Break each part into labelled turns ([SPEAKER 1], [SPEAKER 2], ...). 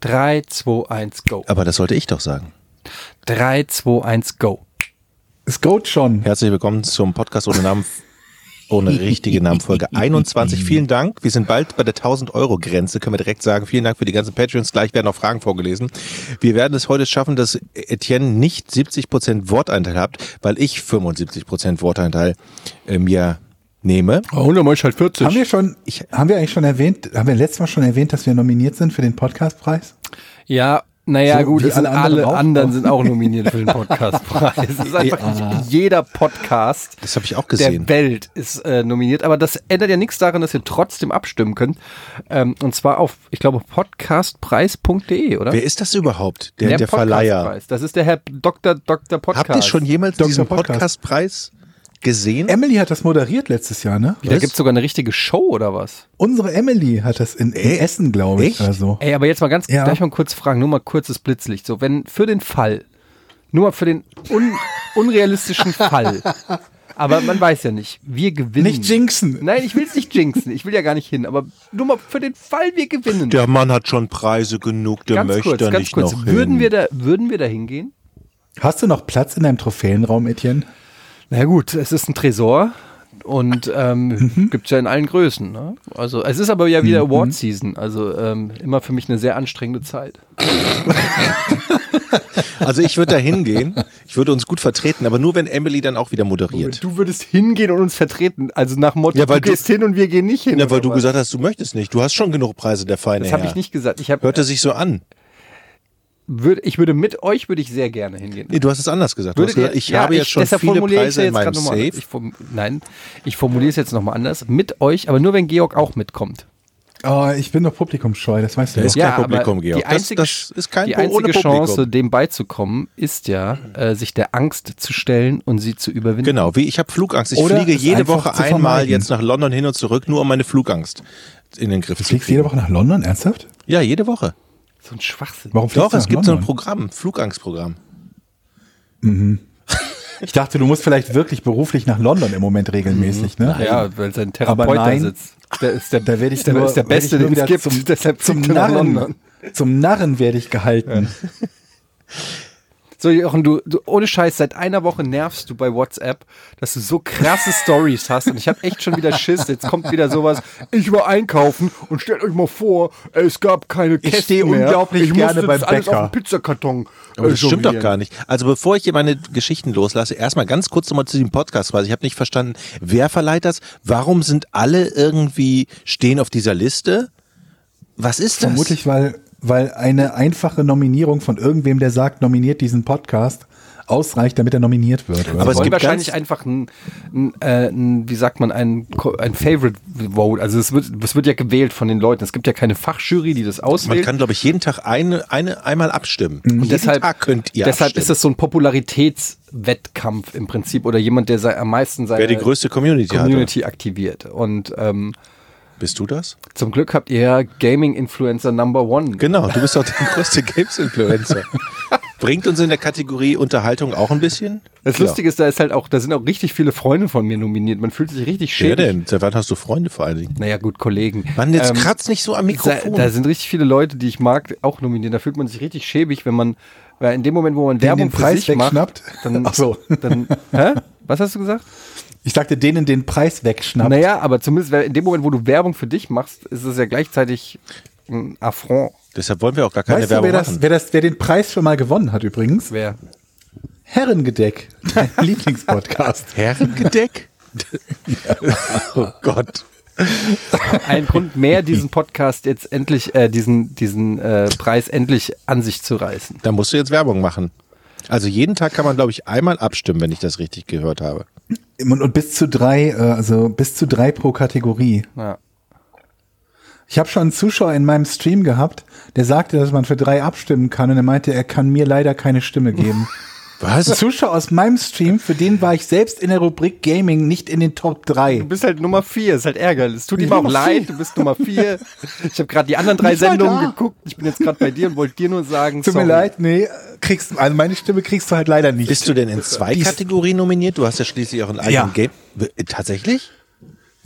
[SPEAKER 1] 3, 2, 1, go.
[SPEAKER 2] Aber das sollte ich doch sagen.
[SPEAKER 1] 3, 2, 1, go.
[SPEAKER 3] Es geht schon.
[SPEAKER 2] Herzlich willkommen zum Podcast ohne Namen, ohne richtige Namen, Folge 21. Vielen Dank. Wir sind bald bei der 1000-Euro-Grenze, können wir direkt sagen. Vielen Dank für die ganzen Patreons. Gleich werden auch Fragen vorgelesen. Wir werden es heute schaffen, dass Etienne nicht 70% Worteinteil hat, weil ich 75% Worteinteil äh, mir nehme.
[SPEAKER 1] Oh, dann mach ich halt
[SPEAKER 3] Haben
[SPEAKER 1] 40.
[SPEAKER 3] wir schon, haben wir eigentlich schon erwähnt, haben wir letztes Mal schon erwähnt, dass wir nominiert sind für den Podcastpreis?
[SPEAKER 1] Ja, naja,
[SPEAKER 3] So
[SPEAKER 1] gut,
[SPEAKER 3] wie
[SPEAKER 1] es sind
[SPEAKER 3] alle anderen
[SPEAKER 1] alle
[SPEAKER 3] auch.
[SPEAKER 1] anderen sind auch nominiert für den Podcastpreis. Es ist einfach jeder Podcast
[SPEAKER 2] Das habe ich auch
[SPEAKER 1] der
[SPEAKER 2] gesehen.
[SPEAKER 1] Welt ist äh, nominiert. Aber das ändert ja nichts daran, dass ihr trotzdem abstimmen könnt. Ähm, und zwar auf, ich glaube, podcastpreis.de, oder?
[SPEAKER 2] Wer ist das überhaupt? Der, der, Verleiher.
[SPEAKER 1] Podcastpreis. Das ist der Herr Dr. Dr. Podcast. Ähm,
[SPEAKER 2] Habt ihr schon jemals
[SPEAKER 3] Dr.
[SPEAKER 2] diesen
[SPEAKER 3] Podcast.
[SPEAKER 2] Podcastpreis gesehen?
[SPEAKER 3] Emily hat das moderiert letztes Jahr, ne?
[SPEAKER 1] Da
[SPEAKER 2] Was?
[SPEAKER 1] gibt es sogar eine richtige Show oder was?
[SPEAKER 3] Unsere Emily hat das in, in Essen, glaube
[SPEAKER 2] Echt?
[SPEAKER 3] ich, also. oder so.
[SPEAKER 1] Ey, aber jetzt mal ganz,
[SPEAKER 3] Ja.
[SPEAKER 1] gleich mal kurz fragen, nur mal kurzes Blitzlicht. So, wenn für den Fall, nur mal für den un, unrealistischen Fall, aber man weiß ja nicht, wir gewinnen.
[SPEAKER 3] Nicht jinxen.
[SPEAKER 1] Nein, ich will es nicht jinxen, ich will ja gar nicht hin, aber nur mal für den Fall, wir gewinnen.
[SPEAKER 2] Der Mann hat schon Preise genug, der
[SPEAKER 1] ganz
[SPEAKER 2] möchte
[SPEAKER 1] kurz, ganz
[SPEAKER 2] nicht
[SPEAKER 1] kurz,
[SPEAKER 2] noch
[SPEAKER 1] würden
[SPEAKER 2] hin.
[SPEAKER 1] wir, da, würden wir da hingehen?
[SPEAKER 3] Hast du noch Platz in deinem Trophäenraum, Etienne?
[SPEAKER 1] Na gut, es ist ein Tresor und ähm, gibt's ja in allen Größen. Ne? Also es ist aber ja wieder Award Season, also ähm, immer für mich eine sehr anstrengende Zeit.
[SPEAKER 2] Also ich würde da hingehen. Ich würde uns gut vertreten, aber nur wenn Emily dann auch wieder moderiert.
[SPEAKER 1] Du würdest hingehen und uns vertreten, also nach dem Motto,
[SPEAKER 2] Ja, weil
[SPEAKER 1] du
[SPEAKER 2] du-
[SPEAKER 1] gehst hin und wir gehen nicht hin.
[SPEAKER 2] Ja, weil
[SPEAKER 1] oder
[SPEAKER 2] du
[SPEAKER 1] was?
[SPEAKER 2] gesagt hast, du möchtest nicht. Du hast schon genug Preise der Feine
[SPEAKER 1] das habe
[SPEAKER 2] Herr.
[SPEAKER 1] ich nicht gesagt. Ich, hab,
[SPEAKER 2] Hörte sich so an.
[SPEAKER 1] würd, ich würde mit euch würde ich sehr gerne hingehen.
[SPEAKER 2] Nee, du hast es anders gesagt. Du
[SPEAKER 1] Würde
[SPEAKER 2] hast gesagt
[SPEAKER 1] dir-
[SPEAKER 2] ich habe jetzt schon
[SPEAKER 1] deshalb
[SPEAKER 2] viele
[SPEAKER 1] formuliere ich
[SPEAKER 2] Preise
[SPEAKER 1] ja
[SPEAKER 2] in meinem
[SPEAKER 1] grad noch mal anders.
[SPEAKER 2] Safe.
[SPEAKER 1] Ich form, nein, ich formuliere es jetzt nochmal anders. Mit euch, aber nur wenn Georg auch mitkommt.
[SPEAKER 3] Oh, ich bin doch publikumscheu, das weißt du
[SPEAKER 2] Da
[SPEAKER 3] doch.
[SPEAKER 2] ist kein
[SPEAKER 1] aber
[SPEAKER 2] Publikum, Georg.
[SPEAKER 1] Die einzige,
[SPEAKER 2] das, das ist kein
[SPEAKER 1] die
[SPEAKER 2] Pro- ohne
[SPEAKER 1] einzige
[SPEAKER 2] Publikum.
[SPEAKER 1] Chance, dem beizukommen, ist ja, äh, sich der Angst zu stellen und sie zu überwinden.
[SPEAKER 2] Genau, wie ich habe Flugangst. Ich
[SPEAKER 3] Oder
[SPEAKER 2] fliege
[SPEAKER 3] es
[SPEAKER 2] jede
[SPEAKER 3] einfach
[SPEAKER 2] Woche
[SPEAKER 3] zu
[SPEAKER 2] einmal
[SPEAKER 3] vermeiden.
[SPEAKER 2] jetzt nach London hin und zurück, nur um meine Flugangst in den Griff
[SPEAKER 3] Du
[SPEAKER 2] zu
[SPEAKER 3] fliegst
[SPEAKER 2] kriegen.
[SPEAKER 3] jede Woche nach London, ernsthaft?
[SPEAKER 2] Ja, jede Woche.
[SPEAKER 1] So ein Schwachsinn.
[SPEAKER 3] Warum fliegst
[SPEAKER 2] Doch,
[SPEAKER 3] du
[SPEAKER 2] es
[SPEAKER 3] nach
[SPEAKER 2] gibt so ein
[SPEAKER 3] London?
[SPEAKER 2] Programm, Flugangstprogramm.
[SPEAKER 3] ich dachte, du musst vielleicht wirklich beruflich nach London im Moment regelmäßig, ne?
[SPEAKER 1] Ja, weil sein
[SPEAKER 3] Aber
[SPEAKER 1] Therapeut da
[SPEAKER 3] nein,
[SPEAKER 1] sitzt. Der ist der,
[SPEAKER 3] Da werde ich
[SPEAKER 1] der,
[SPEAKER 3] nur,
[SPEAKER 1] ist der
[SPEAKER 3] werde ich
[SPEAKER 1] Beste,
[SPEAKER 3] nur
[SPEAKER 1] den es
[SPEAKER 3] wieder
[SPEAKER 1] gibt.
[SPEAKER 3] Zum,
[SPEAKER 1] Deshalb
[SPEAKER 3] zum
[SPEAKER 1] fliegt er nach
[SPEAKER 3] Narren,
[SPEAKER 1] London.
[SPEAKER 3] zum Narren werde ich gehalten.
[SPEAKER 1] So, Jochen, du, du, ohne Scheiß, seit einer Woche nervst du bei WhatsApp, dass du so krasse Stories hast. Und ich habe echt schon wieder Schiss. Jetzt kommt wieder sowas. Ich war einkaufen und stellt euch mal vor, es gab keine Kästen
[SPEAKER 3] stehe
[SPEAKER 1] mehr.
[SPEAKER 3] unglaublich
[SPEAKER 1] ich
[SPEAKER 3] gerne
[SPEAKER 1] musste
[SPEAKER 3] beim
[SPEAKER 1] das alles
[SPEAKER 3] Bäcker.
[SPEAKER 1] auf den Pizzakarton. äh,
[SPEAKER 2] Aber das stimmt doch gar nicht. Also bevor ich hier meine Geschichten loslasse, erstmal ganz kurz nochmal zu dem Podcast, weil ich habe nicht verstanden, wer verleiht das? Warum sind alle irgendwie stehen auf dieser Liste? Was ist das?
[SPEAKER 3] Vermutlich, weil, weil eine einfache Nominierung von irgendwem, der sagt, nominiert diesen Podcast, ausreicht, damit er nominiert wird. oder
[SPEAKER 2] Aber
[SPEAKER 3] so.
[SPEAKER 2] es
[SPEAKER 1] Es gibt
[SPEAKER 2] gibt
[SPEAKER 1] wahrscheinlich
[SPEAKER 2] ganz-
[SPEAKER 1] einfach ein, ein, äh, ein, wie sagt man, ein, Ko- ein Favorite Vote. Also es wird, es wird ja gewählt von den Leuten. Es gibt ja keine Fachjury, die das
[SPEAKER 2] Man
[SPEAKER 1] auswählt.
[SPEAKER 2] kann, glaube ich, jeden Tag eine, eine, einmal abstimmen. Und jeden Tag könnt ihr
[SPEAKER 1] Mhm. deshalb
[SPEAKER 2] abstimmen.
[SPEAKER 1] ist es so ein Popularitätswettkampf im Prinzip oder jemand, der sei, am meisten seine
[SPEAKER 2] Wer die größte Community,
[SPEAKER 1] äh, Community aktiviert. Und ähm,
[SPEAKER 2] hat. Bist du das?
[SPEAKER 1] zum Glück habt ihr Gaming-Influencer Number One.
[SPEAKER 2] Genau, du bist doch der größte Games-Influencer. Bringt uns in der Kategorie Unterhaltung auch ein bisschen?
[SPEAKER 1] Das
[SPEAKER 2] Ja.
[SPEAKER 1] Lustige ist, da ist halt auch, da sind auch richtig viele Freunde von mir nominiert. Man fühlt sich richtig
[SPEAKER 2] Wer
[SPEAKER 1] schäbig.
[SPEAKER 2] denn? Seit wann hast du Freunde vor allen Dingen?
[SPEAKER 1] Naja, gut, Kollegen.
[SPEAKER 2] Mann, jetzt
[SPEAKER 1] Ähm,
[SPEAKER 2] kratzt nicht so am
[SPEAKER 1] Da,
[SPEAKER 2] Mikrofon.
[SPEAKER 1] da sind richtig viele Leute, die ich mag, auch nominiert. Da fühlt man sich richtig schäbig, wenn man, weil in dem Moment, wo man
[SPEAKER 3] Denen
[SPEAKER 1] Werbung
[SPEAKER 3] den
[SPEAKER 1] für
[SPEAKER 3] Preis
[SPEAKER 1] sich macht,
[SPEAKER 3] wegschnappt?
[SPEAKER 1] dann,
[SPEAKER 3] Ach so.
[SPEAKER 1] dann, hä? Was hast du gesagt?
[SPEAKER 3] ich sagte, denen den Preis wegschnappt.
[SPEAKER 1] Naja, aber zumindest wer- in dem Moment, wo du Werbung für dich machst, ist es ja gleichzeitig ein Affront.
[SPEAKER 2] deshalb wollen wir auch gar keine
[SPEAKER 3] weißt du,
[SPEAKER 2] Werbung
[SPEAKER 3] wer, das,
[SPEAKER 2] machen.
[SPEAKER 3] wer, das, wer den Preis schon mal gewonnen hat übrigens?
[SPEAKER 1] Wer?
[SPEAKER 3] Herrengedeck, dein Lieblingspodcast.
[SPEAKER 2] Herrengedeck? oh Gott.
[SPEAKER 1] Ein Grund mehr, diesen Podcast jetzt endlich, äh, diesen, diesen äh, Preis endlich an sich zu reißen.
[SPEAKER 2] Da musst du jetzt Werbung machen. Also jeden Tag kann man, glaube ich, einmal abstimmen, wenn ich das richtig gehört habe.
[SPEAKER 3] Und, und bis zu drei, äh, also bis zu drei pro Kategorie.
[SPEAKER 1] Ja.
[SPEAKER 3] Ich habe schon einen Zuschauer in meinem Stream gehabt, der sagte, dass man für drei abstimmen kann und er meinte, er kann mir leider keine Stimme geben. Ein
[SPEAKER 2] Was?
[SPEAKER 3] Zuschauer aus meinem Stream, für den war ich selbst in der Rubrik Gaming nicht in den Top 3.
[SPEAKER 1] Du bist halt Nummer 4, ist halt ärgerlich. Es tut ihm auch
[SPEAKER 3] Nummer
[SPEAKER 1] leid,
[SPEAKER 3] vier.
[SPEAKER 1] du bist Nummer 4. Ich habe gerade die anderen drei
[SPEAKER 3] Nicht mal
[SPEAKER 1] Sendungen
[SPEAKER 3] da.
[SPEAKER 1] geguckt. Ich bin jetzt gerade bei dir und wollte dir nur sagen,
[SPEAKER 3] Tut mir
[SPEAKER 1] sorry.
[SPEAKER 3] leid, nee, kriegst, also meine Stimme kriegst du halt leider nicht.
[SPEAKER 2] Bist du denn in zwei
[SPEAKER 3] Dies-
[SPEAKER 2] Kategorien nominiert? Du hast ja schließlich auch einen eigenen
[SPEAKER 3] Ja.
[SPEAKER 2] Game. W- äh, Tatsächlich?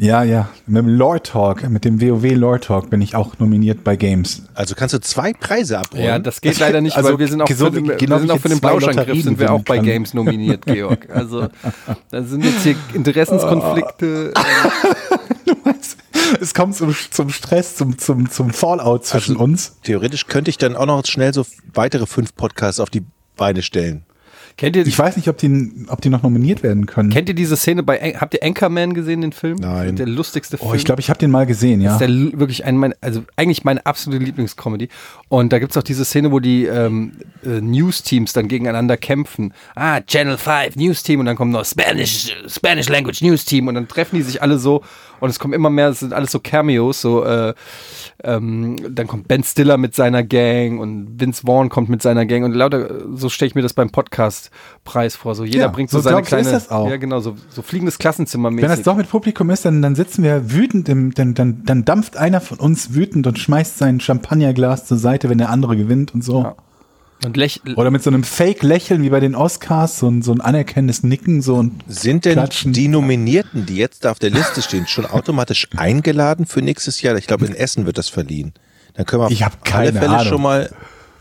[SPEAKER 3] Ja, ja. Mit dem Lore Talk, mit dem WoW Lore Talk bin ich auch nominiert bei Games.
[SPEAKER 2] Also kannst du zwei Preise abholen.
[SPEAKER 1] Ja, das geht leider nicht,
[SPEAKER 3] Also,
[SPEAKER 1] weil wir sind auch
[SPEAKER 3] so-
[SPEAKER 1] für den,
[SPEAKER 3] genau
[SPEAKER 1] wir sind
[SPEAKER 3] wie
[SPEAKER 1] auch
[SPEAKER 3] ich
[SPEAKER 1] für den
[SPEAKER 3] jetzt zwei
[SPEAKER 1] Blauschangriff
[SPEAKER 3] Lotterien
[SPEAKER 1] sind wir auch
[SPEAKER 3] gewinnen
[SPEAKER 1] bei
[SPEAKER 3] kann.
[SPEAKER 1] Games nominiert, Georg. Also da sind jetzt hier Interessenskonflikte.
[SPEAKER 3] Es kommt zum, zum Stress, zum, zum, zum Fallout zwischen
[SPEAKER 1] Also
[SPEAKER 3] uns.
[SPEAKER 2] Theoretisch könnte ich dann auch noch schnell so weitere fünf Podcasts auf die Beine stellen.
[SPEAKER 1] Kennt ihr,
[SPEAKER 3] Ich weiß nicht, ob die, ob die noch nominiert werden können.
[SPEAKER 1] kennt ihr diese Szene bei, An- habt ihr Anchorman gesehen, den Film?
[SPEAKER 2] Nein.
[SPEAKER 1] Der lustigste Film.
[SPEAKER 3] oh, ich glaube, ich habe den mal gesehen, ja.
[SPEAKER 1] Das ist der, l- wirklich ein, mein, also eigentlich meine absolute Lieblingscomedy. Und da gibt es auch diese Szene, wo die ähm, äh, News-Teams dann gegeneinander kämpfen. Ah, Channel 5 News-Team und dann kommt noch Spanish, Spanish Language News-Team und dann treffen die sich alle so und es kommen immer mehr, es sind alles so Cameos, so äh, ähm, dann kommt Ben Stiller mit seiner Gang und Vince Vaughn kommt mit seiner Gang und lauter, äh, so stelle ich mir das beim Podcast-Preis vor. So jeder
[SPEAKER 3] Ja,
[SPEAKER 1] bringt so,
[SPEAKER 3] so
[SPEAKER 1] seine
[SPEAKER 3] glaub ich, so
[SPEAKER 1] kleine,
[SPEAKER 3] ist das auch.
[SPEAKER 1] ja genau, so, so fliegendes Klassenzimmer
[SPEAKER 3] Wenn das doch mit Publikum ist, dann, dann sitzen wir wütend im, dann, dann, dann dampft einer von uns wütend und schmeißt sein Champagnerglas zur Seite, wenn der andere gewinnt und so.
[SPEAKER 1] Und läch
[SPEAKER 3] Oder mit so einem Fake-Lächeln wie bei den Oscars, so ein, so ein anerkennendes Nicken, so und
[SPEAKER 2] Sind denn
[SPEAKER 3] Klatschen.
[SPEAKER 2] die Nominierten, die jetzt da auf der Liste stehen, schon automatisch eingeladen für nächstes Jahr? Ich glaube, in Essen wird das verliehen. Dann können wir
[SPEAKER 3] Ich hab
[SPEAKER 2] auf
[SPEAKER 3] keine
[SPEAKER 2] alle Fälle
[SPEAKER 3] Ahnung.
[SPEAKER 2] schon mal.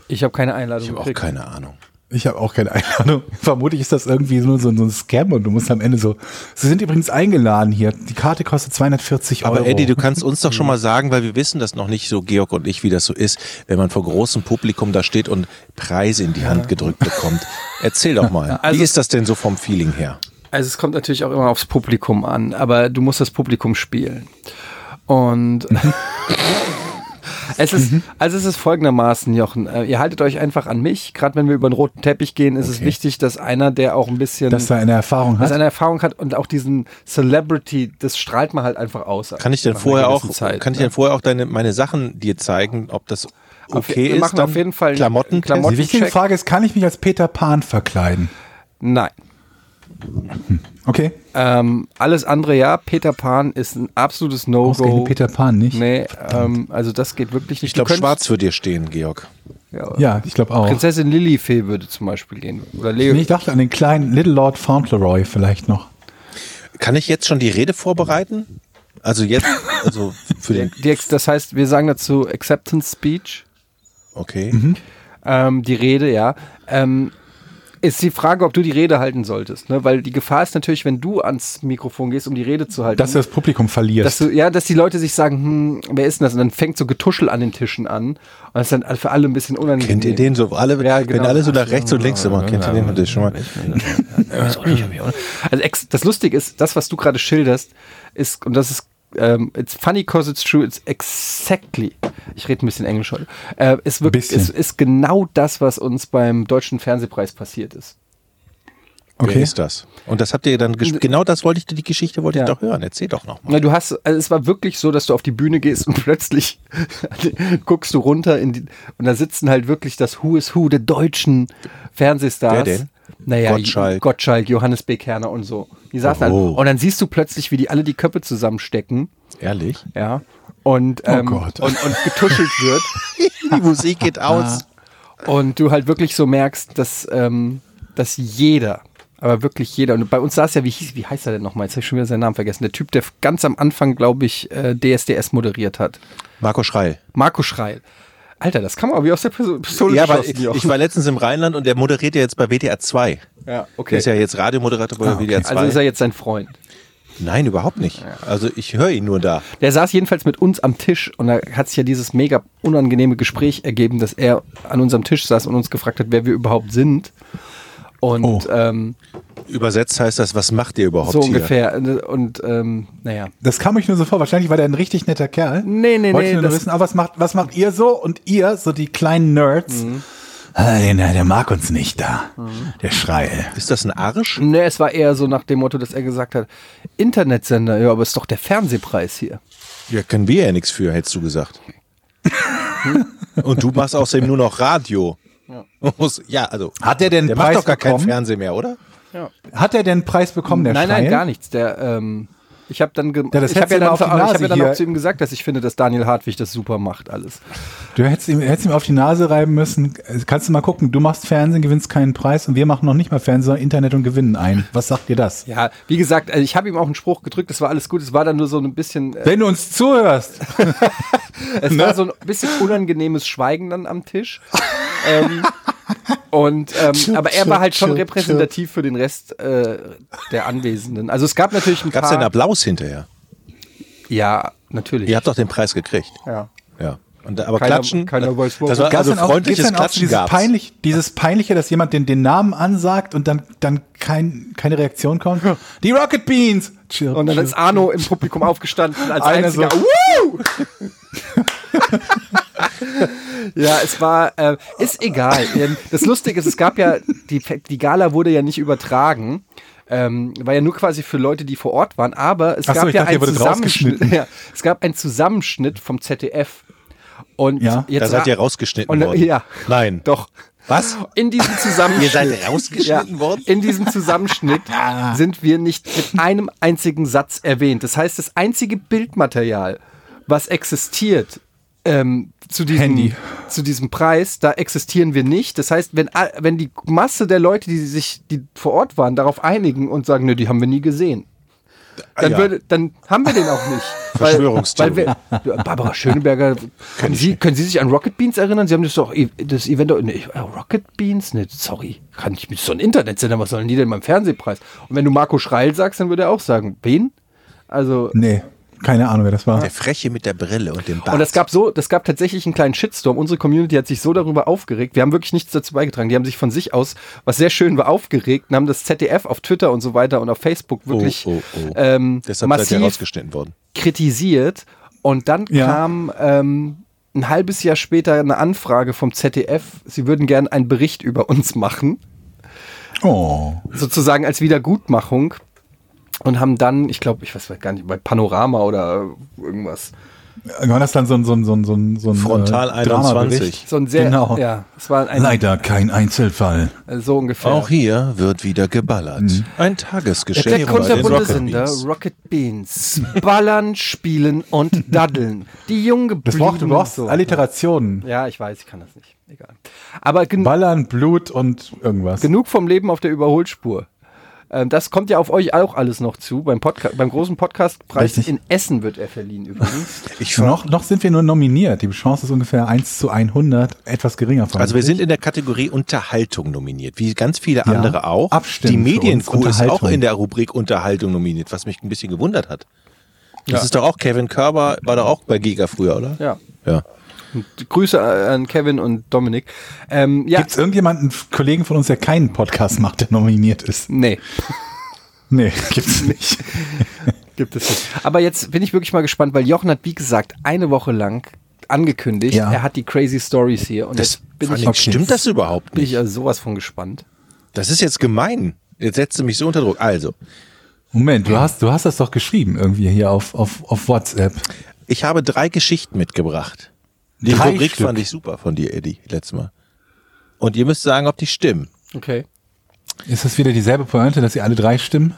[SPEAKER 1] ich habe keine Einladung
[SPEAKER 2] Ich habe auch
[SPEAKER 1] gekriegt.
[SPEAKER 2] keine Ahnung.
[SPEAKER 3] Ich habe auch keine Ahnung. Vermutlich ist das irgendwie nur so, so ein Scam und du musst am Ende so. Sie sind übrigens eingeladen hier. Die Karte kostet 240 Euro.
[SPEAKER 2] Aber Eddie, du kannst uns doch schon mal sagen, weil wir wissen das noch nicht so, Georg und ich, wie das so ist, wenn man vor großem Publikum da steht und Preise in die Hand gedrückt bekommt. Erzähl doch mal,
[SPEAKER 1] Also-
[SPEAKER 2] wie ist das denn so vom Feeling her?
[SPEAKER 1] Also es kommt natürlich auch immer aufs Publikum an, aber du musst das Publikum spielen. Und es
[SPEAKER 3] Mhm.
[SPEAKER 1] ist, also es ist folgendermaßen, Jochen, äh, ihr haltet euch einfach an mich, gerade wenn wir über den roten Teppich gehen, ist es wichtig, dass einer, der auch ein bisschen
[SPEAKER 3] dass er eine Erfahrung
[SPEAKER 1] dass
[SPEAKER 3] hat.
[SPEAKER 1] er eine Erfahrung hat und auch diesen Celebrity, das strahlt man halt einfach aus.
[SPEAKER 2] Kann ich denn
[SPEAKER 1] Nach einer
[SPEAKER 2] vorher auch,
[SPEAKER 1] gewissen Zeit,
[SPEAKER 2] kann ich
[SPEAKER 1] ne?
[SPEAKER 2] denn vorher auch deine, meine Sachen dir zeigen, ob das
[SPEAKER 1] Auf-
[SPEAKER 2] okay
[SPEAKER 1] wir
[SPEAKER 2] ist?
[SPEAKER 1] machen
[SPEAKER 2] dann?
[SPEAKER 1] auf jeden Fall
[SPEAKER 2] Klamotten.
[SPEAKER 1] Klamotten-
[SPEAKER 3] Die wichtige
[SPEAKER 1] Check.
[SPEAKER 3] Frage ist, kann ich mich als Peter Pan verkleiden?
[SPEAKER 1] Nein.
[SPEAKER 3] Okay.
[SPEAKER 1] Ähm, alles andere ja, Peter Pan ist ein absolutes No-Go.
[SPEAKER 3] Ausgerechnet Peter Pan nicht.
[SPEAKER 1] Nee, ähm, also das geht wirklich nicht.
[SPEAKER 2] Ich glaube, schwarz wird dir stehen, Georg.
[SPEAKER 1] Ja,
[SPEAKER 3] Ja, ich glaube auch.
[SPEAKER 1] Prinzessin Lilifee würde zum Beispiel gehen. Oder Leo.
[SPEAKER 3] Nee, ich dachte an den kleinen Little Lord Fauntleroy vielleicht noch.
[SPEAKER 2] Kann ich jetzt schon die Rede vorbereiten? Also jetzt, also für den,
[SPEAKER 1] Die, Ex- das heißt, wir sagen dazu Acceptance Speech,
[SPEAKER 2] okay.
[SPEAKER 1] ähm, die Rede, ja. Ähm, ist die Frage, ob du die Rede halten solltest, ne? Weil die Gefahr ist natürlich, wenn du ans Mikrofon gehst, um die Rede zu halten.
[SPEAKER 3] Dass du das Publikum
[SPEAKER 1] dass
[SPEAKER 3] verlierst.
[SPEAKER 1] du, ja, dass die Leute sich sagen, hm, wer ist denn das? Und dann fängt so Getuschel an den Tischen an. Und das ist dann für alle ein bisschen unangenehm.
[SPEAKER 2] Kennt ihr den so? Alle,
[SPEAKER 1] Ja, genau.
[SPEAKER 2] Wenn alle so nach rechts und links immer, kennt ihr den natürlich schon mal?
[SPEAKER 1] Also ex das Lustige ist, das, was du gerade schilderst, ist, und das ist, ähm, it's funny cause it's true, it's exactly, ich rede ein bisschen Englisch heute, äh, ist, wirklich,
[SPEAKER 3] Bisschen.
[SPEAKER 1] ist, ist genau das, was uns beim Deutschen Fernsehpreis passiert ist.
[SPEAKER 2] Wer
[SPEAKER 3] Okay.
[SPEAKER 2] ist das? Und das habt ihr dann, gesch- genau das wollte ich, die Geschichte wollte ich
[SPEAKER 1] Ja.
[SPEAKER 2] doch hören. Erzähl doch nochmal.
[SPEAKER 1] Na, du hast, also es war wirklich so, dass du auf die Bühne gehst und plötzlich guckst du runter in die, und da sitzen halt wirklich das Who is Who der deutschen Fernsehstars.
[SPEAKER 2] Wer denn?
[SPEAKER 1] Naja,
[SPEAKER 2] Gottschalk.
[SPEAKER 1] Gottschalk, Johannes B. Kerner und so. Die saßen
[SPEAKER 2] Oh.
[SPEAKER 1] halt, und dann siehst du plötzlich, wie die alle die Köpfe zusammenstecken.
[SPEAKER 2] Ehrlich?
[SPEAKER 1] Ja. Und, ähm,
[SPEAKER 3] Gott.
[SPEAKER 1] und, und getuschelt wird.
[SPEAKER 2] Die Musik geht aus.
[SPEAKER 1] Und du halt wirklich so merkst, dass, ähm, dass jeder, aber wirklich jeder, und bei uns saß ja, wie, hieß, wie heißt er denn nochmal? Jetzt habe ich schon wieder seinen Namen vergessen. Der Typ, der ganz am Anfang, glaube ich, äh, DSDS moderiert hat.
[SPEAKER 2] Marco Schreil.
[SPEAKER 1] Marco Schreil. Alter, das kann man aber wie aus der Pistole Pistole
[SPEAKER 2] Ja, weil
[SPEAKER 1] geschossen,
[SPEAKER 2] ich,
[SPEAKER 1] Jochen.
[SPEAKER 2] ich war letztens im Rheinland und der moderiert ja jetzt bei WDR 2.
[SPEAKER 1] Ja, okay.
[SPEAKER 2] Der ist ja jetzt Radiomoderator bei WDR 2.
[SPEAKER 1] Also ist er jetzt sein Freund.
[SPEAKER 2] Nein, überhaupt nicht. Also ich höre ihn nur da.
[SPEAKER 1] Der saß jedenfalls mit uns am Tisch und da hat sich ja dieses mega unangenehme Gespräch ergeben, dass er an unserem Tisch saß und uns gefragt hat, wer wir überhaupt sind. Und
[SPEAKER 3] Oh.
[SPEAKER 1] ähm,
[SPEAKER 2] Übersetzt heißt das, was macht ihr überhaupt
[SPEAKER 1] so
[SPEAKER 2] hier?
[SPEAKER 1] ungefähr. Und ähm, naja.
[SPEAKER 3] Das kam euch nur so vor. Wahrscheinlich war der ein richtig netter Kerl.
[SPEAKER 1] Nee, nee,
[SPEAKER 3] Wollte
[SPEAKER 1] nee,
[SPEAKER 3] ich nur
[SPEAKER 1] das-
[SPEAKER 3] wissen, aber was macht, was macht ihr so? Und ihr, so die kleinen Nerds.
[SPEAKER 1] Mhm.
[SPEAKER 3] Ah, den- der mag uns nicht da. Der Schrei.
[SPEAKER 2] Ist das ein Arsch?
[SPEAKER 1] Nee, Ne, es war eher so nach dem Motto, dass er gesagt hat, Internetsender, ja, aber ist doch der Fernsehpreis hier.
[SPEAKER 2] Ja, können wir ja nichts für, hättest du gesagt. Und du machst außerdem nur noch Radio. Muss- Ja, also.
[SPEAKER 3] Hat der denn
[SPEAKER 2] Der
[SPEAKER 3] Preis
[SPEAKER 2] macht doch gar keinen
[SPEAKER 3] bekommen?
[SPEAKER 2] Fernsehen mehr, oder?
[SPEAKER 3] Hat er denn einen Preis bekommen, der
[SPEAKER 1] nein,
[SPEAKER 3] Schrei?
[SPEAKER 1] nein, gar nichts. Der, ähm, Ich habe dann, ge
[SPEAKER 3] Ja, das
[SPEAKER 1] ich hab
[SPEAKER 3] hättest
[SPEAKER 1] ja
[SPEAKER 3] du
[SPEAKER 1] dann,
[SPEAKER 3] ihm auf die
[SPEAKER 1] aber ich hab
[SPEAKER 3] Nase
[SPEAKER 1] ja dann auch
[SPEAKER 3] hier-
[SPEAKER 1] zu ihm gesagt, dass ich finde, dass Daniel Hartwig das super macht alles.
[SPEAKER 3] Du hättest ihm, hättest ihm auf die Nase reiben müssen. Kannst du mal gucken, du machst Fernsehen, gewinnst keinen Preis und wir machen noch nicht mal Fernsehen, sondern Internet und gewinnen ein. Was sagt dir das?
[SPEAKER 1] Ja, wie gesagt, also ich habe ihm auch einen Spruch gedrückt, das war alles gut, es war dann nur so ein bisschen, äh,
[SPEAKER 3] Wenn du uns zuhörst.
[SPEAKER 1] es
[SPEAKER 3] Ne?
[SPEAKER 1] war so ein bisschen unangenehmes Schweigen dann am Tisch. ähm, und ähm,
[SPEAKER 4] Chirp,
[SPEAKER 1] aber er war
[SPEAKER 4] chirp,
[SPEAKER 1] halt schon
[SPEAKER 4] chirp,
[SPEAKER 1] repräsentativ für den Rest äh, der Anwesenden. Also es gab natürlich ein
[SPEAKER 2] Gab es
[SPEAKER 1] paar.
[SPEAKER 2] denn Applaus hinterher?
[SPEAKER 1] ja, natürlich.
[SPEAKER 2] Ihr habt doch den Preis gekriegt.
[SPEAKER 1] Ja.
[SPEAKER 2] Ja. Und, aber
[SPEAKER 1] Keiner-
[SPEAKER 2] klatschen.
[SPEAKER 1] keiner weiß, warum.
[SPEAKER 2] das war
[SPEAKER 1] Gab's
[SPEAKER 2] also
[SPEAKER 3] dann auch-
[SPEAKER 2] freundliches
[SPEAKER 3] gibt's dann auch
[SPEAKER 2] Klatschen
[SPEAKER 3] dieses,
[SPEAKER 2] gab's.
[SPEAKER 3] peinlich, dieses Peinliche, dass jemand den, den Namen ansagt und dann, dann kein, keine Reaktion kommt? Die Rocket Beans! Chirp,
[SPEAKER 1] Und dann
[SPEAKER 3] chirp.
[SPEAKER 1] ist Arno im Publikum aufgestanden als
[SPEAKER 3] Einer
[SPEAKER 1] einziger.
[SPEAKER 3] so-
[SPEAKER 1] Woo! ja, es war, äh, ist egal. Ähm, Das Lustige ist, es gab ja, die, die Gala wurde ja nicht übertragen. Ähm, war ja nur quasi für Leute, die vor Ort waren, aber es
[SPEAKER 3] Ach so,
[SPEAKER 1] gab
[SPEAKER 3] ich
[SPEAKER 1] ja
[SPEAKER 3] dachte, ihr
[SPEAKER 1] einen
[SPEAKER 3] wurdet
[SPEAKER 1] Zusammenschnitt.
[SPEAKER 3] rausgeschnitten.
[SPEAKER 1] Ja, es gab einen Zusammenschnitt vom ZDF. Und
[SPEAKER 3] Ja.
[SPEAKER 1] jetzt
[SPEAKER 2] Da seid
[SPEAKER 1] ra-
[SPEAKER 2] ihr rausgeschnitten
[SPEAKER 1] Und, äh,
[SPEAKER 2] worden.
[SPEAKER 1] Ja.
[SPEAKER 2] Nein.
[SPEAKER 1] Doch.
[SPEAKER 2] Was?
[SPEAKER 1] In diesem Zusammenschnitt.
[SPEAKER 2] Ihr seid rausgeschnitten worden?
[SPEAKER 1] In diesem Zusammenschnitt sind wir nicht mit einem einzigen Satz erwähnt. Das heißt, das einzige Bildmaterial, was existiert ähm, zu, diesem,
[SPEAKER 3] Handy.
[SPEAKER 1] zu diesem Preis, da existieren wir nicht. Das heißt, wenn, all- wenn die Masse der Leute, die sich, die vor Ort waren, darauf einigen und sagen, nö, die haben wir nie gesehen. Dann,
[SPEAKER 2] Ja.
[SPEAKER 1] würde, dann haben wir den auch nicht. Weil-
[SPEAKER 2] Verschwörungstheorie.
[SPEAKER 1] Weil wir, Barbara Schöneberger, können Sie, können Sie sich an Rocket Beans erinnern? Sie haben das doch, e, das Event, doch- nee, äh, Rocket Beans? Nee, sorry, kann ich mit so einem Internetsender, was sollen die denn beim Fernsehpreis? Und wenn du Marco Schreil sagst, dann würde er auch sagen, wen? Also,
[SPEAKER 3] Nee, keine Ahnung, wer das war.
[SPEAKER 2] Der Freche mit der Brille und dem Bart.
[SPEAKER 1] und das gab so, das gab tatsächlich einen kleinen Shitstorm. Unsere Community hat sich so darüber aufgeregt. Wir haben wirklich nichts dazu beigetragen. Die haben sich von sich aus, was sehr schön war, aufgeregt und haben das ZDF auf Twitter und so weiter und auf Facebook wirklich
[SPEAKER 2] oh, oh.
[SPEAKER 1] Ähm,
[SPEAKER 2] Deshalb seid ihr
[SPEAKER 1] massiv
[SPEAKER 2] rausgeschnitten worden.
[SPEAKER 1] kritisiert. Und dann
[SPEAKER 3] Ja.
[SPEAKER 1] kam ähm, ein halbes Jahr später eine Anfrage vom ZDF, sie würden gerne einen Bericht über uns machen,
[SPEAKER 3] Oh.
[SPEAKER 1] sozusagen als Wiedergutmachung. Und haben dann, ich glaube, ich weiß gar nicht, bei Panorama oder irgendwas.
[SPEAKER 3] War das dann so ein, so ein, so ein, so ein, so ein
[SPEAKER 2] Frontal
[SPEAKER 3] äh, Dramabericht?
[SPEAKER 2] 21.
[SPEAKER 1] So ein sehr,
[SPEAKER 3] Genau.
[SPEAKER 1] ja, es war ein,
[SPEAKER 3] Leider kein Einzelfall.
[SPEAKER 1] so ungefähr.
[SPEAKER 2] Auch hier wird wieder geballert. Ein Tagesgeschehen
[SPEAKER 1] Mhm. Der kunterbunte Sender
[SPEAKER 2] Beans.
[SPEAKER 1] Rocket Beans. Ballern, spielen und daddeln. Die jungen
[SPEAKER 3] Das braucht, du brauchst Alliterationen.
[SPEAKER 1] Ja, ich weiß, ich kann das nicht. Egal. Aber gen
[SPEAKER 3] Ballern, Blut und irgendwas.
[SPEAKER 1] genug vom Leben auf der Überholspur. Ähm, das kommt ja auf euch auch alles noch zu. Beim, Podca beim großen Podcastpreis
[SPEAKER 3] Richtig.
[SPEAKER 1] in Essen wird er verliehen übrigens.
[SPEAKER 2] Ich ver-
[SPEAKER 3] Noch, noch sind wir nur nominiert. Die Chance ist ungefähr 1 zu 100, etwas geringer.
[SPEAKER 2] also wir sind in der Kategorie Unterhaltung nominiert, wie ganz viele andere auch.
[SPEAKER 3] abstimmen
[SPEAKER 2] Die
[SPEAKER 3] für uns,
[SPEAKER 2] Medienkuh ist auch
[SPEAKER 3] Unterhaltung.
[SPEAKER 2] in der Rubrik Unterhaltung nominiert, was mich ein bisschen gewundert hat. Das ist doch auch Kevin Körber, war doch auch bei Giga früher, oder?
[SPEAKER 1] ja.
[SPEAKER 2] Ja.
[SPEAKER 1] Und Grüße äh, an Kevin und Dominik. Ähm, ja.
[SPEAKER 3] Gibt es irgendjemanden, einen Kollegen von uns, der keinen Podcast macht, der nominiert ist?
[SPEAKER 1] Nee.
[SPEAKER 3] Nee, gibt's nicht.
[SPEAKER 1] Gibt es nicht. Aber jetzt bin ich wirklich mal gespannt, weil Jochen hat, wie gesagt, eine Woche lang angekündigt,
[SPEAKER 3] Ja.
[SPEAKER 1] er hat die crazy Stories hier. Und
[SPEAKER 2] Das
[SPEAKER 1] jetzt bin ich,
[SPEAKER 2] okay.
[SPEAKER 3] Okay.
[SPEAKER 2] stimmt das überhaupt
[SPEAKER 1] bin ich
[SPEAKER 2] nicht.
[SPEAKER 1] ja sowas von gespannt.
[SPEAKER 2] Das ist jetzt gemein. Jetzt setzt du mich so unter Druck. Also,
[SPEAKER 3] Moment, du hast, du hast das doch geschrieben irgendwie hier auf, auf, auf WhatsApp.
[SPEAKER 2] ich habe drei Geschichten mitgebracht. Die
[SPEAKER 3] Drei
[SPEAKER 2] Rubrik
[SPEAKER 3] Stück.
[SPEAKER 2] fand ich super von dir, Eddie, letztes Mal. Und ihr müsst sagen, ob die stimmen.
[SPEAKER 1] Okay.
[SPEAKER 3] Ist das wieder dieselbe Pointe, dass sie alle drei stimmen?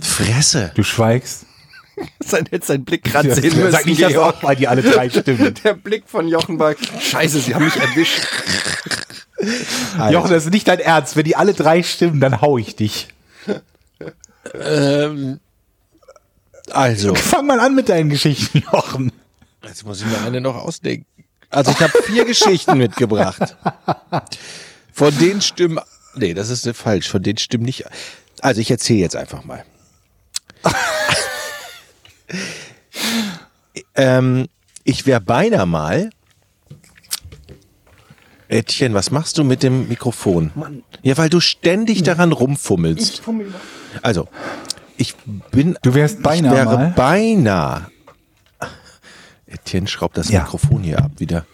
[SPEAKER 2] Fresse.
[SPEAKER 3] Du schweigst.
[SPEAKER 1] Sein, hätte seinen Blick gerade
[SPEAKER 3] Sag
[SPEAKER 1] sehen müssen.
[SPEAKER 3] nicht, dass auch mal die alle drei stimmen.
[SPEAKER 1] Der Blick von Jochen war, scheiße, sie haben mich erwischt.
[SPEAKER 2] Also,
[SPEAKER 3] Jochen, das ist nicht dein Ernst. Wenn die alle drei stimmen, dann hau ich dich. Ähm,
[SPEAKER 2] also.
[SPEAKER 3] Fang mal an mit deinen Geschichten, Jochen.
[SPEAKER 2] Jetzt muss ich mir eine noch ausdenken. Also ich habe vier Geschichten mitgebracht. Von denen stimmen. Nee, das ist falsch. Von denen stimmen nicht. Also ich erzähle jetzt einfach mal. ähm, ich wäre beinahe mal. Ättchen, was machst du mit dem Mikrofon? Mann. Ja, weil du ständig daran rumfummelst. Ich fummel. Also, ich bin
[SPEAKER 3] Du wärst beinahe
[SPEAKER 2] ich wäre
[SPEAKER 3] mal.
[SPEAKER 2] beinahe. Etienne schraubt das
[SPEAKER 3] Ja.
[SPEAKER 2] Mikrofon hier ab wieder.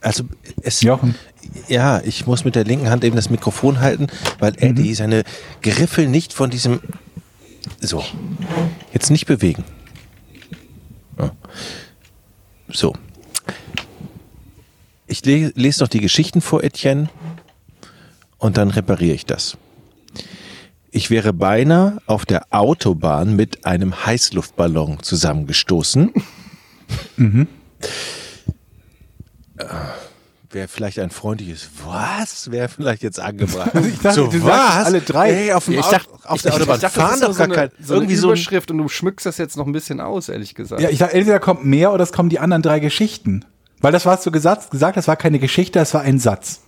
[SPEAKER 2] Also es,
[SPEAKER 3] Jochen.
[SPEAKER 2] ja, ich muss mit der linken Hand eben das Mikrofon halten,
[SPEAKER 3] Mhm.
[SPEAKER 2] weil Eddie seine Griffel nicht von diesem. So, jetzt nicht bewegen. Ja. So, ich le lese noch die Geschichten vor Etienne und dann repariere ich das. Ich wäre beinahe auf der Autobahn mit einem Heißluftballon zusammengestoßen.
[SPEAKER 3] Mhm.
[SPEAKER 2] Äh, Wäre vielleicht ein freundliches Was? Wäre vielleicht jetzt angebracht.
[SPEAKER 3] Ich dachte, du sagst alle drei.
[SPEAKER 2] Hey, auf, dem
[SPEAKER 1] Ja, ich
[SPEAKER 2] Au-
[SPEAKER 1] dachte,
[SPEAKER 2] auf
[SPEAKER 1] ich,
[SPEAKER 2] der Autobahn
[SPEAKER 1] ich dachte, das
[SPEAKER 2] fahren
[SPEAKER 1] ist
[SPEAKER 2] doch
[SPEAKER 1] so
[SPEAKER 2] gar
[SPEAKER 1] eine,
[SPEAKER 2] kein.
[SPEAKER 1] so eine
[SPEAKER 2] irgendwie so ein,
[SPEAKER 1] Überschrift und du schmückst das jetzt noch ein bisschen aus, ehrlich gesagt.
[SPEAKER 3] Ja, ich dachte, entweder kommt mehr oder es kommen die anderen drei Geschichten. Weil das, was du gesagt, gesagt hast, war keine Geschichte, das war ein Satz.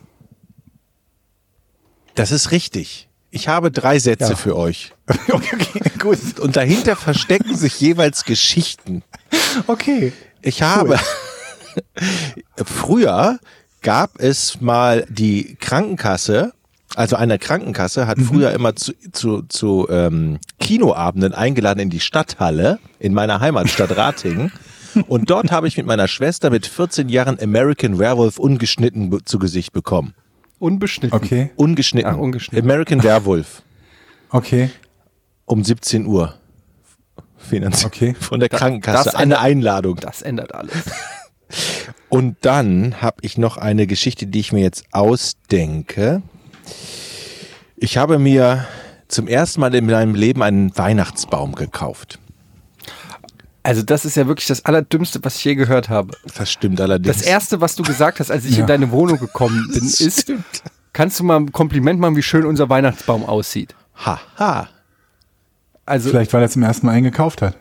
[SPEAKER 2] Das ist richtig. Ich habe drei Sätze
[SPEAKER 3] Ja.
[SPEAKER 2] für euch.
[SPEAKER 3] okay, okay, gut.
[SPEAKER 2] Und dahinter verstecken sich jeweils Geschichten.
[SPEAKER 3] Okay.
[SPEAKER 2] Ich habe früher gab es mal die Krankenkasse, also eine Krankenkasse
[SPEAKER 1] Mhm.
[SPEAKER 2] hat früher immer zu, zu, zu ähm, Kinoabenden eingeladen in die Stadthalle in meiner Heimatstadt Ratingen. Und dort habe ich mit meiner Schwester mit 14 Jahren American Werewolf ungeschnitten be- zu Gesicht bekommen.
[SPEAKER 1] Unbeschnitten.
[SPEAKER 3] Okay.
[SPEAKER 2] Ungeschnitten.
[SPEAKER 1] Ach, ungeschnitten.
[SPEAKER 2] American Werewolf
[SPEAKER 3] Okay.
[SPEAKER 2] um 17 Uhr. Finanziert
[SPEAKER 3] Okay.
[SPEAKER 2] von der Krankenkasse.
[SPEAKER 1] das
[SPEAKER 2] eine Einladung.
[SPEAKER 1] Das ändert alles.
[SPEAKER 2] Und dann habe ich noch eine Geschichte, die ich mir jetzt ausdenke. Ich habe mir zum ersten Mal in meinem Leben einen Weihnachtsbaum gekauft.
[SPEAKER 1] Also das ist ja wirklich das Allerdümmste, was ich je gehört habe.
[SPEAKER 2] Das stimmt allerdings.
[SPEAKER 1] Das erste, was du gesagt hast, als ich in deine Wohnung gekommen bin,
[SPEAKER 2] Das
[SPEAKER 1] ist,
[SPEAKER 2] stimmt.
[SPEAKER 1] kannst du mal ein Kompliment machen, wie schön unser Weihnachtsbaum aussieht.
[SPEAKER 2] Haha. Ha.
[SPEAKER 1] Also
[SPEAKER 3] Vielleicht, weil er zum ersten Mal einen gekauft hat.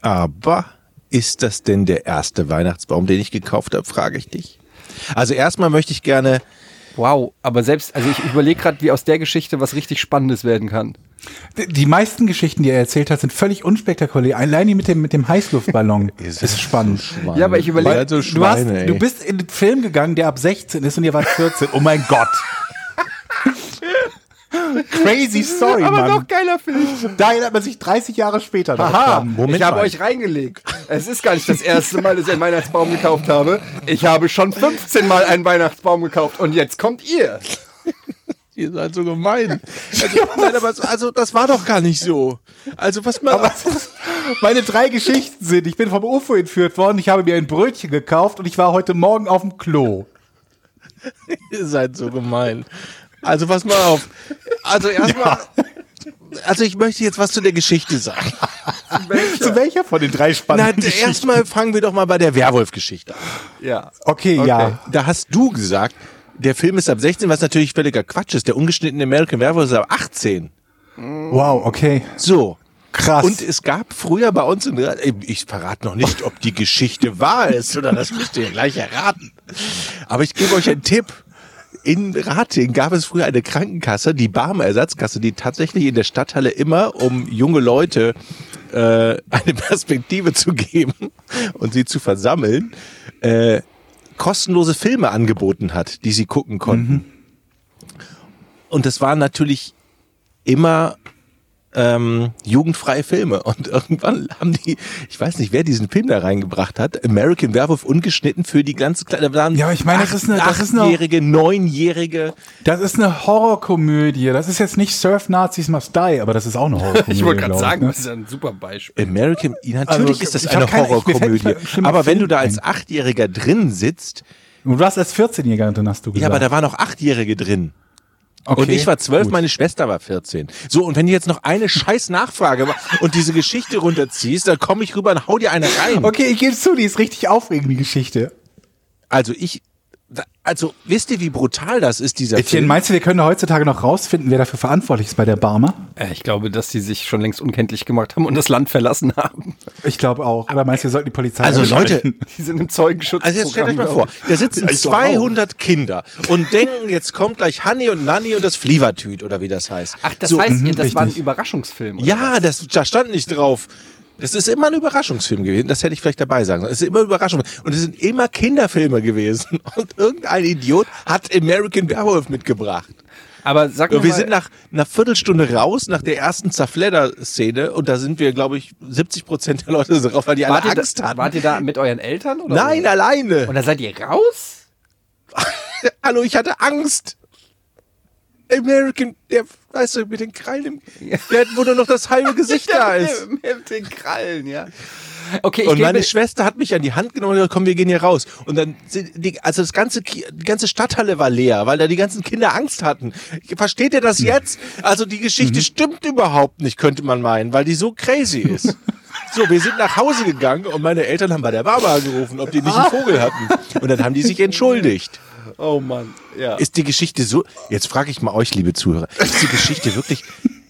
[SPEAKER 2] Aber ist das denn der erste Weihnachtsbaum, den ich gekauft habe, frage ich dich. Also erstmal möchte ich gerne,
[SPEAKER 1] wow, aber selbst, also ich überlege gerade, wie aus der Geschichte was richtig Spannendes werden kann.
[SPEAKER 3] D- Die meisten Geschichten, die er erzählt hat, sind völlig unspektakulär. Allein die mit dem, mit dem Heißluftballon ist spannend.
[SPEAKER 1] Ja, aber ich überleg-
[SPEAKER 2] Ihr seid so
[SPEAKER 3] du, hast,
[SPEAKER 2] Schweine, ey.
[SPEAKER 3] du bist in den Film gegangen, der ab 16 ist und ihr wart 14. Oh mein Gott. Crazy Story, Mann.
[SPEAKER 1] geiler Film.
[SPEAKER 3] Da erinnert man sich 30 Jahre später noch
[SPEAKER 1] Aha,
[SPEAKER 3] dran.
[SPEAKER 2] Moment
[SPEAKER 1] ich habe
[SPEAKER 2] mal.
[SPEAKER 1] euch reingelegt. Es ist gar nicht das erste Mal, dass ich einen Weihnachtsbaum gekauft habe. Ich habe schon 15 Mal einen Weihnachtsbaum gekauft und jetzt kommt ihr.
[SPEAKER 2] Ihr seid so gemein. Also, nein, aber, es- also das war doch gar nicht so. Also was man.
[SPEAKER 3] Aber meine drei Geschichten sind, ich bin vom UFO entführt worden, ich habe mir ein Brötchen gekauft und ich war heute Morgen auf dem Klo.
[SPEAKER 2] Ihr seid so gemein. Also pass mal auf. Also erstmal. Also ich möchte jetzt was zu der Geschichte sagen.
[SPEAKER 3] Zu welcher von den drei
[SPEAKER 2] Na,
[SPEAKER 3] spannenden Geschichten?
[SPEAKER 2] erstmal fangen wir doch mal bei der Werwolf-Geschichte an.
[SPEAKER 1] Ja.
[SPEAKER 3] Okay, ja.
[SPEAKER 2] Da hast du gesagt, der Film ist ab 16, was natürlich völliger Quatsch ist. Der ungeschnittene American Werewolf ist ab 18.
[SPEAKER 3] Wow, okay.
[SPEAKER 2] So.
[SPEAKER 3] Krass.
[SPEAKER 2] Und es gab früher bei uns in Ra- ich verrate noch nicht, ob die Geschichte wahr ist oder das müsst ihr gleich erraten. Aber ich gebe euch einen Tipp. In Rating gab es früher eine Krankenkasse, die Barmer Ersatzkasse, die tatsächlich in der Stadthalle immer, um junge Leute äh, eine Perspektive zu geben und sie zu versammeln, äh, kostenlose Filme angeboten hat, die sie gucken konnten.
[SPEAKER 3] Mhm.
[SPEAKER 2] Und das waren natürlich immer ähm, jugendfreie Filme. Und irgendwann haben die, ich weiß nicht, wer diesen Film da reingebracht hat, American Werewolf ungeschnitten für die ganze kleine. Da waren
[SPEAKER 3] Ja, aber ich meine, das ist eine- das ist eine-
[SPEAKER 2] achtjährige, neunjährige.
[SPEAKER 3] Das ist eine Horrorkomödie. Das ist jetzt nicht Surf Nazis Must Die, aber das ist auch eine Horrorkomödie.
[SPEAKER 1] Ich wollte gerade
[SPEAKER 3] glaub
[SPEAKER 1] sagen,
[SPEAKER 3] ne?
[SPEAKER 1] das ist ja ein super Beispiel.
[SPEAKER 2] American, natürlich
[SPEAKER 3] Also,
[SPEAKER 2] ist das
[SPEAKER 3] ich hab
[SPEAKER 2] eine
[SPEAKER 3] keine- mir fällt nicht
[SPEAKER 2] Horrorkomödie.
[SPEAKER 3] mal ein schlimmer
[SPEAKER 2] Aber wenn
[SPEAKER 3] Film
[SPEAKER 2] du da als
[SPEAKER 3] ein.
[SPEAKER 2] Achtjähriger drin sitzt,
[SPEAKER 3] Und du warst als 14-Jähriger drin, hast du gesagt.
[SPEAKER 2] ja, aber da waren auch Achtjährige drin.
[SPEAKER 3] okay.
[SPEAKER 2] und ich war zwölf,
[SPEAKER 3] Gut.
[SPEAKER 2] meine Schwester war 14. So, und wenn du jetzt noch eine scheiß Nachfrage ma- und diese Geschichte runterziehst, dann komme ich rüber und hau dir eine rein.
[SPEAKER 3] Okay, ich gebe zu, die ist richtig aufregend, die Geschichte.
[SPEAKER 2] Also ich, da- also wisst ihr, wie brutal das ist, dieser
[SPEAKER 3] Etienne,
[SPEAKER 2] Film?
[SPEAKER 3] meinst du, wir können heutzutage noch rausfinden, wer dafür verantwortlich ist bei der Barmer?
[SPEAKER 1] Äh, Ich glaube, dass die sich schon längst unkenntlich gemacht haben und das Land verlassen haben.
[SPEAKER 3] Ich glaube auch. Oder meinst du, wir sollten die Polizei
[SPEAKER 2] Also
[SPEAKER 3] anschalten?
[SPEAKER 2] Leute,
[SPEAKER 1] Die sind im Zeugenschutz.
[SPEAKER 2] also jetzt stellt euch mal vor, da sitzen
[SPEAKER 3] Also
[SPEAKER 1] Ist doch
[SPEAKER 2] 200 Kinder und denken, jetzt kommt gleich Hanni und Nanni und das Flievertüt oder wie das heißt.
[SPEAKER 1] Ach, das
[SPEAKER 2] So,
[SPEAKER 1] heißt, ihr, das war ein
[SPEAKER 3] richtig.
[SPEAKER 1] Überraschungsfilm. oder?
[SPEAKER 2] Ja, das, da stand nicht drauf. Das ist immer ein Überraschungsfilm gewesen. Das hätte ich vielleicht dabei sagen sollen. Es ist immer Überraschung. Und es sind immer Kinderfilme gewesen. Und irgendein Idiot hat American Werewolf mitgebracht.
[SPEAKER 1] Aber sag
[SPEAKER 2] Und
[SPEAKER 1] mir
[SPEAKER 2] wir
[SPEAKER 1] mal,
[SPEAKER 2] sind nach einer Viertelstunde raus, nach der ersten Zerfledder-Szene. Und da sind wir, glaube ich, 70 Prozent der Leute so drauf, weil die alle
[SPEAKER 1] wart, ihr
[SPEAKER 2] Angst
[SPEAKER 1] da,
[SPEAKER 2] hatten.
[SPEAKER 1] wart ihr da mit euren Eltern? Oder
[SPEAKER 2] Nein, alleine.
[SPEAKER 1] Und da seid ihr raus?
[SPEAKER 2] Hallo, ich hatte Angst. American, der, weißt du, mit den Krallen, im, der, wo nur noch das halbe Gesicht da ist.
[SPEAKER 1] Mit den Krallen, ja. Okay, ich
[SPEAKER 2] Und meine
[SPEAKER 1] gebe,
[SPEAKER 2] Schwester hat mich an die Hand genommen und gesagt, komm, wir gehen hier raus. Und dann, sind die, also das ganze, Ki- die ganze Stadthalle war leer, weil da die ganzen Kinder Angst hatten. Versteht ihr das jetzt? Also die Geschichte stimmt überhaupt nicht, könnte man meinen, weil die so crazy ist. So, wir sind nach Hause gegangen und meine Eltern haben bei der Barbara gerufen, ob die nicht einen Vogel hatten. Und dann haben die sich entschuldigt.
[SPEAKER 1] oh Mann, ja.
[SPEAKER 2] Ist die Geschichte so, jetzt frage ich mal euch, liebe Zuhörer, ist die Geschichte wirklich,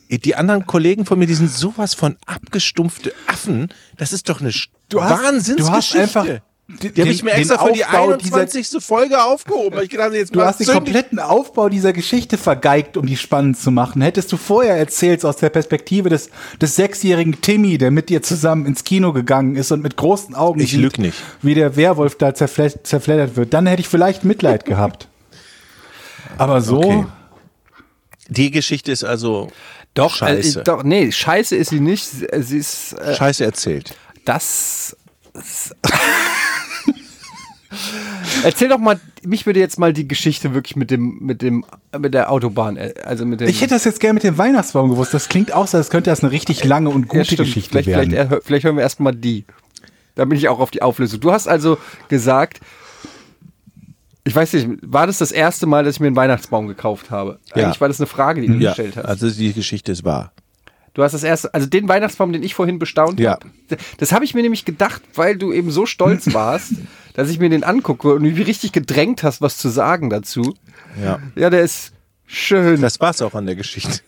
[SPEAKER 2] die anderen Kollegen von mir, die sind sowas von abgestumpfte Affen, das ist doch eine Sch- Wahnsinnsgeschichte.
[SPEAKER 3] du hast einfach
[SPEAKER 2] die habe ich mir extra für die 21. Folge aufgehoben, weil ich gedacht habe, jetzt
[SPEAKER 3] Du
[SPEAKER 2] mal
[SPEAKER 3] hast den
[SPEAKER 2] zünd ich-
[SPEAKER 3] kompletten Aufbau dieser Geschichte vergeigt, um die spannend zu machen. Hättest du vorher erzählt aus der Perspektive des, des sechsjährigen Timmy, der mit dir zusammen ins Kino gegangen ist und mit großen Augen
[SPEAKER 2] Ich lüg nicht.
[SPEAKER 3] wie der Werwolf da zerfle zerfleddert wird, dann hätte ich vielleicht Mitleid gehabt. Aber so,
[SPEAKER 2] Okay. Die Geschichte ist also
[SPEAKER 1] Doch,
[SPEAKER 2] scheiße.
[SPEAKER 1] Äh, doch, nee, scheiße ist sie nicht. Sie sie ist äh,
[SPEAKER 2] scheiße erzählt.
[SPEAKER 1] das. Erzähl doch mal, mich würde jetzt mal die Geschichte wirklich mit dem, mit dem, mit der Autobahn, äh, also mit dem.
[SPEAKER 3] ich hätte das jetzt gerne mit dem Weihnachtsbaum gewusst. Das klingt auch so, als könnte das eine richtig lange und gute
[SPEAKER 1] Ja, stimmt.
[SPEAKER 3] Geschichte
[SPEAKER 1] vielleicht,
[SPEAKER 3] werden.
[SPEAKER 1] vielleicht, erhö- vielleicht hören wir erstmal die. Da bin ich auch auf die Auflösung. Du hast also gesagt, ich weiß nicht, war das das erste Mal, dass ich mir einen Weihnachtsbaum gekauft habe?
[SPEAKER 2] Ja.
[SPEAKER 1] Eigentlich war das eine Frage, die du
[SPEAKER 2] Ja,
[SPEAKER 1] gestellt hast.
[SPEAKER 2] also die Geschichte ist wahr.
[SPEAKER 1] Du hast das erste, also den Weihnachtsbaum, den ich vorhin bestaunt
[SPEAKER 2] Ja.
[SPEAKER 1] habe. Das habe ich mir nämlich gedacht, weil du eben so stolz warst, dass ich mir den angucke und wie richtig gedrängt hast, was zu sagen dazu.
[SPEAKER 2] Ja.
[SPEAKER 1] Ja, der ist schön.
[SPEAKER 2] Das war's auch an der Geschichte.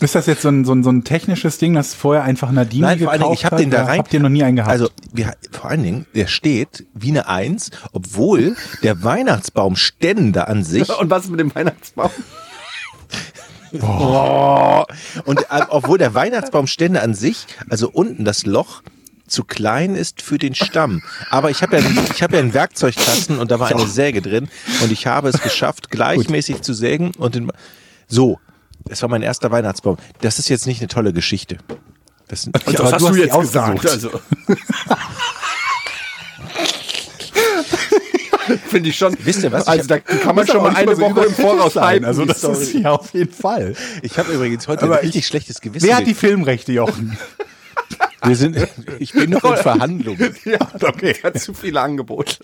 [SPEAKER 3] Ist das jetzt so ein, so ein, so ein technisches Ding, das vorher einfach Nadine
[SPEAKER 2] Nein, vor allen Dingen,
[SPEAKER 3] gekauft
[SPEAKER 2] ich habe
[SPEAKER 3] hat?
[SPEAKER 2] den da
[SPEAKER 3] Oder
[SPEAKER 2] rein.
[SPEAKER 3] Habt ihr noch nie einen gehabt?
[SPEAKER 2] Also, wir, vor allen Dingen, der steht wie eine Eins, obwohl der Weihnachtsbaumständer an sich
[SPEAKER 1] und was mit dem Weihnachtsbaum?
[SPEAKER 2] Oh. Und äh, obwohl der Weihnachtsbaumständer an sich, also unten das Loch, zu klein ist für den Stamm. Aber ich habe ja, ich habe ja einen Werkzeugkasten und da war eine Säge drin und ich habe es geschafft, gleichmäßig zu sägen und den, so. Das war mein erster Weihnachtsbaum. Das ist jetzt nicht eine tolle Geschichte. Das,
[SPEAKER 3] Ja, aber du hast die ausgesucht.
[SPEAKER 1] Also. Finde ich schon.
[SPEAKER 2] Wisst ihr was? Ich
[SPEAKER 1] Also, da
[SPEAKER 2] hab-
[SPEAKER 1] kann man
[SPEAKER 3] Muss
[SPEAKER 1] schon
[SPEAKER 3] aber
[SPEAKER 1] mal
[SPEAKER 3] nicht
[SPEAKER 1] eine
[SPEAKER 3] so
[SPEAKER 1] Woche im
[SPEAKER 3] übertrieben
[SPEAKER 1] Voraus
[SPEAKER 3] sein.
[SPEAKER 1] hypen.
[SPEAKER 3] Also
[SPEAKER 1] die
[SPEAKER 3] das
[SPEAKER 1] Story.
[SPEAKER 3] ist ja auf jeden Fall.
[SPEAKER 2] ich habe übrigens heute
[SPEAKER 3] Aber
[SPEAKER 2] ein richtig
[SPEAKER 3] ich-
[SPEAKER 2] schlechtes Gewissen.
[SPEAKER 3] Wer hat die Filmrechte, Jochen?
[SPEAKER 2] Wir sind, ich bin noch in Verhandlungen.
[SPEAKER 1] ja, okay. Hat zu viele Angebote.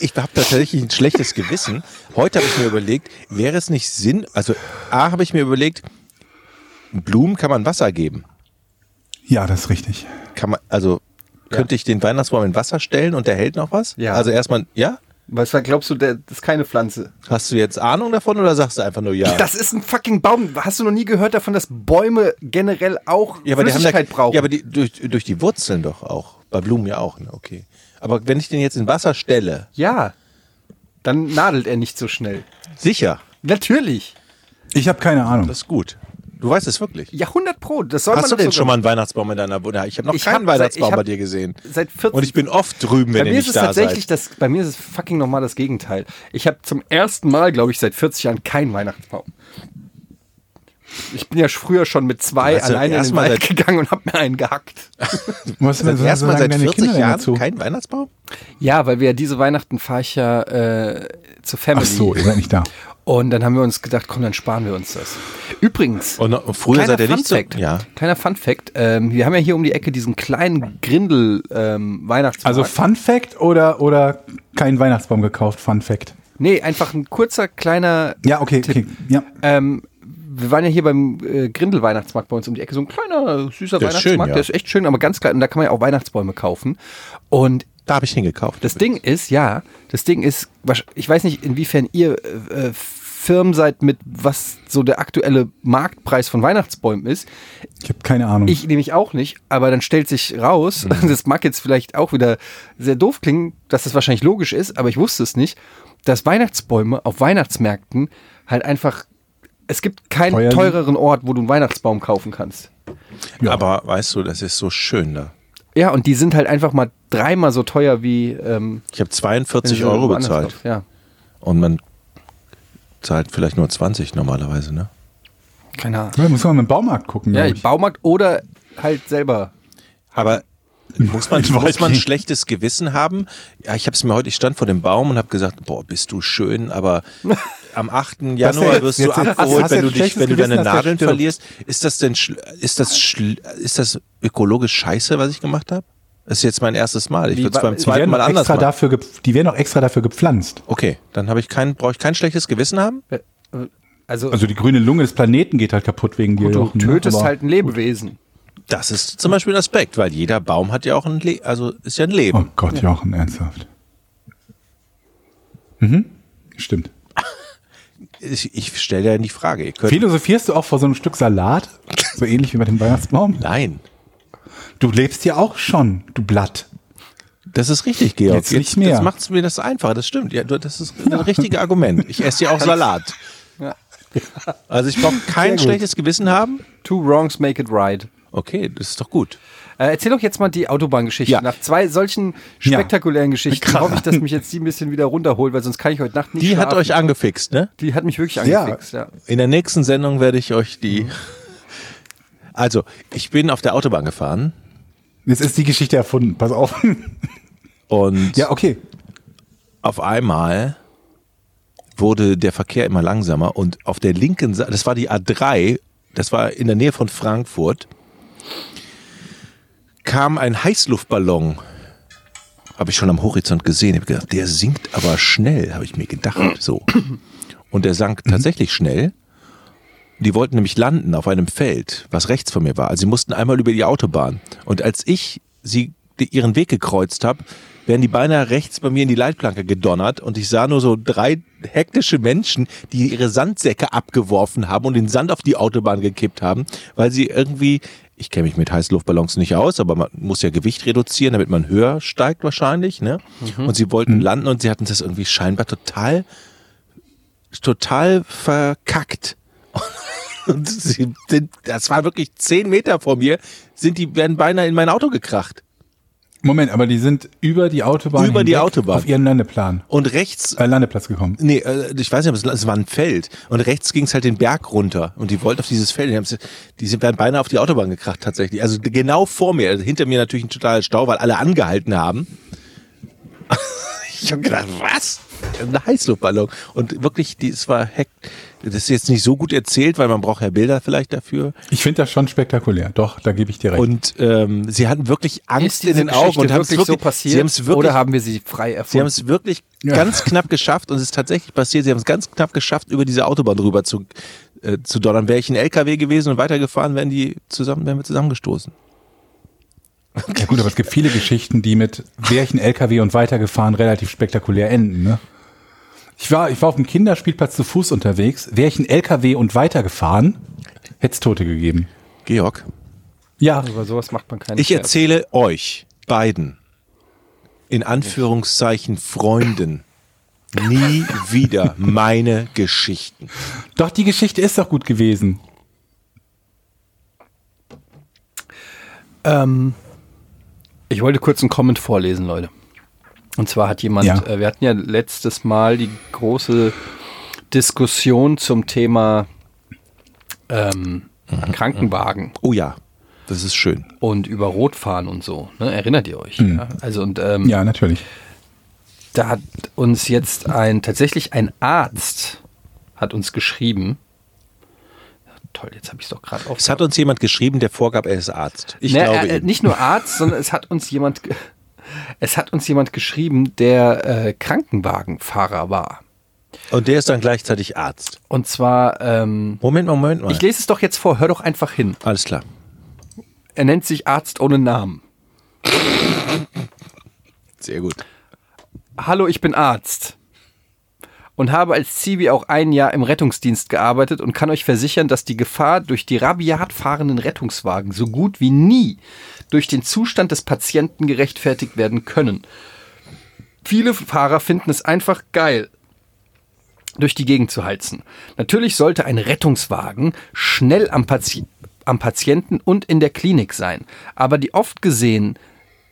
[SPEAKER 2] Ich habe tatsächlich ein schlechtes Gewissen. Heute habe ich mir überlegt, wäre es nicht Sinn, also A habe ich mir überlegt, Blumen kann man Wasser geben.
[SPEAKER 3] Ja, das ist richtig.
[SPEAKER 2] Kann man, also könnte ich den Weihnachtsbaum in Wasser stellen und der hält noch was?
[SPEAKER 1] Ja.
[SPEAKER 2] Also erstmal, ja?
[SPEAKER 1] Was glaubst du, der, das ist keine Pflanze?
[SPEAKER 2] Hast du jetzt Ahnung davon oder sagst du einfach nur ja?
[SPEAKER 1] Das ist ein fucking Baum. Hast du noch nie gehört davon, dass Bäume generell auch
[SPEAKER 2] ja, aber die haben da,
[SPEAKER 1] Flüssigkeit brauchen?
[SPEAKER 2] Ja, aber die, durch, durch die Wurzeln doch auch. Bei Blumen ja auch, ne? okay. Aber wenn ich den jetzt in Wasser stelle,
[SPEAKER 1] ja, dann nadelt er nicht so schnell.
[SPEAKER 2] sicher,
[SPEAKER 1] Natürlich.
[SPEAKER 3] Ich habe keine Ahnung.
[SPEAKER 2] das ist gut. Du weißt es wirklich.
[SPEAKER 1] Ja, 100 Pro. Das soll man
[SPEAKER 2] Hast du
[SPEAKER 1] doch
[SPEAKER 2] denn
[SPEAKER 1] sogar-
[SPEAKER 2] schon mal einen Weihnachtsbaum in deiner Wohnung? Ich habe noch
[SPEAKER 1] Ich hab-
[SPEAKER 2] keinen Weihnachtsbaum
[SPEAKER 1] ich hab-
[SPEAKER 2] bei dir gesehen.
[SPEAKER 1] seit 14
[SPEAKER 2] Und ich bin oft drüben,
[SPEAKER 1] bei
[SPEAKER 2] wenn ihr
[SPEAKER 1] mir
[SPEAKER 2] nicht
[SPEAKER 1] ist es
[SPEAKER 2] da
[SPEAKER 1] tatsächlich
[SPEAKER 2] seid.
[SPEAKER 1] das, bei mir ist es fucking nochmal das Gegenteil. Ich habe zum ersten Mal, glaube ich, seit 40 Jahren keinen Weihnachtsbaum. Ich bin ja früher schon mit zwei
[SPEAKER 2] Also
[SPEAKER 1] alleine in den
[SPEAKER 2] erstmal
[SPEAKER 1] Wald
[SPEAKER 2] seit-
[SPEAKER 1] gegangen und habe mir einen gehackt.
[SPEAKER 3] Was
[SPEAKER 2] Seit erstmal seit 40 Jahren
[SPEAKER 3] dazu?
[SPEAKER 2] kein Weihnachtsbaum?
[SPEAKER 1] Ja, weil wir ja diese Weihnachten fahre ich ja äh, zur Family.
[SPEAKER 3] Ach so, ihr seid nicht da.
[SPEAKER 1] Und dann haben wir uns gedacht, komm, dann sparen wir uns das. Übrigens,
[SPEAKER 2] Und noch- früher seid ihr
[SPEAKER 1] Fun
[SPEAKER 2] nicht so-
[SPEAKER 1] Fact,
[SPEAKER 2] ja.
[SPEAKER 1] kleiner Fun Fact, ähm, wir haben ja hier um die Ecke diesen kleinen Grindel ähm, Weihnachtsmarkt.
[SPEAKER 3] Also Fun Fact oder, oder kein Weihnachtsbaum gekauft, Fun Fact.
[SPEAKER 1] nee, einfach ein kurzer, kleiner
[SPEAKER 3] Ja, okay, okay. Ja.
[SPEAKER 1] Ähm, wir waren ja hier beim äh, Grindel-Weihnachtsmarkt bei uns um die Ecke, so ein kleiner, süßer
[SPEAKER 2] Der ist schön,
[SPEAKER 1] Weihnachtsmarkt,
[SPEAKER 2] ja.
[SPEAKER 1] der ist echt schön, aber ganz klein und da kann man ja auch Weihnachtsbäume kaufen. Und
[SPEAKER 2] Da habe ich den gekauft.
[SPEAKER 1] das Ding ist, ja, das Ding ist, wahrsch- ich weiß nicht, inwiefern ihr äh, äh, Firmen seid mit, was so der aktuelle Marktpreis von Weihnachtsbäumen ist.
[SPEAKER 3] Ich habe keine Ahnung.
[SPEAKER 1] Ich nämlich auch nicht, aber dann stellt sich raus, das mag jetzt vielleicht auch wieder sehr doof klingen, dass das wahrscheinlich logisch ist, aber ich wusste es nicht, dass Weihnachtsbäume auf Weihnachtsmärkten halt einfach, es gibt keinen
[SPEAKER 3] Teuer sind.
[SPEAKER 1] teureren Ort, wo du einen Weihnachtsbaum kaufen kannst.
[SPEAKER 3] ja.
[SPEAKER 2] Aber weißt du, das ist so schön da.
[SPEAKER 1] Ja, und die sind halt einfach mal dreimal so teuer wie... Ähm,
[SPEAKER 2] Ich habe
[SPEAKER 1] wenn du
[SPEAKER 2] 42
[SPEAKER 1] sie
[SPEAKER 2] Euro
[SPEAKER 1] woanders
[SPEAKER 2] bezahlt.
[SPEAKER 1] kaufst. Ja,
[SPEAKER 2] Und man zahlt vielleicht nur 20 normalerweise, ne?
[SPEAKER 1] keine Ahnung.
[SPEAKER 3] ja, muss man mal im Baumarkt gucken.
[SPEAKER 1] Ja,
[SPEAKER 3] glaub
[SPEAKER 1] im Baumarkt oder halt selber.
[SPEAKER 2] Aber muss man,
[SPEAKER 3] Ich weiß
[SPEAKER 2] muss man ein
[SPEAKER 3] nicht.
[SPEAKER 2] schlechtes Gewissen haben? Ja, ich habe es mir heute, ich stand vor dem Baum und habe gesagt, boah, bist du schön, aber am 8.
[SPEAKER 3] Das wär
[SPEAKER 2] Januar
[SPEAKER 3] jetzt-
[SPEAKER 2] wirst du
[SPEAKER 3] jetzt- jetzt-
[SPEAKER 2] abgeholt,
[SPEAKER 3] hast
[SPEAKER 2] wenn
[SPEAKER 3] du
[SPEAKER 2] du
[SPEAKER 3] jetzt
[SPEAKER 2] dich, wenn du deine
[SPEAKER 3] schlechtes Gewissen, dass der
[SPEAKER 2] Nadeln
[SPEAKER 3] stirbt.
[SPEAKER 2] verlierst. Ist das denn, schl- ist das, schl- ist das ökologisch scheiße, was ich gemacht habe? Das ist jetzt mein erstes Mal. Ich
[SPEAKER 1] Wie,
[SPEAKER 2] würde es
[SPEAKER 1] wa-
[SPEAKER 2] beim
[SPEAKER 1] die
[SPEAKER 3] Die
[SPEAKER 2] zweiten
[SPEAKER 3] werden,
[SPEAKER 2] Mal
[SPEAKER 3] noch
[SPEAKER 2] anders
[SPEAKER 3] extra
[SPEAKER 2] machen.
[SPEAKER 3] dafür gep- die werden auch extra dafür gepflanzt.
[SPEAKER 2] Okay, dann habe ich kein, brauche ich kein schlechtes Gewissen haben.
[SPEAKER 1] Äh, Also,
[SPEAKER 3] Also die grüne Lunge des Planeten geht halt kaputt wegen dir.
[SPEAKER 1] du
[SPEAKER 3] Jochen, ne?
[SPEAKER 1] tötest
[SPEAKER 3] Aber-
[SPEAKER 1] halt ein Lebewesen.
[SPEAKER 2] Das ist zum Beispiel ein Aspekt, weil jeder Baum hat ja auch ein Le also ist ja ein Leben.
[SPEAKER 3] Oh Gott, Jochen, ernsthaft. Mhm, stimmt.
[SPEAKER 2] Ich, ich stelle ja die Frage. Ihr könnt,
[SPEAKER 3] Philosophierst du auch vor so einem Stück Salat? So ähnlich wie bei dem Weihnachtsbaum?
[SPEAKER 2] nein,
[SPEAKER 3] Du lebst ja auch schon, du Blatt.
[SPEAKER 2] das ist richtig, Georg.
[SPEAKER 3] Jetzt nicht mehr.
[SPEAKER 2] Das macht mir das einfach. Das stimmt. Ja, du- das ist ein richtiges Argument. Ich esse ja auch Salat. Also ich brauche kein schlechtes Gewissen haben.
[SPEAKER 1] Two wrongs make it right.
[SPEAKER 2] Okay, das ist doch gut.
[SPEAKER 1] Äh, erzähl doch jetzt mal die Autobahngeschichte.
[SPEAKER 2] Ja.
[SPEAKER 1] Nach zwei solchen spektakulären Geschichten
[SPEAKER 3] Krass.
[SPEAKER 1] hoffe ich, dass mich jetzt die ein bisschen wieder runterholt, weil sonst kann ich heute Nacht nicht
[SPEAKER 2] Die
[SPEAKER 1] schlafen.
[SPEAKER 2] hat euch angefixt, ne?
[SPEAKER 1] die hat mich wirklich
[SPEAKER 3] Ja.
[SPEAKER 1] angefixt. Ja.
[SPEAKER 2] In der nächsten Sendung werde ich euch
[SPEAKER 3] Mhm.
[SPEAKER 2] die. Also, ich bin auf der Autobahn gefahren
[SPEAKER 3] Jetzt ist die Geschichte erfunden, pass auf.
[SPEAKER 2] und
[SPEAKER 3] Ja, okay.
[SPEAKER 2] auf einmal wurde der Verkehr immer langsamer und auf der linken Seite, das war die A3, das war in der Nähe von Frankfurt, kam ein Heißluftballon. Habe ich schon am Horizont gesehen. Ich habe gedacht, der sinkt aber schnell, habe ich mir gedacht. So. Und der sank tatsächlich schnell. Die wollten nämlich landen auf einem Feld, was rechts von mir war. Also sie mussten einmal über die Autobahn. Und als ich sie die, ihren Weg gekreuzt habe, wären die beinahe rechts bei mir in die Leitplanke gedonnert und ich sah nur so drei hektische Menschen, die ihre Sandsäcke abgeworfen haben und den Sand auf die Autobahn gekippt haben, weil sie irgendwie, ich kenne mich mit Heißluftballons nicht aus, aber man muss ja Gewicht reduzieren, damit man höher steigt wahrscheinlich, ne? Und sie wollten landen und sie hatten das irgendwie scheinbar total total verkackt. Und sie sind, das war wirklich zehn Meter vor mir, sind die, werden beinahe in mein Auto gekracht.
[SPEAKER 3] Moment, aber die sind über die Autobahn
[SPEAKER 2] Über die
[SPEAKER 3] hinweg
[SPEAKER 2] Autobahn.
[SPEAKER 3] auf ihren Landeplan,
[SPEAKER 2] Und rechts,
[SPEAKER 3] äh, Landeplatz gekommen.
[SPEAKER 2] nee, äh, ich weiß nicht, ob es- es war ein Feld. Und rechts ging es halt den Berg runter. Und die wollten auf dieses Feld. Die, haben's- die sind werden beinahe auf die Autobahn gekracht tatsächlich. Also genau vor mir, also hinter mir natürlich ein totaler Stau, weil alle angehalten haben. Ich habe gedacht, was? Ein Heißluftballon. Und wirklich, die- es war heck. Das ist jetzt nicht so gut erzählt, weil man braucht ja Bilder vielleicht dafür.
[SPEAKER 3] Ich finde das schon spektakulär. Doch, da gebe ich dir recht.
[SPEAKER 2] Und ähm, sie hatten wirklich
[SPEAKER 1] Ist
[SPEAKER 2] Angst in
[SPEAKER 1] diese
[SPEAKER 2] den Augen
[SPEAKER 1] Geschichte
[SPEAKER 2] und haben es
[SPEAKER 1] wirklich so passiert
[SPEAKER 2] Sie haben es wirklich,
[SPEAKER 1] oder haben wir sie frei
[SPEAKER 2] sie haben
[SPEAKER 1] erfunden?
[SPEAKER 2] es wirklich
[SPEAKER 3] Ja.
[SPEAKER 2] ganz knapp geschafft und es ist tatsächlich passiert. Sie haben es ganz knapp geschafft, über diese Autobahn rüber zu, äh, zu donnern. Wäre ich ein LKW gewesen und weitergefahren, wären die zusammen, wären wir zusammengestoßen.
[SPEAKER 3] ja gut, aber es gibt viele Geschichten, die mit wäre ich ein LKW und weitergefahren relativ spektakulär enden. Ne? Ich war, ich war auf dem Kinderspielplatz zu Fuß unterwegs. Wäre ich ein LKW und weitergefahren, hätte es Tote gegeben.
[SPEAKER 2] Georg,
[SPEAKER 3] Ja,
[SPEAKER 1] Über sowas macht man keinen
[SPEAKER 2] ich
[SPEAKER 1] Scherz.
[SPEAKER 2] erzähle euch beiden in Anführungszeichen Freunden nie wieder meine Geschichten.
[SPEAKER 3] doch die Geschichte ist doch gut gewesen.
[SPEAKER 1] Ähm, ich wollte kurz einen Comment vorlesen, Leute. Und zwar hat jemand,
[SPEAKER 3] Ja.
[SPEAKER 1] äh, wir hatten ja letztes Mal die große Diskussion zum Thema ähm,
[SPEAKER 2] Mhm.
[SPEAKER 1] Krankenwagen
[SPEAKER 2] Oh ja, das ist schön.
[SPEAKER 1] und über Rotfahren und so. Ne? Erinnert ihr euch?
[SPEAKER 2] Hm.
[SPEAKER 1] Ja? Also und ähm,
[SPEAKER 3] Ja, natürlich.
[SPEAKER 1] da hat uns jetzt ein tatsächlich ein Arzt hat uns geschrieben. Toll, jetzt habe ich es doch gerade auf.
[SPEAKER 2] Es hat uns jemand geschrieben, der vorgab, er ist Arzt. Ich
[SPEAKER 1] Nee,
[SPEAKER 2] glaube
[SPEAKER 1] äh,
[SPEAKER 2] ihm.
[SPEAKER 1] nicht nur Arzt, sondern es hat uns jemand, ge- es hat uns jemand geschrieben, der äh, Krankenwagenfahrer war.
[SPEAKER 2] Und der ist dann gleichzeitig Arzt.
[SPEAKER 1] Und zwar, ähm,
[SPEAKER 2] Moment mal, Moment mal.
[SPEAKER 1] ich lese es doch jetzt vor, hör doch einfach hin.
[SPEAKER 2] Alles klar.
[SPEAKER 1] Er nennt sich Arzt ohne Namen.
[SPEAKER 2] Sehr gut.
[SPEAKER 1] Hallo, ich bin Arzt und habe als Zivi auch ein Jahr im Rettungsdienst gearbeitet und kann euch versichern, dass die Gefahr durch die rabiat fahrenden Rettungswagen so gut wie nie durch den Zustand des Patienten gerechtfertigt werden können. Viele Fahrer finden es einfach geil, durch die Gegend zu heizen. Natürlich sollte ein Rettungswagen schnell am, Pati am Patienten und in der Klinik sein, aber die oft gesehen,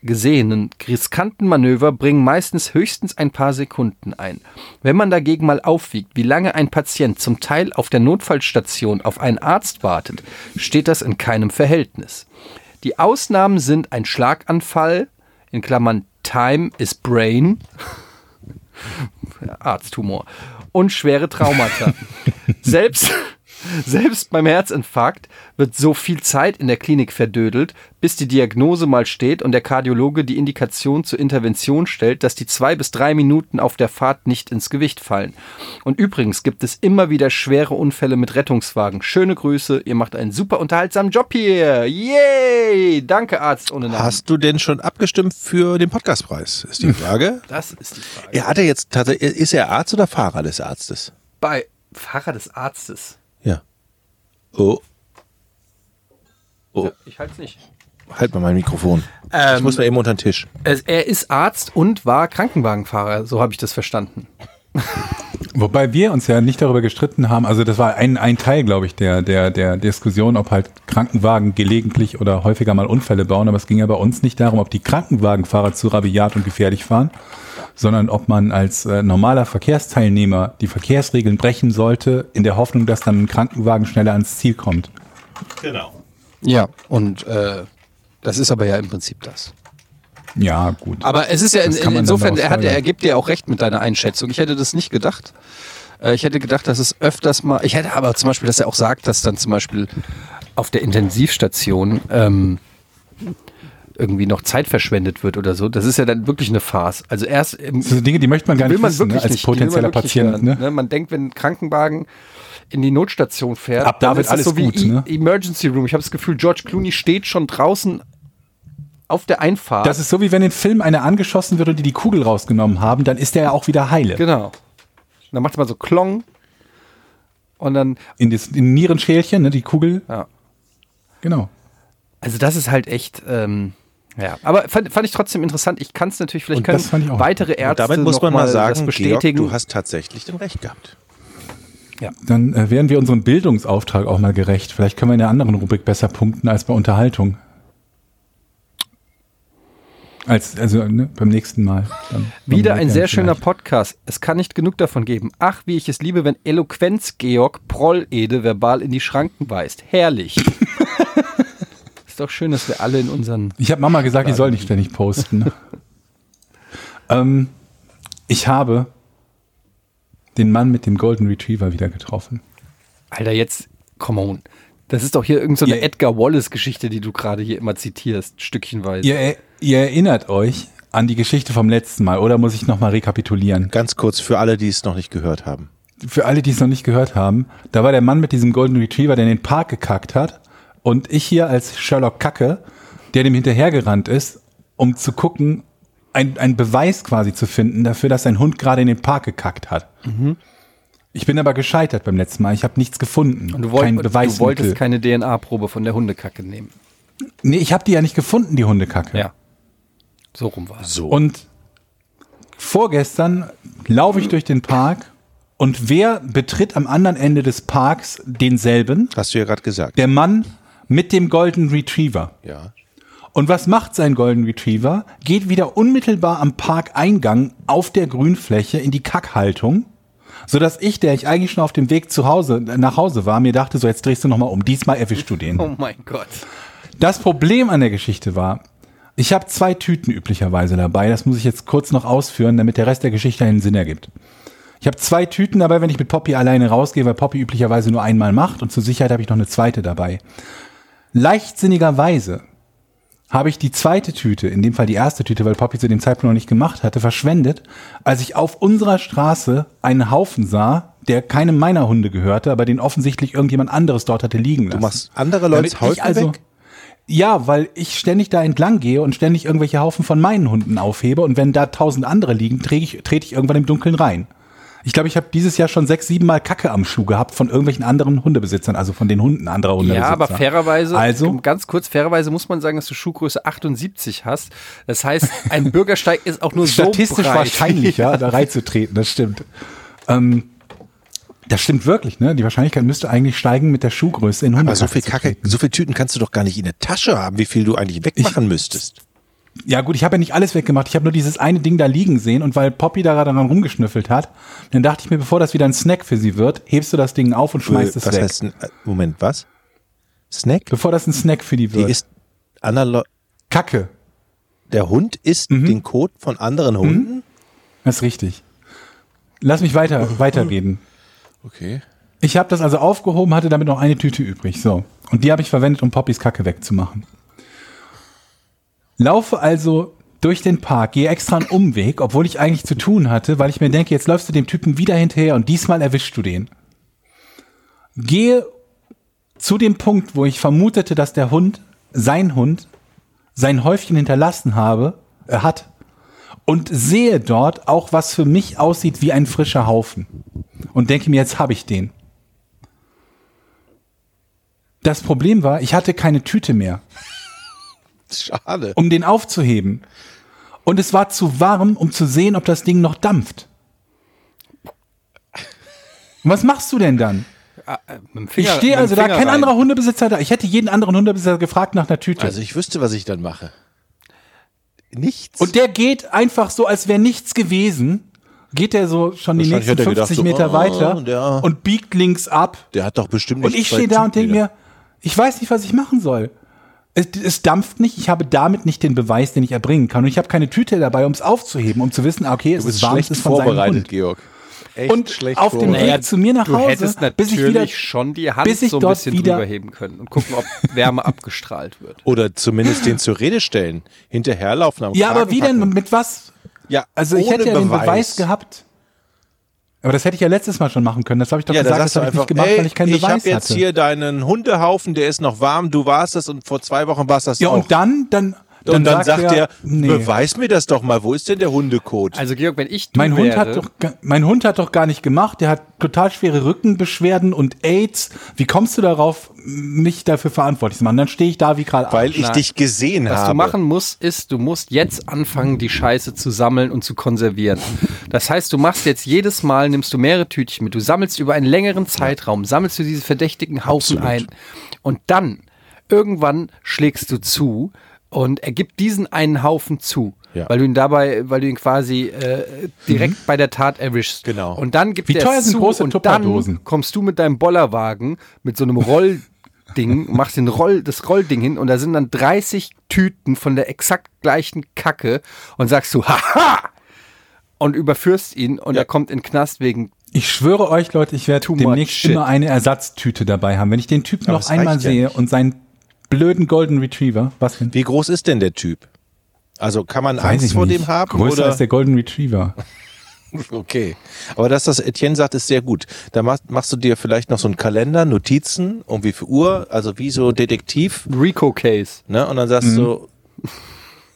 [SPEAKER 1] gesehenen riskanten Manöver bringen meistens höchstens ein paar Sekunden ein. Wenn man dagegen mal aufwiegt, wie lange ein Patient zum Teil auf der Notfallstation auf einen Arzt wartet, steht das in keinem Verhältnis. Die Ausnahmen sind ein Schlaganfall, in Klammern Time is Brain, Arzttumor und schwere Traumata. selbst, Selbst beim Herzinfarkt wird so viel Zeit in der Klinik verdödelt, bis die Diagnose mal steht und der Kardiologe die Indikation zur Intervention stellt, dass die zwei bis drei Minuten auf der Fahrt nicht ins Gewicht fallen. Und übrigens gibt es immer wieder schwere Unfälle mit Rettungswagen. Schöne Grüße, ihr macht einen super unterhaltsamen Job hier. Yay! Danke, Arzt ohne Namen.
[SPEAKER 2] Hast du denn schon abgestimmt für den Podcastpreis? Ist die Frage.
[SPEAKER 1] Das ist die Frage.
[SPEAKER 2] Er hat ja jetzt tatsächlich, ist er Arzt oder Fahrer des Arztes?
[SPEAKER 1] Bei Fahrer des Arztes.
[SPEAKER 2] Ja. Oh. Oh,
[SPEAKER 1] Ja, ich halte es nicht.
[SPEAKER 2] halt mal mein Mikrofon.
[SPEAKER 1] Ähm,
[SPEAKER 2] ich muss mal eben unter den Tisch.
[SPEAKER 1] Es, er ist Arzt und war Krankenwagenfahrer, so habe ich das verstanden.
[SPEAKER 3] Wobei wir uns ja nicht darüber gestritten haben, also das war ein, ein Teil, glaube ich, der, der, der Diskussion, ob halt Krankenwagen gelegentlich oder häufiger mal Unfälle bauen, aber es ging ja bei uns nicht darum, ob die Krankenwagenfahrer zu rabiat und gefährlich fahren, sondern ob man als äh, normaler Verkehrsteilnehmer die Verkehrsregeln brechen sollte, in der Hoffnung, dass dann ein Krankenwagen schneller ans Ziel kommt.
[SPEAKER 4] Ja, und äh, das ist aber ja im Prinzip das.
[SPEAKER 3] Ja, gut.
[SPEAKER 4] Aber es ist ja in,
[SPEAKER 3] Das kann man dann
[SPEAKER 4] insofern,
[SPEAKER 3] daraus
[SPEAKER 4] er, hat,
[SPEAKER 3] folgern.
[SPEAKER 4] er gibt dir auch recht mit deiner Einschätzung. Ich hätte das nicht gedacht. Äh, Ich hätte gedacht, dass es öfters mal. Ich hätte aber zum Beispiel, dass er auch sagt, dass dann zum Beispiel auf der Intensivstation ähm, irgendwie noch Zeit verschwendet wird oder so. Das ist ja dann wirklich eine Farce. Also erst im,
[SPEAKER 3] Das sind Dinge, die möchte man gar
[SPEAKER 1] will
[SPEAKER 3] nicht
[SPEAKER 1] man
[SPEAKER 3] wissen,
[SPEAKER 1] wirklich
[SPEAKER 3] ne, als
[SPEAKER 1] nicht. die will man
[SPEAKER 3] potenzieller
[SPEAKER 1] wirklich
[SPEAKER 3] Patient.
[SPEAKER 1] nicht hören,
[SPEAKER 3] Ne?
[SPEAKER 1] ne? Man denkt, wenn ein Krankenwagen in die Notstation fährt,
[SPEAKER 3] Ab da
[SPEAKER 1] dann
[SPEAKER 3] wird
[SPEAKER 1] ist das
[SPEAKER 3] alles
[SPEAKER 1] so wie
[SPEAKER 3] gut,
[SPEAKER 1] E-
[SPEAKER 3] ne?
[SPEAKER 1] Emergency Room. Ich habe das Gefühl, George Clooney steht schon draußen auf der Einfahrt.
[SPEAKER 3] Das ist so, wie wenn in Film einer angeschossen wird und die die Kugel rausgenommen haben, dann ist der ja auch wieder heile.
[SPEAKER 1] genau. Und Dann macht man so Klong und dann
[SPEAKER 3] in das in Nierenschälchen, ne, die Kugel.
[SPEAKER 1] Ja.
[SPEAKER 3] Genau.
[SPEAKER 1] Also das ist halt echt. Ähm, ja, aber fand, fand ich trotzdem interessant. Ich kann es natürlich, vielleicht
[SPEAKER 3] Und
[SPEAKER 1] können
[SPEAKER 3] das fand ich auch.
[SPEAKER 1] weitere Ärzte
[SPEAKER 2] Und damit muss
[SPEAKER 1] noch
[SPEAKER 2] man mal
[SPEAKER 1] das
[SPEAKER 2] sagen, Georg,
[SPEAKER 1] bestätigen.
[SPEAKER 2] du hast tatsächlich den Recht gehabt.
[SPEAKER 3] Dann äh, werden wir unserem Bildungsauftrag auch mal gerecht. Vielleicht können wir in der anderen Rubrik besser punkten als bei Unterhaltung. Als, also ne, beim nächsten Mal. Dann-
[SPEAKER 1] Wieder
[SPEAKER 3] dann
[SPEAKER 1] ein sehr
[SPEAKER 3] vielleicht.
[SPEAKER 1] schöner Podcast. Es kann nicht genug davon geben. Ach, wie ich es liebe, wenn Eloquenz Georg Prollede verbal in die Schranken weist. Herrlich. ist doch schön, dass wir alle in unseren.
[SPEAKER 3] Ich habe Mama gesagt, die soll nicht ständig posten. ne? ähm, ich habe den Mann mit dem Golden Retriever wieder getroffen.
[SPEAKER 1] Alter, jetzt, come on. Das ist doch hier irgendeine so eine
[SPEAKER 3] Ihr-
[SPEAKER 1] Edgar Wallace-Geschichte, die du gerade hier immer zitierst, stückchenweise.
[SPEAKER 3] Ihr, er- ihr erinnert euch an die Geschichte vom letzten Mal, oder muss ich nochmal rekapitulieren?
[SPEAKER 2] Ganz kurz für alle, die es noch nicht gehört haben.
[SPEAKER 3] für alle, die es noch nicht gehört haben, da war der Mann mit diesem Golden Retriever, der in den Park gekackt hat. Und ich hier als Sherlock Kacke, der dem hinterhergerannt ist, um zu gucken, ein, ein Beweis quasi zu finden dafür, dass sein Hund gerade in den Park gekackt hat.
[SPEAKER 1] Mhm.
[SPEAKER 3] Ich bin aber gescheitert beim letzten Mal. Ich habe nichts gefunden.
[SPEAKER 1] Und du, wollt,
[SPEAKER 3] Kein
[SPEAKER 1] du wolltest
[SPEAKER 3] Beweismittel.
[SPEAKER 1] keine DNA-Probe von der Hundekacke nehmen.
[SPEAKER 3] nee, ich habe die ja nicht gefunden, die Hundekacke.
[SPEAKER 1] Ja. So rum war es.
[SPEAKER 2] So.
[SPEAKER 3] Und vorgestern laufe ich durch den Park und wer betritt am anderen Ende des Parks denselben?
[SPEAKER 2] hast du ja gerade gesagt.
[SPEAKER 3] Der Mann mit dem Golden Retriever.
[SPEAKER 2] ja.
[SPEAKER 3] Und was macht sein Golden Retriever? Geht wieder unmittelbar am Parkeingang auf der Grünfläche in die Kackhaltung, sodass ich, der ich eigentlich schon auf dem Weg zu Hause, nach Hause war, mir dachte, so jetzt drehst du nochmal um. Diesmal erwischst du den.
[SPEAKER 1] Oh mein Gott.
[SPEAKER 3] Das Problem an der Geschichte war, ich habe zwei Tüten üblicherweise dabei. Das muss ich jetzt kurz noch ausführen, damit der Rest der Geschichte einen Sinn ergibt. Ich habe zwei Tüten dabei, wenn ich mit Poppy alleine rausgehe, weil Poppy üblicherweise nur einmal macht und zur Sicherheit habe ich noch eine zweite dabei. Leichtsinnigerweise habe ich die zweite Tüte, in dem Fall die erste Tüte, weil Poppy zu dem Zeitpunkt noch nicht gemacht hatte, verschwendet, als ich auf unserer Straße einen Haufen sah, der keinem meiner Hunde gehörte, aber den offensichtlich irgendjemand anderes dort hatte liegen lassen.
[SPEAKER 2] Du machst andere Leute
[SPEAKER 3] Damit ich
[SPEAKER 2] Häufen
[SPEAKER 3] also,
[SPEAKER 2] weg?
[SPEAKER 3] Ja, weil ich ständig da entlang gehe und ständig irgendwelche Haufen von meinen Hunden aufhebe und wenn da tausend andere liegen, trete ich, trete ich irgendwann im Dunkeln rein. Ich glaube, ich habe dieses Jahr schon sechs, sieben Mal Kacke am Schuh gehabt von irgendwelchen anderen Hundebesitzern, also von den Hunden anderer Hundebesitzer.
[SPEAKER 1] Ja, aber fairerweise, um
[SPEAKER 3] Also,
[SPEAKER 1] ganz kurz, fairerweise muss man sagen, dass du Schuhgröße 78 hast. Das heißt, ein Bürgersteig ist auch nur so
[SPEAKER 3] statistisch
[SPEAKER 1] breit.
[SPEAKER 3] wahrscheinlich, ja, da reinzutreten, das stimmt. Ähm, das stimmt wirklich, ne? Die Wahrscheinlichkeit müsste eigentlich steigen mit der Schuhgröße in Hunde.
[SPEAKER 2] Aber so Also viel Kacke, so viel Tüten kannst du doch gar nicht in der Tasche haben, wie viel du eigentlich wegmachen müsstest.
[SPEAKER 3] Ja gut, ich habe ja nicht alles weggemacht. Ich habe nur dieses eine Ding da liegen sehen und weil Poppy da daran rumgeschnüffelt hat, dann dachte ich mir, bevor das wieder ein Snack für sie wird, hebst du das Ding auf und schmeißt
[SPEAKER 2] Äh,
[SPEAKER 3] es
[SPEAKER 2] was
[SPEAKER 3] weg.
[SPEAKER 2] heißt denn, äh, Moment, was? Snack?
[SPEAKER 3] Bevor das ein Snack für die
[SPEAKER 2] Die
[SPEAKER 3] wird.
[SPEAKER 2] ist analog.
[SPEAKER 3] Kacke.
[SPEAKER 2] Der Hund isst
[SPEAKER 3] Mhm.
[SPEAKER 2] den Kot von anderen Hunden?
[SPEAKER 3] Das ist richtig. Lass mich weiter weiterreden.
[SPEAKER 2] Okay.
[SPEAKER 3] Ich habe das also aufgehoben, hatte damit noch eine Tüte übrig. So. Und die habe ich verwendet, um Poppys Kacke wegzumachen. Laufe also durch den Park, gehe extra einen Umweg, obwohl ich eigentlich zu tun hatte, weil ich mir denke, jetzt läufst du dem Typen wieder hinterher und diesmal erwischst du den. Gehe zu dem Punkt, wo ich vermutete, dass der Hund, sein Hund, sein Häufchen hinterlassen habe, äh, hat und sehe dort auch, was für mich aussieht wie ein frischer Haufen und denke mir, jetzt habe ich den. Das Problem war, ich hatte keine Tüte mehr,
[SPEAKER 2] Schade.
[SPEAKER 3] um den aufzuheben. Und es war zu warm, um zu sehen, ob das Ding noch dampft. Und was machst du denn dann? Ich stehe also da, kein anderer Hundebesitzer da. Ich hätte jeden anderen Hundebesitzer gefragt nach einer Tüte.
[SPEAKER 2] Also ich wüsste, was ich dann mache. Nichts.
[SPEAKER 3] Und der geht einfach so, als wäre nichts gewesen. Geht der so schon
[SPEAKER 2] Wahrscheinlich
[SPEAKER 3] die nächsten
[SPEAKER 2] hat er
[SPEAKER 3] 50
[SPEAKER 2] gedacht, so,
[SPEAKER 3] Meter
[SPEAKER 2] oh,
[SPEAKER 3] weiter
[SPEAKER 2] der-
[SPEAKER 3] und biegt links ab.
[SPEAKER 2] der hat doch bestimmt
[SPEAKER 3] Und ich stehe da und denke mir, ich weiß nicht, was ich machen soll. Es, es dampft nicht, ich habe damit nicht den Beweis, den ich erbringen kann. Und ich habe keine Tüte dabei, um es aufzuheben, um zu wissen, ah, okay, es
[SPEAKER 2] du bist
[SPEAKER 3] ist warm, es
[SPEAKER 2] schlecht
[SPEAKER 3] ist von seinem
[SPEAKER 2] vorbereitet,
[SPEAKER 3] Hund.
[SPEAKER 2] Georg. Echt
[SPEAKER 3] Und auf dem
[SPEAKER 2] vorbereitet.
[SPEAKER 3] Weg zu mir nach
[SPEAKER 1] Du
[SPEAKER 3] Hause,
[SPEAKER 1] hättest natürlich
[SPEAKER 3] bis ich wieder
[SPEAKER 1] schon die Hand
[SPEAKER 3] bis ich
[SPEAKER 1] so ein
[SPEAKER 3] dort
[SPEAKER 1] bisschen
[SPEAKER 3] wieder-
[SPEAKER 1] drüber heben können und gucken, ob Wärme abgestrahlt wird.
[SPEAKER 2] Oder zumindest den zur Rede stellen. Hinterherlaufen am
[SPEAKER 3] Ja, aber
[SPEAKER 2] Kragen
[SPEAKER 3] wie denn?
[SPEAKER 2] packen.
[SPEAKER 3] Mit was?
[SPEAKER 2] Ja,
[SPEAKER 3] Also ich
[SPEAKER 2] ohne
[SPEAKER 3] hätte ja den Beweis gehabt. Aber das hätte ich ja letztes Mal schon machen können. Das habe ich doch
[SPEAKER 2] Ja, da
[SPEAKER 3] gesagt,
[SPEAKER 2] sagst
[SPEAKER 3] das
[SPEAKER 2] du
[SPEAKER 3] habe ich
[SPEAKER 2] einfach,
[SPEAKER 3] nicht gemacht,
[SPEAKER 2] ey,
[SPEAKER 3] weil ich keinen
[SPEAKER 2] ich
[SPEAKER 3] Beweis
[SPEAKER 2] habe jetzt
[SPEAKER 3] hatte.
[SPEAKER 2] hier deinen Hundehaufen, der ist noch warm, du warst es und vor zwei Wochen warst das
[SPEAKER 3] ja,
[SPEAKER 2] auch.
[SPEAKER 3] und dann, dann,
[SPEAKER 2] Und dann sagt, er,
[SPEAKER 3] nee,
[SPEAKER 2] beweis mir das doch mal, wo ist denn der Hundekot?
[SPEAKER 1] Also Georg, wenn ich du
[SPEAKER 3] mein Hund
[SPEAKER 1] wäre,
[SPEAKER 3] hat doch, ga- mein Hund hat doch gar nicht gemacht. Der hat total schwere Rückenbeschwerden und AIDS. Wie kommst du darauf, mich dafür verantwortlich zu machen? Dann stehe ich da wie Karl.
[SPEAKER 2] Weil
[SPEAKER 3] Arsch.
[SPEAKER 2] ich
[SPEAKER 1] nein.
[SPEAKER 2] dich gesehen
[SPEAKER 1] Was
[SPEAKER 2] habe.
[SPEAKER 1] du machen musst, ist, du musst jetzt anfangen, die Scheiße zu sammeln und zu konservieren. Das heißt, du machst jetzt jedes Mal, nimmst du mehrere Tütchen mit, du sammelst über einen längeren Zeitraum, sammelst du diese verdächtigen Haufen ein und dann irgendwann schlägst du zu und er gibt diesen einen Haufen zu.
[SPEAKER 2] Ja. Mhm.
[SPEAKER 1] Weil du ihn dabei, weil du ihn quasi äh, direkt bei der Tat erwischst.
[SPEAKER 2] Genau.
[SPEAKER 1] Und dann gibt
[SPEAKER 3] Wie
[SPEAKER 1] er
[SPEAKER 3] teuer
[SPEAKER 1] es
[SPEAKER 3] sind
[SPEAKER 1] zu
[SPEAKER 3] große
[SPEAKER 1] und dann
[SPEAKER 3] Tupperdosen?
[SPEAKER 1] kommst du mit deinem Bollerwagen, mit so einem Rollding, machst den Roll, das Rollding hin und da sind dann 30 Tüten von der exakt gleichen Kacke und sagst du, haha! Und überführst ihn und er kommt in den Knast wegen.
[SPEAKER 3] Ich schwöre euch, Leute, ich werde
[SPEAKER 1] much
[SPEAKER 3] demnächst
[SPEAKER 1] shit.
[SPEAKER 3] immer eine Ersatztüte dabei haben. Wenn ich den Typen
[SPEAKER 2] Aber
[SPEAKER 3] noch
[SPEAKER 2] es
[SPEAKER 3] einmal
[SPEAKER 2] reicht ja
[SPEAKER 3] sehe
[SPEAKER 2] nicht.
[SPEAKER 3] und seinen blöden Golden Retriever, was denn?
[SPEAKER 2] Wie groß ist denn der Typ? Also kann man
[SPEAKER 3] Weiß
[SPEAKER 2] Angst
[SPEAKER 3] ich
[SPEAKER 2] vor
[SPEAKER 3] nicht.
[SPEAKER 2] dem haben?
[SPEAKER 3] Größer
[SPEAKER 2] oder?
[SPEAKER 3] als der Golden Retriever.
[SPEAKER 2] Okay. Aber das, was Etienne sagt, ist sehr gut. Da machst, machst du dir vielleicht noch so einen Kalender, Notizen, um wie viel Uhr, also wie so Detektiv,
[SPEAKER 1] Rico-Case.
[SPEAKER 2] ne? Und dann sagst
[SPEAKER 3] Mhm.
[SPEAKER 2] du,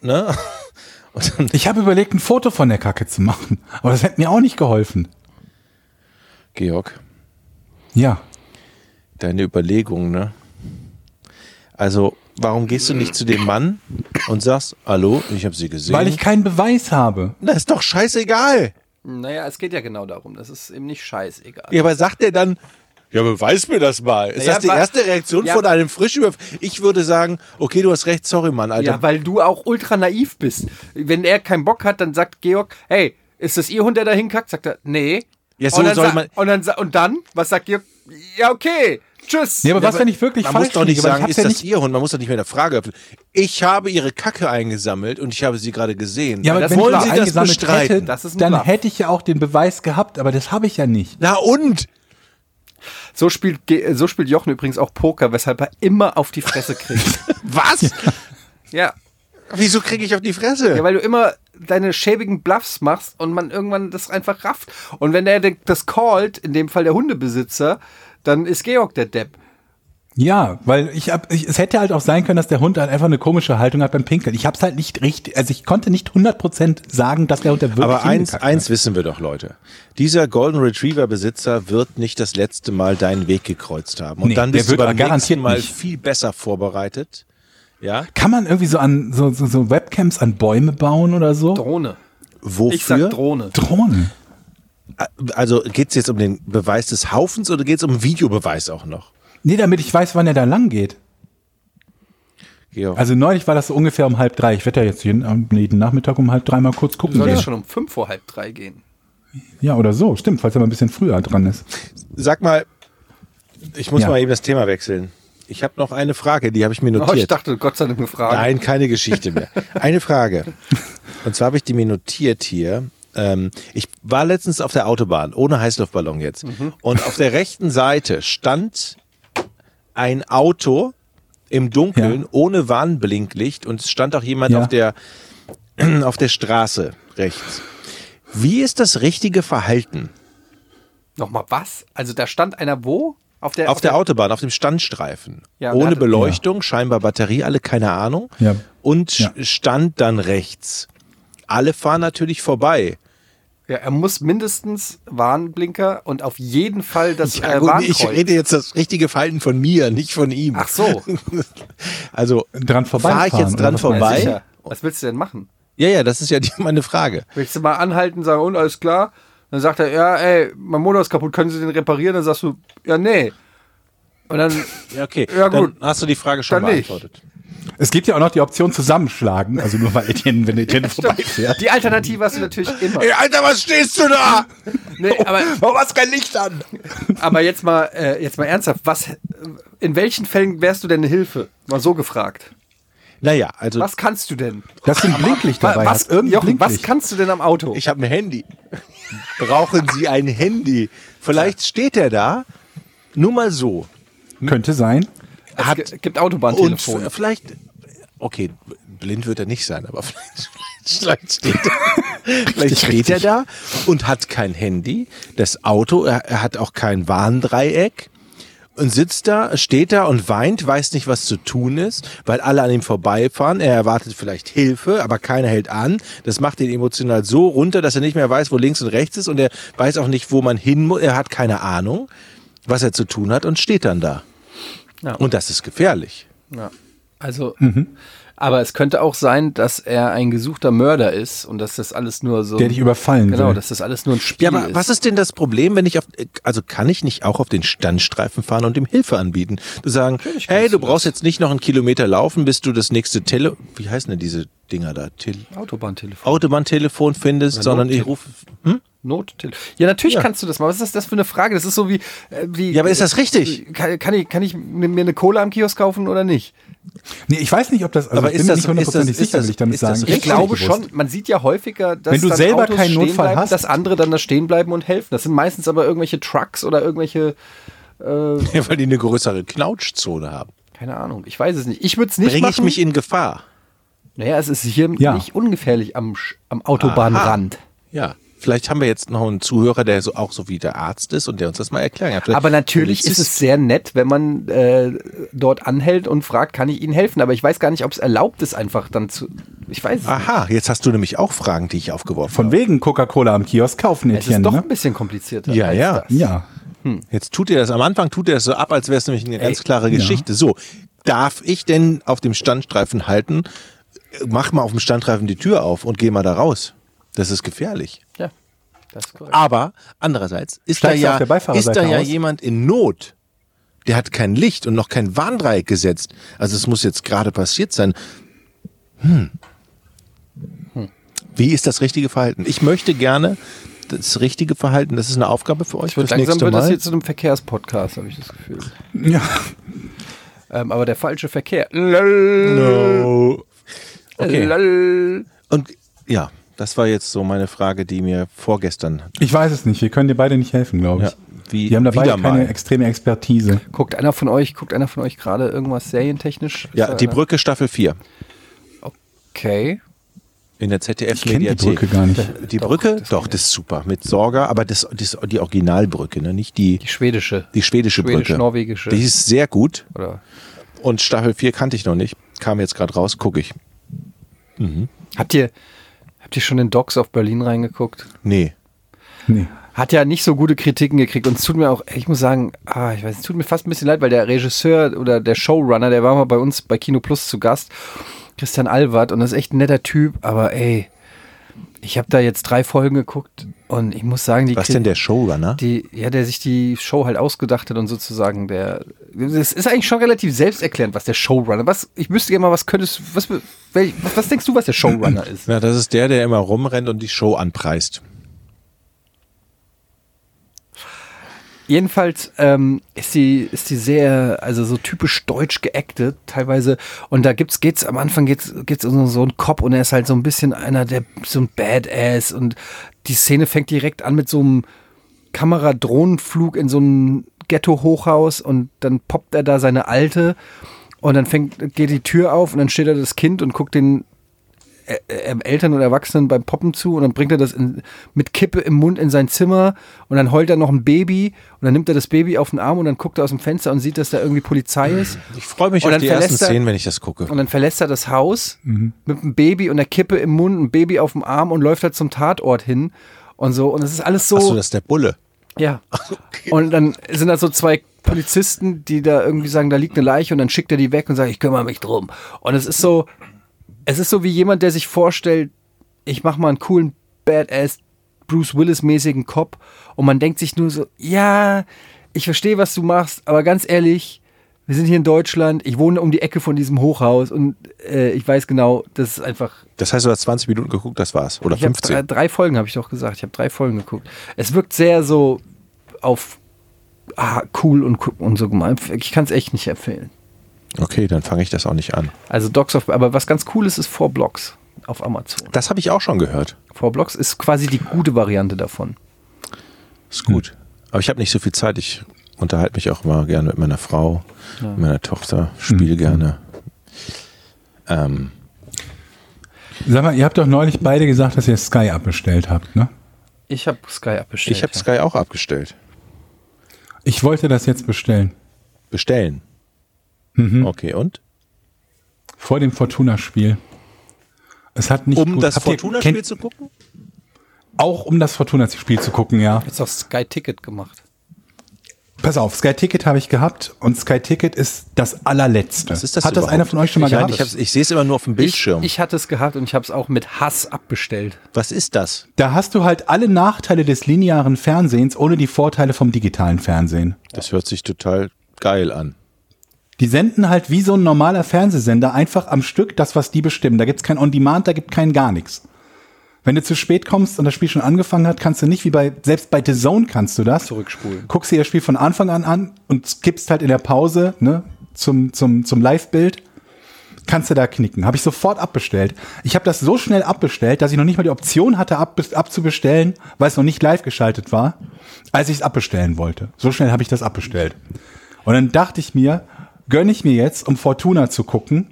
[SPEAKER 2] ne? Und dann
[SPEAKER 3] Ich habe überlegt, ein Foto von der Kacke zu machen, aber das hätte mir auch nicht geholfen.
[SPEAKER 2] Georg,
[SPEAKER 3] Ja.
[SPEAKER 2] deine Überlegungen, ne? Also, warum gehst du nicht zu dem Mann und sagst, hallo, ich habe sie gesehen?
[SPEAKER 3] Weil ich keinen Beweis habe.
[SPEAKER 2] Na, ist doch scheißegal.
[SPEAKER 1] Naja, es geht ja genau darum. Das ist eben nicht scheißegal.
[SPEAKER 2] Ja, aber sagt er dann, ja, beweis mir das mal. Ist
[SPEAKER 1] Ja,
[SPEAKER 2] das die
[SPEAKER 1] wa-
[SPEAKER 2] erste Reaktion
[SPEAKER 1] Ja.
[SPEAKER 2] von einem frisch über? Ich würde sagen, okay, du hast recht, sorry, Mann, Alter.
[SPEAKER 1] Ja, weil du auch ultra naiv bist. Wenn er keinen Bock hat, dann sagt Georg, hey, ist das Ihr Hund, der da hinkackt? Sagt er, nee.
[SPEAKER 2] Ja, so
[SPEAKER 1] und dann
[SPEAKER 2] soll
[SPEAKER 1] sa-
[SPEAKER 2] man-
[SPEAKER 1] Und dann, sa- und dann, was sagt Georg? Ja, okay. Tschüss.
[SPEAKER 3] Ja, aber was, wenn ich wirklich
[SPEAKER 2] man
[SPEAKER 3] falsch
[SPEAKER 2] muss doch nicht
[SPEAKER 3] liege? Weil ich
[SPEAKER 2] sagen,
[SPEAKER 3] hab's
[SPEAKER 2] ist
[SPEAKER 3] ja
[SPEAKER 2] das
[SPEAKER 3] nicht-
[SPEAKER 2] Ihr Hund? Man muss doch nicht mehr eine Frage öffnen. Ich habe Ihre Kacke eingesammelt und ich habe sie gerade gesehen.
[SPEAKER 3] Ja, aber
[SPEAKER 1] das
[SPEAKER 3] wenn
[SPEAKER 2] wollen
[SPEAKER 3] ich
[SPEAKER 2] Sie
[SPEAKER 3] sie
[SPEAKER 2] das
[SPEAKER 3] eingesammelt
[SPEAKER 2] bestreiten?
[SPEAKER 3] hätte,
[SPEAKER 1] Das ist ein
[SPEAKER 3] dann
[SPEAKER 1] Bluff.
[SPEAKER 3] hätte ich ja auch den Beweis gehabt, aber das habe ich ja nicht.
[SPEAKER 2] Na und?
[SPEAKER 1] So spielt, Ge- so spielt Jochen übrigens auch Poker, weshalb er immer auf die Fresse kriegt.
[SPEAKER 2] Was?
[SPEAKER 1] ja.
[SPEAKER 2] Wieso kriege ich auf die Fresse?
[SPEAKER 1] ja, weil du immer deine schäbigen Bluffs machst und man irgendwann das einfach rafft. Und wenn er den- das callt, in dem Fall der Hundebesitzer, dann ist Georg der Depp.
[SPEAKER 3] Ja, weil ich, hab, ich es hätte halt auch sein können, dass der Hund halt einfach eine komische Haltung hat beim Pinkeln. Ich habe es halt nicht richtig, also ich konnte nicht 100% sagen, dass der Hund da wirklich
[SPEAKER 2] aber eins,
[SPEAKER 3] hingekackt ne? hat.
[SPEAKER 2] eins wissen wir doch, Leute. Dieser Golden Retriever Besitzer wird nicht das letzte Mal deinen Weg gekreuzt haben. Und
[SPEAKER 3] Nee,
[SPEAKER 2] dann
[SPEAKER 3] der
[SPEAKER 2] bist
[SPEAKER 3] wird
[SPEAKER 2] du beim
[SPEAKER 3] garantiert
[SPEAKER 2] nächsten Mal
[SPEAKER 3] nicht.
[SPEAKER 2] viel besser vorbereitet. Ja?
[SPEAKER 3] Kann man irgendwie so an so, so, so Webcams an Bäume bauen oder so?
[SPEAKER 1] Drohne.
[SPEAKER 2] Wofür?
[SPEAKER 1] Ich sag Drohne.
[SPEAKER 3] Drohnen.
[SPEAKER 2] Also geht's jetzt um den Beweis des Haufens oder geht's um Videobeweis auch noch?
[SPEAKER 3] Nee, damit ich weiß, wann er da lang geht.
[SPEAKER 2] Georg.
[SPEAKER 3] Also neulich war das so ungefähr um halb drei. Ich werde ja jetzt jeden, am- jeden Nachmittag um halb drei mal kurz
[SPEAKER 1] Du
[SPEAKER 3] gucken.
[SPEAKER 1] solltest
[SPEAKER 3] gehen.
[SPEAKER 1] schon um fünf vor halb drei gehen. Oh,
[SPEAKER 3] Ja, oder so. Stimmt, falls er mal ein bisschen früher dran ist.
[SPEAKER 2] Sag mal, ich muss
[SPEAKER 3] Ja.
[SPEAKER 2] mal eben das Thema wechseln. Ich habe noch eine Frage, die habe ich mir
[SPEAKER 1] Oh, ich
[SPEAKER 2] notiert.
[SPEAKER 1] dachte, Gott sei Dank eine Frage.
[SPEAKER 2] Nein, keine Geschichte mehr. Eine Frage. Und zwar habe ich die mir notiert hier. Ähm, ich war letztens auf der Autobahn, ohne Heißluftballon jetzt. Und auf der rechten Seite stand ein Auto im Dunkeln,
[SPEAKER 3] Ja.
[SPEAKER 2] ohne Warnblinklicht. Und es stand auch jemand
[SPEAKER 3] Ja.
[SPEAKER 2] auf, der, auf der Straße rechts. Wie ist das richtige Verhalten?
[SPEAKER 1] Nochmal was? Also da stand einer wo? Auf der,
[SPEAKER 2] Auf der Autobahn, auf dem Standstreifen.
[SPEAKER 1] Ja,
[SPEAKER 2] Ohne
[SPEAKER 1] der hatte-
[SPEAKER 2] Beleuchtung, scheinbar Batterie, alle keine Ahnung.
[SPEAKER 3] Ja.
[SPEAKER 2] Und sch-
[SPEAKER 3] Ja.
[SPEAKER 2] stand dann rechts. Alle fahren natürlich vorbei.
[SPEAKER 1] ja, er muss mindestens Warnblinker und auf jeden Fall das äh,
[SPEAKER 2] gut,
[SPEAKER 1] Warnkreuz.
[SPEAKER 2] ich rede jetzt das richtige Verhalten von mir, nicht von ihm.
[SPEAKER 1] Ach so,
[SPEAKER 2] Also
[SPEAKER 3] Dran vorbeifahren.
[SPEAKER 2] fahre ich jetzt
[SPEAKER 3] oder
[SPEAKER 2] dran
[SPEAKER 3] was meinst du?
[SPEAKER 2] vorbei?
[SPEAKER 1] sicher. Was willst du denn machen?
[SPEAKER 2] Ja, ja, das ist ja die, meine Frage.
[SPEAKER 1] Willst du mal anhalten, sagen, und alles klar? Dann sagt er, ja, ey, mein Motor ist kaputt, können Sie den reparieren? Dann sagst du, ja, nee. Und dann,
[SPEAKER 2] Ja, okay.
[SPEAKER 1] Ja, gut.
[SPEAKER 2] Dann hast du die Frage schon
[SPEAKER 1] Dann nicht.
[SPEAKER 2] beantwortet.
[SPEAKER 3] Es gibt ja auch noch die Option zusammenschlagen. Also nur weil Etienne, wenn Etienne vorbeifährt.
[SPEAKER 1] die Alternative hast du natürlich immer.
[SPEAKER 2] Ey, Alter, was stehst du da? Oh,
[SPEAKER 1] Nee, aber,
[SPEAKER 2] Warum hast du kein Licht an?
[SPEAKER 1] aber jetzt mal, äh, jetzt mal ernsthaft, was, in welchen Fällen wärst du denn eine Hilfe? Mal so gefragt.
[SPEAKER 2] Naja, also
[SPEAKER 1] Was kannst du denn?
[SPEAKER 3] Dass du ein Blinklicht dabei
[SPEAKER 1] was,
[SPEAKER 3] hast. Irgendein
[SPEAKER 1] Jochen, was
[SPEAKER 3] Blinklicht.
[SPEAKER 1] kannst du denn am Auto?
[SPEAKER 2] ich habe ein Handy. Brauchen Sie ein Handy? Vielleicht steht er da. Nur mal so.
[SPEAKER 3] Könnte sein.
[SPEAKER 1] es
[SPEAKER 2] hat-
[SPEAKER 1] ge- gibt Autobahntelefone.
[SPEAKER 2] Und f- vielleicht, okay, blind wird er nicht sein, aber vielleicht, vielleicht steht er, vielleicht steht er da und hat kein Handy, das Auto, er, er hat auch kein Warndreieck. Und sitzt da, steht da und weint, weiß nicht, was zu tun ist, weil alle an ihm vorbeifahren. Er erwartet vielleicht Hilfe, aber keiner hält an. Das macht ihn emotional so runter, dass er nicht mehr weiß, wo links und rechts ist und er weiß auch nicht, wo man hin muss. Er hat keine Ahnung, was er zu tun hat und steht dann da.
[SPEAKER 1] Ja.
[SPEAKER 2] äh, Und Mhm. das ist gefährlich.
[SPEAKER 1] Ja. Also, aber es könnte auch sein, dass er ein gesuchter Mörder ist und dass das alles nur so.
[SPEAKER 3] Der dich überfallen
[SPEAKER 1] Genau,
[SPEAKER 3] will.
[SPEAKER 1] dass das alles nur ein Spiel
[SPEAKER 2] Ja, aber
[SPEAKER 1] ist.
[SPEAKER 2] was ist denn das Problem, wenn ich auf, also kann ich nicht auch auf den Standstreifen fahren und ihm Hilfe anbieten? Du sagen, hey, du brauchst jetzt nicht noch einen Kilometer laufen, bis du das nächste Tele, wie heißen denn diese Dinger da? Tele
[SPEAKER 1] Autobahntelefon.
[SPEAKER 2] Autobahntelefon findest, sondern ich
[SPEAKER 1] Nottel-
[SPEAKER 2] rufe,
[SPEAKER 1] Nottelefon. Ja, natürlich
[SPEAKER 2] Ja.
[SPEAKER 1] kannst du das mal. Was ist das, das für eine Frage? Das ist so wie. Äh, wie
[SPEAKER 2] Ja, aber ist das richtig?
[SPEAKER 1] Kann, kann ich, kann ich mir eine Cola am Kiosk kaufen oder nicht?
[SPEAKER 3] Nee, ich weiß nicht, ob das. Also
[SPEAKER 2] Aber
[SPEAKER 3] ich
[SPEAKER 2] ist
[SPEAKER 3] bin mir
[SPEAKER 2] das-
[SPEAKER 3] nicht hundertprozentig
[SPEAKER 2] ist das-
[SPEAKER 3] sicher, will ich damit
[SPEAKER 2] ist das
[SPEAKER 3] sagen.
[SPEAKER 2] richtig?
[SPEAKER 1] Ich glaube
[SPEAKER 3] hab's nicht gewusst.
[SPEAKER 1] schon, man sieht ja häufiger, dass
[SPEAKER 3] Wenn du selber keinen
[SPEAKER 1] stehen
[SPEAKER 3] Notfall hast.
[SPEAKER 1] dass andere dann da stehen bleiben und helfen. Das sind meistens aber irgendwelche Trucks oder irgendwelche,
[SPEAKER 2] weil die eine größere Knautschzone haben.
[SPEAKER 1] keine Ahnung, ich weiß es nicht. Ich würde es nicht
[SPEAKER 2] Bringe
[SPEAKER 1] machen.
[SPEAKER 2] ich mich in Gefahr?
[SPEAKER 1] naja, es ist hier
[SPEAKER 3] Ja.
[SPEAKER 1] nicht ungefährlich am, Sch- am Autobahnrand.
[SPEAKER 2] Ja. Vielleicht haben wir jetzt noch einen Zuhörer, der so auch so wie der Arzt ist und der uns das mal erklären kann. Vielleicht
[SPEAKER 1] Aber natürlich ist es sehr nett, wenn man äh, dort anhält und fragt, kann ich Ihnen helfen? Aber ich weiß gar nicht, ob es erlaubt ist, einfach dann zu. Ich weiß es nicht.
[SPEAKER 2] Aha, jetzt hast du nämlich auch Fragen, die ich aufgeworfen
[SPEAKER 3] Von wegen Coca-Cola am Kiosk kaufen,
[SPEAKER 1] Es ist
[SPEAKER 3] Etienne.
[SPEAKER 1] doch
[SPEAKER 3] Ne?
[SPEAKER 1] ein bisschen komplizierter.
[SPEAKER 2] Ja,
[SPEAKER 1] als
[SPEAKER 2] ja.
[SPEAKER 1] das.
[SPEAKER 3] Ja.
[SPEAKER 2] Jetzt tut er das am Anfang, tut er das so ab, als wäre es nämlich eine ganz klare Geschichte. So, darf ich denn auf dem Standstreifen halten? Mach mal auf dem Standstreifen die Tür auf und geh mal da raus. Das ist gefährlich.
[SPEAKER 1] ja. Das ist korrekt.
[SPEAKER 2] Aber andererseits ist
[SPEAKER 3] Steigst du
[SPEAKER 2] da
[SPEAKER 3] auf der
[SPEAKER 2] ja, ist
[SPEAKER 3] Beifahrerseite
[SPEAKER 2] da ja
[SPEAKER 3] aus?
[SPEAKER 2] jemand in Not. Der hat kein Licht und noch kein Warndreieck gesetzt. Also es muss jetzt gerade passiert sein. Hm. Wie ist das richtige Verhalten? Ich möchte gerne das richtige Verhalten. Das ist eine Aufgabe für euch.
[SPEAKER 1] Ich würde
[SPEAKER 2] fürs
[SPEAKER 1] langsam
[SPEAKER 2] nächste
[SPEAKER 1] wird
[SPEAKER 2] Mal.
[SPEAKER 1] das hier zu einem Verkehrspodcast, habe ich das Gefühl.
[SPEAKER 3] ja.
[SPEAKER 1] Ähm, aber der falsche Verkehr. Lol.
[SPEAKER 2] Oh.
[SPEAKER 1] Äh,
[SPEAKER 2] Okay.
[SPEAKER 1] Lol.
[SPEAKER 2] Und ja, das war jetzt so meine Frage, die mir vorgestern.
[SPEAKER 3] Ich weiß es nicht. Wir können dir beide nicht helfen, glaube ich.
[SPEAKER 2] Ja, wie-
[SPEAKER 3] Die haben da beide
[SPEAKER 2] wieder mal.
[SPEAKER 3] keine extreme Expertise.
[SPEAKER 1] Guckt einer von euch, guckt einer von euch gerade irgendwas serientechnisch? Ist
[SPEAKER 2] Ja,
[SPEAKER 1] da
[SPEAKER 2] die
[SPEAKER 1] einer?
[SPEAKER 2] Brücke Staffel 4
[SPEAKER 1] Okay.
[SPEAKER 2] in der
[SPEAKER 3] Ich kenne die Brücke
[SPEAKER 2] ZDF-Mediathek.
[SPEAKER 3] gar nicht.
[SPEAKER 2] Die, Brücke, doch, das, ist super. Mit Sorga, aber das, das die Originalbrücke, ne? nicht die,
[SPEAKER 1] Die schwedische.
[SPEAKER 2] die schwedische Brücke.
[SPEAKER 1] Schwedisch-norwegische.
[SPEAKER 2] Die ist sehr gut.
[SPEAKER 1] Oder
[SPEAKER 2] Und Staffel 4 kannte ich noch nicht. Kam jetzt gerade raus, gucke ich.
[SPEAKER 1] habt ihr, habt ihr schon in Docs auf Berlin reingeguckt?
[SPEAKER 2] Nee.
[SPEAKER 3] Nee.
[SPEAKER 1] Hat ja nicht so gute Kritiken gekriegt und es tut mir auch, ich muss sagen, ah, ich weiß, es tut mir fast ein bisschen leid, weil der Regisseur oder der Showrunner, der war mal bei uns bei Kino Plus zu Gast, Christian Alwart, und das ist echt ein netter Typ, aber ey, ich habe da jetzt drei Folgen geguckt und ich muss sagen, die
[SPEAKER 2] Was
[SPEAKER 1] Kri-
[SPEAKER 2] denn der Showrunner?
[SPEAKER 1] Die, ja, der sich die Show halt ausgedacht hat und sozusagen der. Das ist eigentlich schon relativ selbsterklärend, was der Showrunner. Was, ich müsste gerne mal, was könntest was, welch, was, was denkst du, was der Showrunner ist?
[SPEAKER 2] Na, das ist der, der immer rumrennt und die Show anpreist.
[SPEAKER 1] Jedenfalls ähm, ist sie ist sie sehr, also so typisch deutsch geactet teilweise. Und da gibt's geht's am Anfang geht's geht's um so einen Cop und er ist halt so ein bisschen einer der so ein Badass und die Szene fängt direkt an mit so einem Kameradrohnenflug in so ein Ghetto-Hochhaus und dann poppt er da seine alte und dann fängt geht die Tür auf und dann steht da das Kind und guckt den Ä- Ä- Eltern und Erwachsenen beim Poppen zu und dann bringt er das in, mit Kippe im Mund in sein Zimmer und dann heult er noch ein Baby und dann nimmt er das Baby auf den Arm und dann guckt er aus dem Fenster und sieht, dass da irgendwie Polizei ist
[SPEAKER 2] Ich freue mich
[SPEAKER 1] Und
[SPEAKER 2] auf
[SPEAKER 1] dann
[SPEAKER 2] die ersten
[SPEAKER 1] verlässt er-
[SPEAKER 2] Szenen, wenn ich das gucke.
[SPEAKER 1] und dann verlässt er das Haus mit einem Baby und der Kippe im Mund, ein Baby auf dem Arm und läuft halt zum Tatort hin und so und es ist alles so,
[SPEAKER 2] Achso, das ist der Bulle.
[SPEAKER 1] ja. Und dann sind da so zwei Polizisten, die da irgendwie sagen, da liegt eine Leiche und dann schickt er die weg und sagt, ich kümmere mich drum. Und es ist so, es ist so wie jemand, der sich vorstellt, ich mache mal einen coolen Badass Bruce Willis mäßigen Cop und man denkt sich nur so, ja, ich verstehe, was du machst, aber ganz ehrlich, wir sind hier in Deutschland, ich wohne um die Ecke von diesem Hochhaus und äh, ich weiß genau, das ist einfach
[SPEAKER 2] Das heißt, du hast 20 Minuten geguckt, das war's. Oder
[SPEAKER 1] ich habe drei,
[SPEAKER 2] 15.
[SPEAKER 1] drei Folgen, habe ich doch gesagt. Ich habe drei Folgen geguckt. Es wirkt sehr so auf ah, cool und, gu- und so gemein. Ich kann es echt nicht empfehlen.
[SPEAKER 2] Okay, dann fange ich das auch nicht an.
[SPEAKER 1] Also Dogs of, aber was ganz cool ist, ist Four Blocks auf Amazon.
[SPEAKER 2] Das habe ich auch schon gehört.
[SPEAKER 1] Four Blocks ist quasi die gute Variante davon.
[SPEAKER 2] Ist
[SPEAKER 3] Hm.
[SPEAKER 2] gut. Aber ich habe nicht so viel Zeit. Ich unterhalte mich auch immer gerne mit meiner Frau, mit meiner Tochter, spiele
[SPEAKER 3] Hm,
[SPEAKER 2] gerne. Ähm,
[SPEAKER 3] Sag mal, ihr habt doch neulich beide gesagt, dass ihr Sky abbestellt habt, ne?
[SPEAKER 1] Ich habe Sky abbestellt.
[SPEAKER 2] ich habe Sky auch abgestellt.
[SPEAKER 3] Ich wollte das jetzt bestellen.
[SPEAKER 2] Bestellen.
[SPEAKER 3] Mhm.
[SPEAKER 2] Okay, und?
[SPEAKER 3] Vor dem Fortuna-Spiel. Es hat nicht
[SPEAKER 2] Um
[SPEAKER 3] gut-
[SPEAKER 2] das
[SPEAKER 3] habt ihr-
[SPEAKER 2] Fortuna-Spiel
[SPEAKER 3] kennt-
[SPEAKER 2] zu gucken?
[SPEAKER 3] Auch um das Fortuna-Spiel zu gucken, ja.
[SPEAKER 1] jetzt auf Sky Ticket gemacht.
[SPEAKER 3] Pass auf, Sky Ticket habe ich gehabt und Sky Ticket ist das allerletzte.
[SPEAKER 2] Was ist das
[SPEAKER 3] Hat das
[SPEAKER 2] überhaupt?
[SPEAKER 3] einer von euch schon mal
[SPEAKER 2] ich, nein,
[SPEAKER 3] gehabt?
[SPEAKER 2] Ich, hab's- ich sehe es immer nur auf dem Bildschirm.
[SPEAKER 1] Ich, ich hatte es gehabt und ich habe es auch mit Hass abbestellt.
[SPEAKER 2] Was ist das?
[SPEAKER 3] da hast du halt alle Nachteile des linearen Fernsehens ohne die Vorteile vom digitalen Fernsehen.
[SPEAKER 2] Das hört sich total geil an.
[SPEAKER 3] Die senden halt wie so ein normaler Fernsehsender einfach am Stück das, was die bestimmen. Da gibt's kein On-Demand, da gibt kein gar nichts. Wenn du zu spät kommst und das Spiel schon angefangen hat, kannst du nicht wie bei, selbst bei The Zone kannst du das.
[SPEAKER 1] Zurückspulen.
[SPEAKER 3] Guckst dir das Spiel von Anfang an an und skippst halt in der Pause, ne, zum, zum, zum Live-Bild. Kannst du da knicken. Habe ich sofort abbestellt. Ich habe das so schnell abbestellt, dass ich noch nicht mal die Option hatte, ab, abzubestellen, weil es noch nicht live geschaltet war, als ich es abbestellen wollte. So schnell habe ich das abbestellt. Und dann dachte ich mir, gönne ich mir jetzt, um Fortuna zu gucken,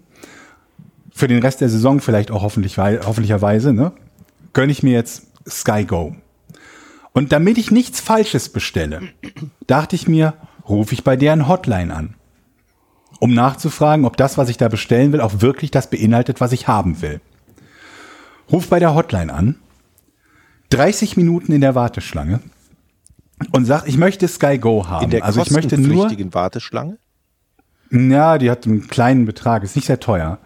[SPEAKER 3] für den Rest der Saison vielleicht auch hoffentlich, wei- hoffentlicherweise, ne? gönne ich mir jetzt Sky Go. Und damit ich nichts Falsches bestelle, dachte ich mir, rufe ich bei deren Hotline an, um nachzufragen, ob das, was ich da bestellen will, auch wirklich das beinhaltet, was ich haben will. Ruf bei der Hotline an, 30 Minuten in der Warteschlange und sag, ich möchte Sky Go haben.
[SPEAKER 2] In der
[SPEAKER 3] also ich möchte nur
[SPEAKER 2] kostenpflichtigen Warteschlange?
[SPEAKER 3] ja, die hat einen kleinen Betrag, ist nicht sehr teuer.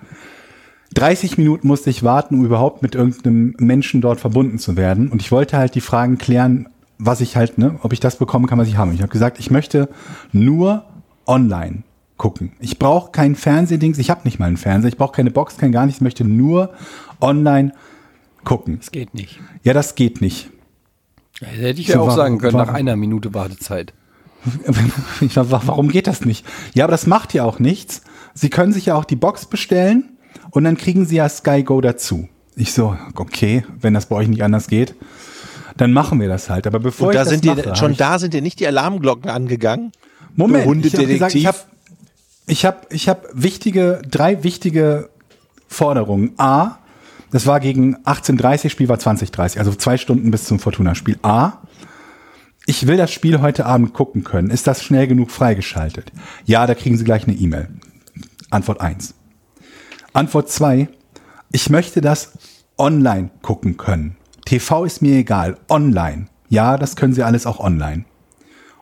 [SPEAKER 3] 30 Minuten musste ich warten, um überhaupt mit irgendeinem Menschen dort verbunden zu werden. Und ich wollte halt die Fragen klären, was ich halt, ne, ob ich das bekommen kann, was ich habe. Ich habe gesagt, ich möchte nur online gucken. Ich brauche kein Fernsehdings, ich habe nicht mal einen Fernseher, ich brauche keine Box, kein gar nichts, ich möchte nur online gucken.
[SPEAKER 1] Es geht nicht.
[SPEAKER 3] Ja, das geht nicht.
[SPEAKER 1] Hätte ich
[SPEAKER 3] So,
[SPEAKER 1] ja auch
[SPEAKER 3] warum-
[SPEAKER 1] sagen können, nach
[SPEAKER 3] warum-
[SPEAKER 1] einer Minute Wartezeit.
[SPEAKER 3] Ich war, wa- warum geht das nicht? Ja, aber das macht ja auch nichts. Sie können sich ja auch die Box bestellen und dann kriegen Sie ja Sky Go dazu. Ich so, okay, wenn das bei euch nicht anders geht, dann machen wir das halt. Aber bevor
[SPEAKER 2] Und da
[SPEAKER 3] ich
[SPEAKER 2] sind
[SPEAKER 3] das
[SPEAKER 2] dir,
[SPEAKER 3] mache,
[SPEAKER 2] schon
[SPEAKER 3] hab
[SPEAKER 2] da sind dir nicht die Alarmglocken angegangen?
[SPEAKER 3] ich, Moment,
[SPEAKER 2] du
[SPEAKER 3] ich habe gesagt,
[SPEAKER 2] Hundedetektiv?
[SPEAKER 3] ich habe ich hab, ich hab wichtige, drei wichtige Forderungen. A, das war gegen 18.30 Spiel war 20.30, also zwei Stunden bis zum Fortuna-Spiel. A, ich will das Spiel heute Abend gucken können. Ist das schnell genug freigeschaltet? Ja, da kriegen Sie gleich eine E-Mail. Antwort 1. Antwort 2. Ich möchte das online gucken können. TV ist mir egal. Online. Ja, das können Sie alles auch online.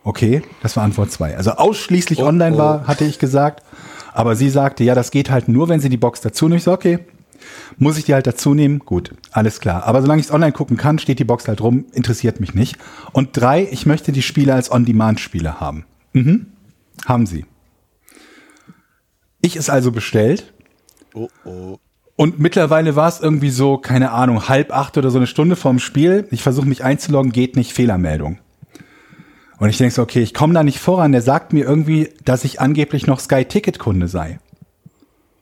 [SPEAKER 3] Okay, das war Antwort 2. Also ausschließlich online war, hatte ich gesagt. Aber sie sagte, ja, das geht halt nur, wenn Sie die Box dazu nehmen. Ich so, okay, muss ich die halt dazu nehmen? Gut, alles klar. Aber solange ich es online gucken kann, steht die Box halt rum, interessiert mich nicht. Und drei, ich möchte die Spiele als On-Demand-Spiele haben. Mhm. Haben sie. Ich es also bestellt. Oh, Und mittlerweile war es irgendwie so, keine Ahnung, halb acht oder so eine Stunde vorm Spiel. Ich versuche mich einzuloggen, geht nicht, Fehlermeldung. Und ich denke so, okay, ich komme da nicht voran. Der sagt mir irgendwie, dass ich angeblich noch Sky-Ticket-Kunde sei.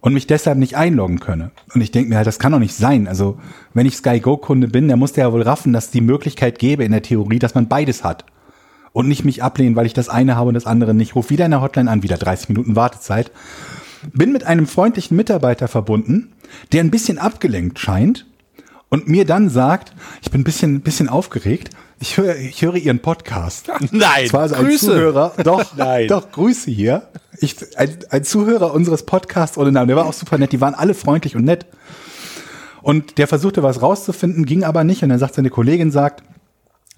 [SPEAKER 3] Und mich deshalb nicht einloggen könne. Und ich denke mir halt, das kann doch nicht sein. Also, wenn ich Sky Go-Kunde bin, dann muss der ja wohl raffen, dass es die Möglichkeit gäbe in der Theorie, dass man beides hat. Und nicht mich ablehnen, weil ich das eine habe und das andere nicht. Ruf wieder in der Hotline an, wieder 30 Minuten Wartezeit. Bin mit einem freundlichen Mitarbeiter verbunden, der ein bisschen abgelenkt scheint und mir dann sagt, ich bin ein bisschen, bisschen aufgeregt, ich höre, ich höre Ihren Podcast.
[SPEAKER 2] Nein.
[SPEAKER 3] Es war also ein
[SPEAKER 1] Grüße.
[SPEAKER 3] Zuhörer, doch,
[SPEAKER 2] Nein.
[SPEAKER 3] doch, Grüße hier. Ich, ein, ein Zuhörer unseres Podcasts ohne Namen, der war auch super nett, die waren alle freundlich und nett. Und der versuchte was rauszufinden, ging aber nicht. Und dann sagt seine Kollegin, sagt,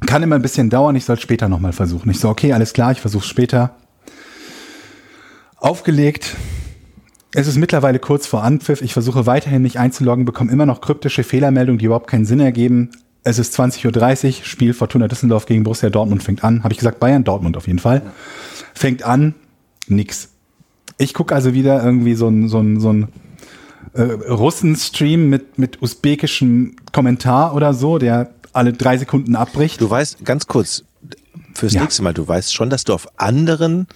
[SPEAKER 3] kann immer ein bisschen dauern, ich soll später nochmal versuchen. Ich so, okay, alles klar, ich versuche später. Aufgelegt. Es ist mittlerweile kurz vor Anpfiff. Ich versuche weiterhin mich einzuloggen, bekomme immer noch kryptische Fehlermeldungen, die überhaupt keinen Sinn ergeben. Es ist 20.30 Uhr, Spiel Fortuna Düsseldorf gegen Borussia Dortmund fängt an. Habe ich gesagt, Bayern Dortmund auf jeden Fall. Fängt an, nix. Ich gucke also wieder irgendwie so ein, so ein, so ein Russen-Stream mit, mit usbekischem Kommentar oder so, der alle drei Sekunden abbricht.
[SPEAKER 2] Du weißt, ganz kurz, fürs
[SPEAKER 3] Ja.
[SPEAKER 2] nächste Mal, du weißt schon, dass du auf anderen,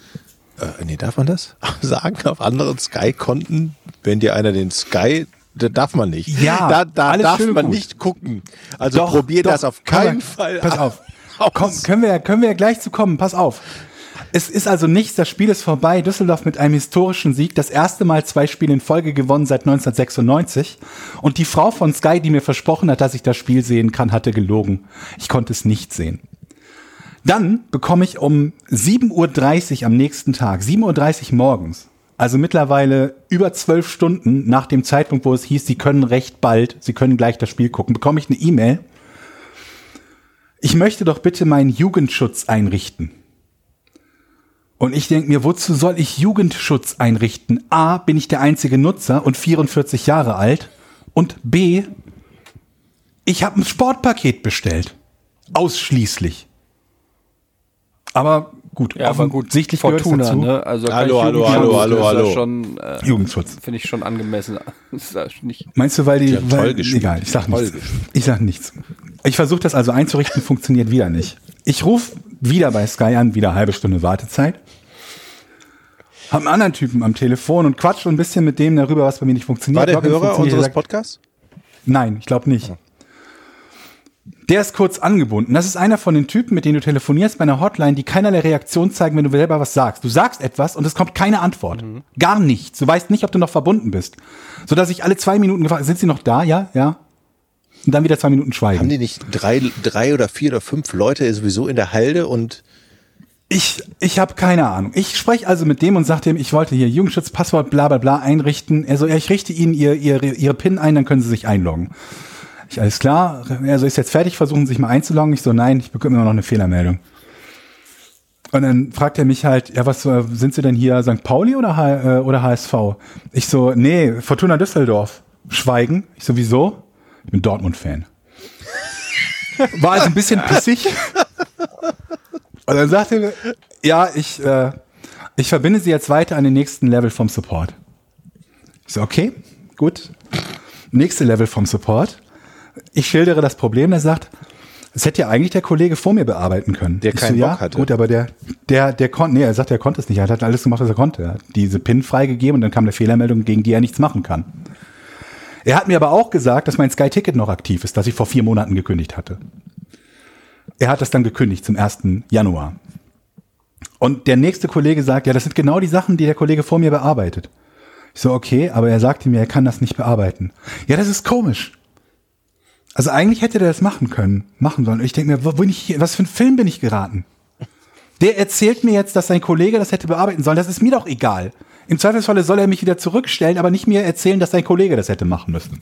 [SPEAKER 2] äh, nee, darf man das sagen? Auf anderen Sky-Konten, wenn dir einer den Sky, da darf man nicht.
[SPEAKER 3] Ja,
[SPEAKER 2] da, da
[SPEAKER 3] alles
[SPEAKER 2] darf
[SPEAKER 3] schön und
[SPEAKER 2] man
[SPEAKER 3] gut.
[SPEAKER 2] nicht gucken. Also probier das auf
[SPEAKER 3] komm mal,
[SPEAKER 2] keinen Fall.
[SPEAKER 3] Pass auf.
[SPEAKER 2] aus.
[SPEAKER 3] Komm, können wir, ja- können wir ja gleich zu kommen. Pass auf. Es ist also nichts, das Spiel ist vorbei. Düsseldorf mit einem historischen Sieg, das erste Mal zwei Spiele in Folge gewonnen seit 1996. Und die Frau von Sky, die mir versprochen hat, dass ich das Spiel sehen kann, hatte gelogen. Ich konnte es nicht sehen. Dann bekomme ich um 7.30 Uhr am nächsten Tag, 7.30 Uhr morgens, also mittlerweile über zwölf Stunden nach dem Zeitpunkt, wo es hieß, Sie können recht bald, Sie können gleich das Spiel gucken, bekomme ich eine E-Mail. Ich möchte doch bitte meinen Jugendschutz einrichten. Und ich denke mir, wozu soll ich Jugendschutz einrichten? A, bin ich der einzige Nutzer und 44 Jahre alt. Und B, ich habe ein Sportpaket bestellt. Ausschließlich. Aber gut,
[SPEAKER 4] Ja, aber gut,
[SPEAKER 3] offensichtlich gehört es
[SPEAKER 4] Fortuna,
[SPEAKER 3] dazu.
[SPEAKER 4] ne? Also
[SPEAKER 2] Hallo,
[SPEAKER 4] kein
[SPEAKER 2] hallo,
[SPEAKER 4] Jugendschutz
[SPEAKER 2] hallo, hallo,
[SPEAKER 4] ist da
[SPEAKER 2] hallo.
[SPEAKER 4] schon, äh,
[SPEAKER 3] Jugendschutz.
[SPEAKER 4] finde ich schon angemessen. Ist da nicht
[SPEAKER 3] Meinst du, weil die.
[SPEAKER 2] Die haben
[SPEAKER 3] weil,
[SPEAKER 2] toll gespielt.
[SPEAKER 3] Egal, ich sag
[SPEAKER 2] Toll
[SPEAKER 3] nichts.
[SPEAKER 2] gespielt.
[SPEAKER 3] Ich sag nichts. Ich versuche das also einzurichten, funktioniert wieder nicht. Ich rufe wieder bei Sky an, wieder halbe Stunde Wartezeit. Hab einen anderen Typen am Telefon und quatsch ein bisschen mit dem darüber, was bei mir nicht funktioniert.
[SPEAKER 2] War der
[SPEAKER 3] Login
[SPEAKER 2] Hörer
[SPEAKER 3] funktioniert. Er
[SPEAKER 2] unseres
[SPEAKER 3] sagt,
[SPEAKER 2] Podcasts?
[SPEAKER 3] Nein, ich glaube nicht. Der ist kurz angebunden. Das ist einer von den Typen, mit denen du telefonierst bei einer Hotline, die keinerlei Reaktion zeigen, wenn du selber was sagst. Du sagst etwas und es kommt keine Antwort. Gar nichts. Du weißt nicht, ob du noch verbunden bist. Sodass ich alle zwei Minuten gefragt sind sie noch da? Ja, ja. Und dann wieder zwei Minuten
[SPEAKER 2] Haben
[SPEAKER 3] schweigen.
[SPEAKER 2] die nicht drei, drei oder vier oder fünf Leute sowieso in der Halde und
[SPEAKER 3] Ich, ich habe keine Ahnung. Ich spreche also mit dem und sage dem, ich wollte hier Jugendschutz, Passwort, bla bla bla einrichten. Er so, ja, ich richte Ihnen ihr, ihre, ihre PIN ein, dann können Sie sich einloggen. Ich, alles klar. Er so, ist jetzt fertig, versuchen Sie sich mal einzuloggen. Ich so, nein, ich bekomme immer noch eine Fehlermeldung. Und dann fragt er mich halt, ja, was äh, sind Sie denn hier, St. Pauli oder, H- äh, oder HSV? Ich so, nee, Fortuna Düsseldorf. Schweigen. Ich so, wieso? Ich bin Dortmund-Fan. War also ein bisschen pissig. Und Also dann sagt er, mir, ja, ich, äh, ich verbinde Sie jetzt weiter an den nächsten Level vom Support. Ich so, okay, gut. Nächste Level vom Support. Ich schildere das Problem, er sagt, das hätte ja eigentlich der Kollege vor mir bearbeiten können.
[SPEAKER 2] Der
[SPEAKER 3] Ich
[SPEAKER 2] keinen
[SPEAKER 3] ja,
[SPEAKER 2] Bock hatte.
[SPEAKER 3] Gut, aber der, der, der konnte, nee, er sagt, er konnte es nicht. Er hat alles gemacht, was er konnte. Er hat diese PIN freigegeben und dann kam eine Fehlermeldung, gegen die er nichts machen kann. Er hat mir aber auch gesagt, dass mein Sky-Ticket noch aktiv ist, das ich vor vier Monaten gekündigt hatte. Er hat das dann gekündigt zum 1. Januar. Und der nächste Kollege sagt, ja, das sind genau die Sachen, die der Kollege vor mir bearbeitet. Ich so, okay, aber er sagte mir, er kann das nicht bearbeiten. Ja, das ist komisch. Also eigentlich hätte der das machen können, machen sollen. Und ich denke mir, wo bin ich hier, was für ein Film bin ich geraten? Der erzählt mir jetzt, dass sein Kollege das hätte bearbeiten sollen. Das ist mir doch egal. Im Zweifelsfalle soll er mich wieder zurückstellen, aber nicht mir erzählen, dass sein Kollege das hätte machen müssen.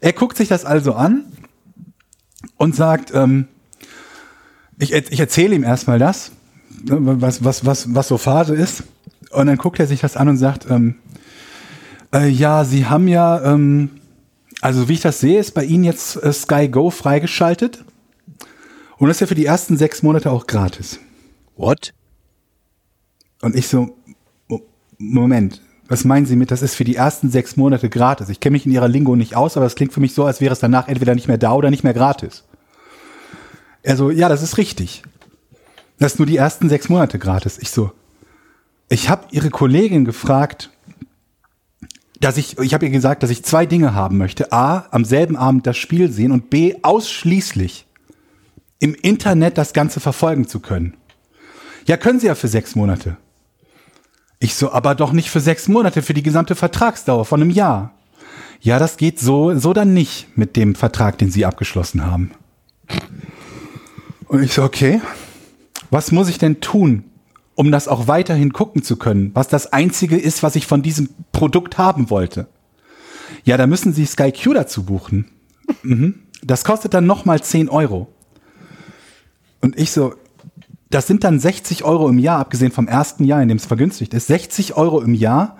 [SPEAKER 3] Er guckt sich das also an und sagt, ähm, ich, er- ich erzähle ihm erstmal das, ne, was, was, was, was so Phase ist. Und dann guckt er sich das an und sagt, ähm, äh, ja, Sie haben ja, ähm, also wie ich das sehe, ist bei Ihnen jetzt äh, Sky Go freigeschaltet. Und das ist ja für die ersten sechs Monate auch gratis.
[SPEAKER 2] what?
[SPEAKER 3] Und ich so, Mo- Moment, was meinen Sie mit, das ist für die ersten sechs Monate gratis? Ich kenne mich in Ihrer Lingo nicht aus, aber es klingt für mich so, als wäre es danach entweder nicht mehr da oder nicht mehr gratis. Er so, ja, das ist richtig. Das ist nur die ersten sechs Monate gratis. Ich so, ich habe ihre Kollegin gefragt, dass ich, ich habe ihr gesagt, dass ich zwei Dinge haben möchte. A, am selben Abend das Spiel sehen und B, ausschließlich im Internet das Ganze verfolgen zu können. Ja, können sie ja für sechs Monate. Ich so, aber doch nicht für sechs Monate, für die gesamte Vertragsdauer von einem Jahr. Ja, das geht so, so dann nicht mit dem Vertrag, den sie abgeschlossen haben. Und ich so, okay, was muss ich denn tun, um das auch weiterhin gucken zu können, was das einzige ist, was ich von diesem Produkt haben wollte? Ja, da müssen Sie Sky Q dazu buchen. Mhm. Das kostet dann nochmal 10 Euro. Und ich so, das sind dann 60 Euro im Jahr, abgesehen vom ersten Jahr, in dem es vergünstigt ist, 60 Euro im Jahr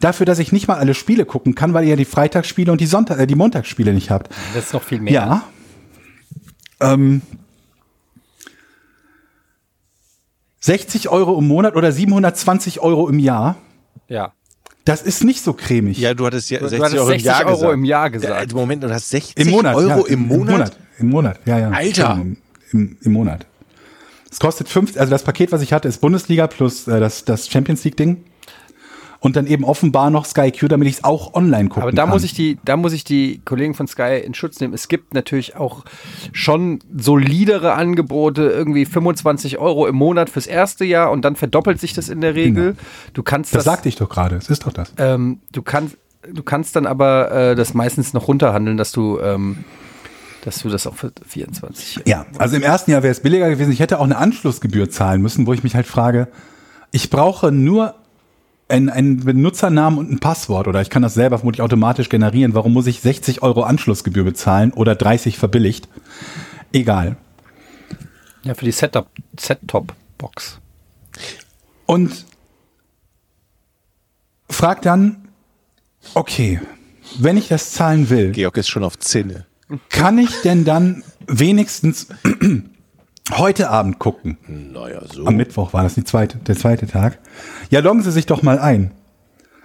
[SPEAKER 3] dafür, dass ich nicht mal alle Spiele gucken kann, weil ihr ja die Freitagsspiele und die Sonntag, äh, die Montagsspiele nicht habt.
[SPEAKER 1] Das ist noch viel mehr.
[SPEAKER 3] Ja. Ähm, 60 Euro im Monat oder 720 Euro im Jahr,
[SPEAKER 1] ja.
[SPEAKER 3] das ist nicht so cremig.
[SPEAKER 2] Ja, du hattest ja
[SPEAKER 4] Du
[SPEAKER 2] 60
[SPEAKER 4] hattest
[SPEAKER 2] Euro im
[SPEAKER 4] 60
[SPEAKER 2] Jahr
[SPEAKER 4] Euro
[SPEAKER 2] gesagt.
[SPEAKER 4] im Jahr
[SPEAKER 2] Ja,
[SPEAKER 4] gesagt.
[SPEAKER 2] Moment, du hast 60
[SPEAKER 3] Im Monat.
[SPEAKER 2] Euro
[SPEAKER 3] ja,
[SPEAKER 2] im Monat?
[SPEAKER 3] Im Monat, ja, ja.
[SPEAKER 2] Alter.
[SPEAKER 3] Entschuldigung, Im, im Monat. Es kostet fünf, also das Paket, was ich hatte, ist Bundesliga plus äh, das, das Champions League-Ding. Und dann eben offenbar noch Sky Q, damit ich es auch online gucken
[SPEAKER 1] Aber da
[SPEAKER 3] kann.
[SPEAKER 1] muss, ich die, da muss ich die Kollegen von Sky in Schutz nehmen. Es gibt natürlich auch schon solidere Angebote, irgendwie 25 Euro im Monat fürs erste Jahr und dann verdoppelt sich das in
[SPEAKER 4] Genau.
[SPEAKER 1] der Regel. Du kannst
[SPEAKER 3] das
[SPEAKER 1] das,
[SPEAKER 3] sagte ich doch gerade, es ist doch das.
[SPEAKER 1] ähm, du kannst, du kannst dann aber äh, das meistens noch runterhandeln, dass du, ähm, dass du das auch für 24.
[SPEAKER 3] Ja, also im ersten Jahr wäre es billiger gewesen. Ich hätte auch eine Anschlussgebühr zahlen müssen, wo ich mich halt frage, ich brauche nur einen, einen Benutzernamen und ein Passwort oder ich kann das selber vermutlich automatisch generieren. Warum muss ich 60 Euro Anschlussgebühr bezahlen oder 30 verbilligt? Egal.
[SPEAKER 1] Ja, für die Setup, Set-Top-Box.
[SPEAKER 3] Und frag dann, okay, wenn ich das zahlen will,
[SPEAKER 2] Georg ist schon auf Zinne.
[SPEAKER 3] kann ich denn dann wenigstens heute Abend gucken?
[SPEAKER 2] Naja, so.
[SPEAKER 3] Am Mittwoch war das die zweite, der zweite Tag. Ja, loggen Sie sich doch mal ein.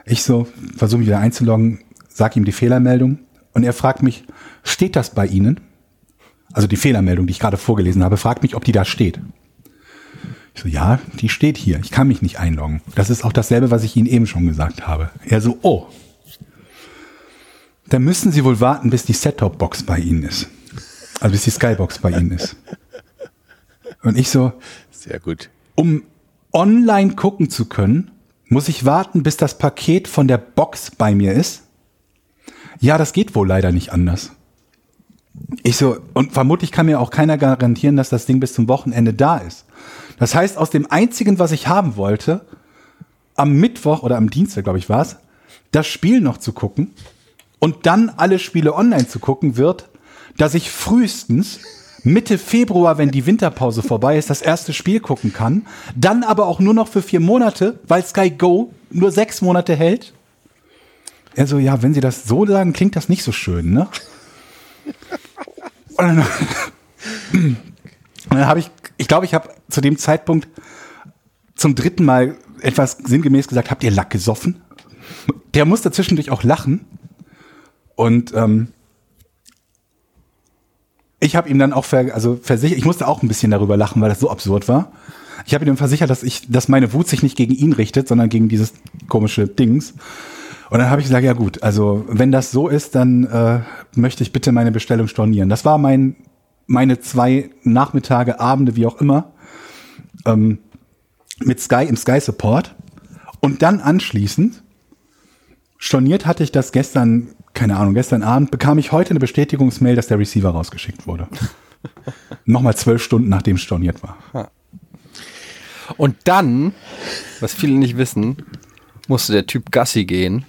[SPEAKER 3] Ich so, versuche mich wieder einzuloggen, sag ihm die Fehlermeldung und er fragt mich, steht das bei Ihnen? Also die Fehlermeldung, die ich gerade vorgelesen habe, fragt mich, ob die da steht. Ich so, ja, die steht hier. Ich kann mich nicht einloggen. Das ist auch dasselbe, was ich Ihnen eben schon gesagt habe. Er so, oh. Dann müssen Sie wohl warten, bis die Set-Top-Box bei Ihnen ist. Also bis die Skybox bei Ihnen ist. Und ich so,
[SPEAKER 2] Sehr gut.
[SPEAKER 3] um online gucken zu können, muss ich warten, bis das Paket von der Box bei mir ist? Ja, das geht wohl leider nicht anders. Ich so, und vermutlich kann mir auch keiner garantieren, dass das Ding bis zum Wochenende da ist. Das heißt, aus dem einzigen, was ich haben wollte, am Mittwoch oder am Dienstag, glaube ich, war es, das Spiel noch zu gucken und dann alle Spiele online zu gucken, wird, dass ich frühestens Mitte Februar, wenn die Winterpause vorbei ist, das erste Spiel gucken kann, dann aber auch nur noch für vier Monate, weil Sky Go nur sechs Monate hält. Er so, ja, wenn Sie das so sagen, klingt das nicht so schön, ne? Und dann, und dann habe ich, ich glaube, ich habe zu dem Zeitpunkt zum dritten Mal etwas sinngemäß gesagt, habt ihr Lack gesoffen? Der musste zwischendurch auch lachen. Und ähm, ich habe ihm dann auch ver also versichert, ich musste auch ein bisschen darüber lachen, weil das so absurd war. Ich habe ihm dann versichert, dass ich, dass meine Wut sich nicht gegen ihn richtet, sondern gegen dieses komische Dings. Und dann habe ich gesagt, ja gut, also wenn das so ist, dann äh, möchte ich bitte meine Bestellung stornieren. Das war mein meine zwei Nachmittage, Abende, wie auch immer, ähm, mit Sky im Sky Support. Und dann anschließend Storniert hatte ich das gestern, keine Ahnung, gestern Abend bekam ich heute eine Bestätigungsmail, dass der Receiver rausgeschickt wurde. Nochmal zwölf Stunden, nachdem es storniert war.
[SPEAKER 1] Und dann, was viele nicht wissen, musste der Typ Gassi gehen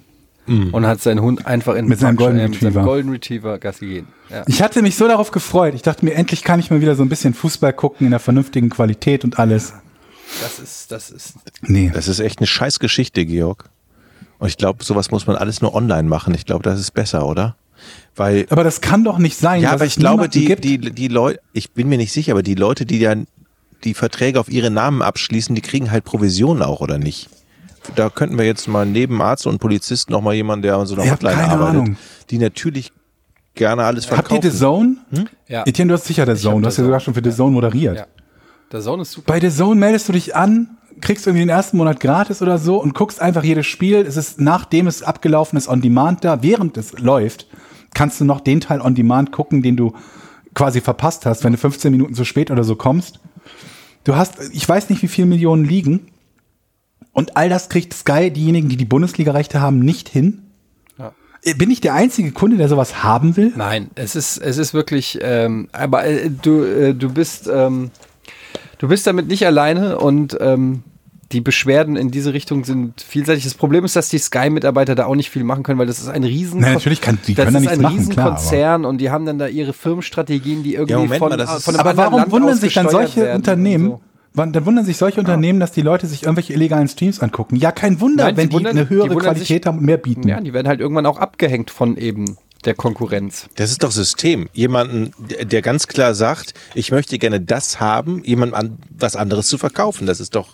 [SPEAKER 1] und hat seinen Hund einfach in
[SPEAKER 3] Mhm. Mit seinem
[SPEAKER 1] Park-
[SPEAKER 3] Golden
[SPEAKER 1] äh, mit seinem
[SPEAKER 3] Retriever.
[SPEAKER 1] Golden Retriever Gassi gehen. Ja.
[SPEAKER 3] Ich hatte mich so darauf gefreut. Ich dachte mir, endlich kann ich mal wieder so ein bisschen Fußball gucken in der vernünftigen Qualität und alles.
[SPEAKER 1] Das ist, das ist
[SPEAKER 3] Nee.
[SPEAKER 2] Das ist echt eine Scheißgeschichte, Georg. Und ich glaube, sowas muss man alles nur online machen. Ich glaube, das ist besser, oder? Weil
[SPEAKER 3] Aber das kann doch nicht sein.
[SPEAKER 2] Ja,
[SPEAKER 3] dass
[SPEAKER 2] aber
[SPEAKER 3] es
[SPEAKER 2] ich glaube,
[SPEAKER 3] niemanden
[SPEAKER 2] die,
[SPEAKER 3] gibt.
[SPEAKER 2] die, die Leute, ich bin mir nicht sicher, aber die Leute, die dann die Verträge auf ihre Namen abschließen, die kriegen halt Provisionen auch, oder nicht? Da könnten wir jetzt mal neben Arzt und Polizisten noch mal jemanden, der an so einer
[SPEAKER 3] Ich hab
[SPEAKER 2] Hotline
[SPEAKER 3] keine
[SPEAKER 2] arbeitet,
[SPEAKER 3] Ahnung.
[SPEAKER 2] die natürlich gerne alles
[SPEAKER 3] Habt
[SPEAKER 2] verkaufen.
[SPEAKER 3] ihr The Zone?
[SPEAKER 1] ja.
[SPEAKER 3] Etienne, du hast sicher The Zone.
[SPEAKER 1] hab
[SPEAKER 3] Du hast
[SPEAKER 1] The
[SPEAKER 3] ja sogar
[SPEAKER 1] Zone.
[SPEAKER 3] schon für The Zone moderiert.
[SPEAKER 1] Ja. Der Zone ist super.
[SPEAKER 3] Bei The Zone meldest du dich an, kriegst irgendwie den ersten Monat gratis oder so und guckst einfach jedes Spiel. Es ist, nachdem es abgelaufen ist, on demand da. Während es läuft, kannst du noch den Teil on demand gucken, den du quasi verpasst hast, wenn du 15 Minuten zu spät oder so kommst. Du hast, ich weiß nicht, wie viele Millionen liegen. Und all das kriegt Sky, diejenigen, die die Bundesliga-Rechte haben, nicht hin. Äh, Bin ich der einzige Kunde, der sowas haben will?
[SPEAKER 1] Nein, es ist, es ist wirklich, ähm, aber äh, du, äh, du bist, ähm, du bist damit nicht alleine und ähm, die Beschwerden in diese Richtung sind vielseitig. Das Problem ist, dass die Sky-Mitarbeiter da auch nicht viel machen können, weil das ist ein riesen
[SPEAKER 3] Nein, natürlich kann- die
[SPEAKER 1] das
[SPEAKER 3] können da
[SPEAKER 1] ist
[SPEAKER 3] nichts
[SPEAKER 1] ein
[SPEAKER 3] machen, klar,
[SPEAKER 1] Riesenkonzern und die haben dann da ihre Firmenstrategien, die irgendwie
[SPEAKER 2] Moment
[SPEAKER 1] von,
[SPEAKER 2] mal, das ist-
[SPEAKER 1] von einem
[SPEAKER 3] Aber
[SPEAKER 1] anderen
[SPEAKER 3] warum
[SPEAKER 1] Land
[SPEAKER 3] wundern
[SPEAKER 1] aus
[SPEAKER 3] sich dann
[SPEAKER 1] gesteuert
[SPEAKER 3] solche
[SPEAKER 1] werden und
[SPEAKER 3] Unternehmen?
[SPEAKER 2] also.
[SPEAKER 1] so.
[SPEAKER 3] wann- Dann wundern sich solche Unternehmen, dass die Leute sich irgendwelche illegalen Streams angucken. Ja, kein Wunder,
[SPEAKER 1] Nein, die
[SPEAKER 3] wenn die
[SPEAKER 1] wundern-
[SPEAKER 3] eine höhere
[SPEAKER 1] die wundern
[SPEAKER 3] Qualität
[SPEAKER 1] sich-
[SPEAKER 3] haben und mehr bieten.
[SPEAKER 1] Ja, die werden halt irgendwann auch abgehängt von eben der Konkurrenz.
[SPEAKER 2] Das ist doch System. Jemanden, der der ganz klar sagt, ich möchte gerne das haben, jemandem an, was anderes zu verkaufen. Das ist doch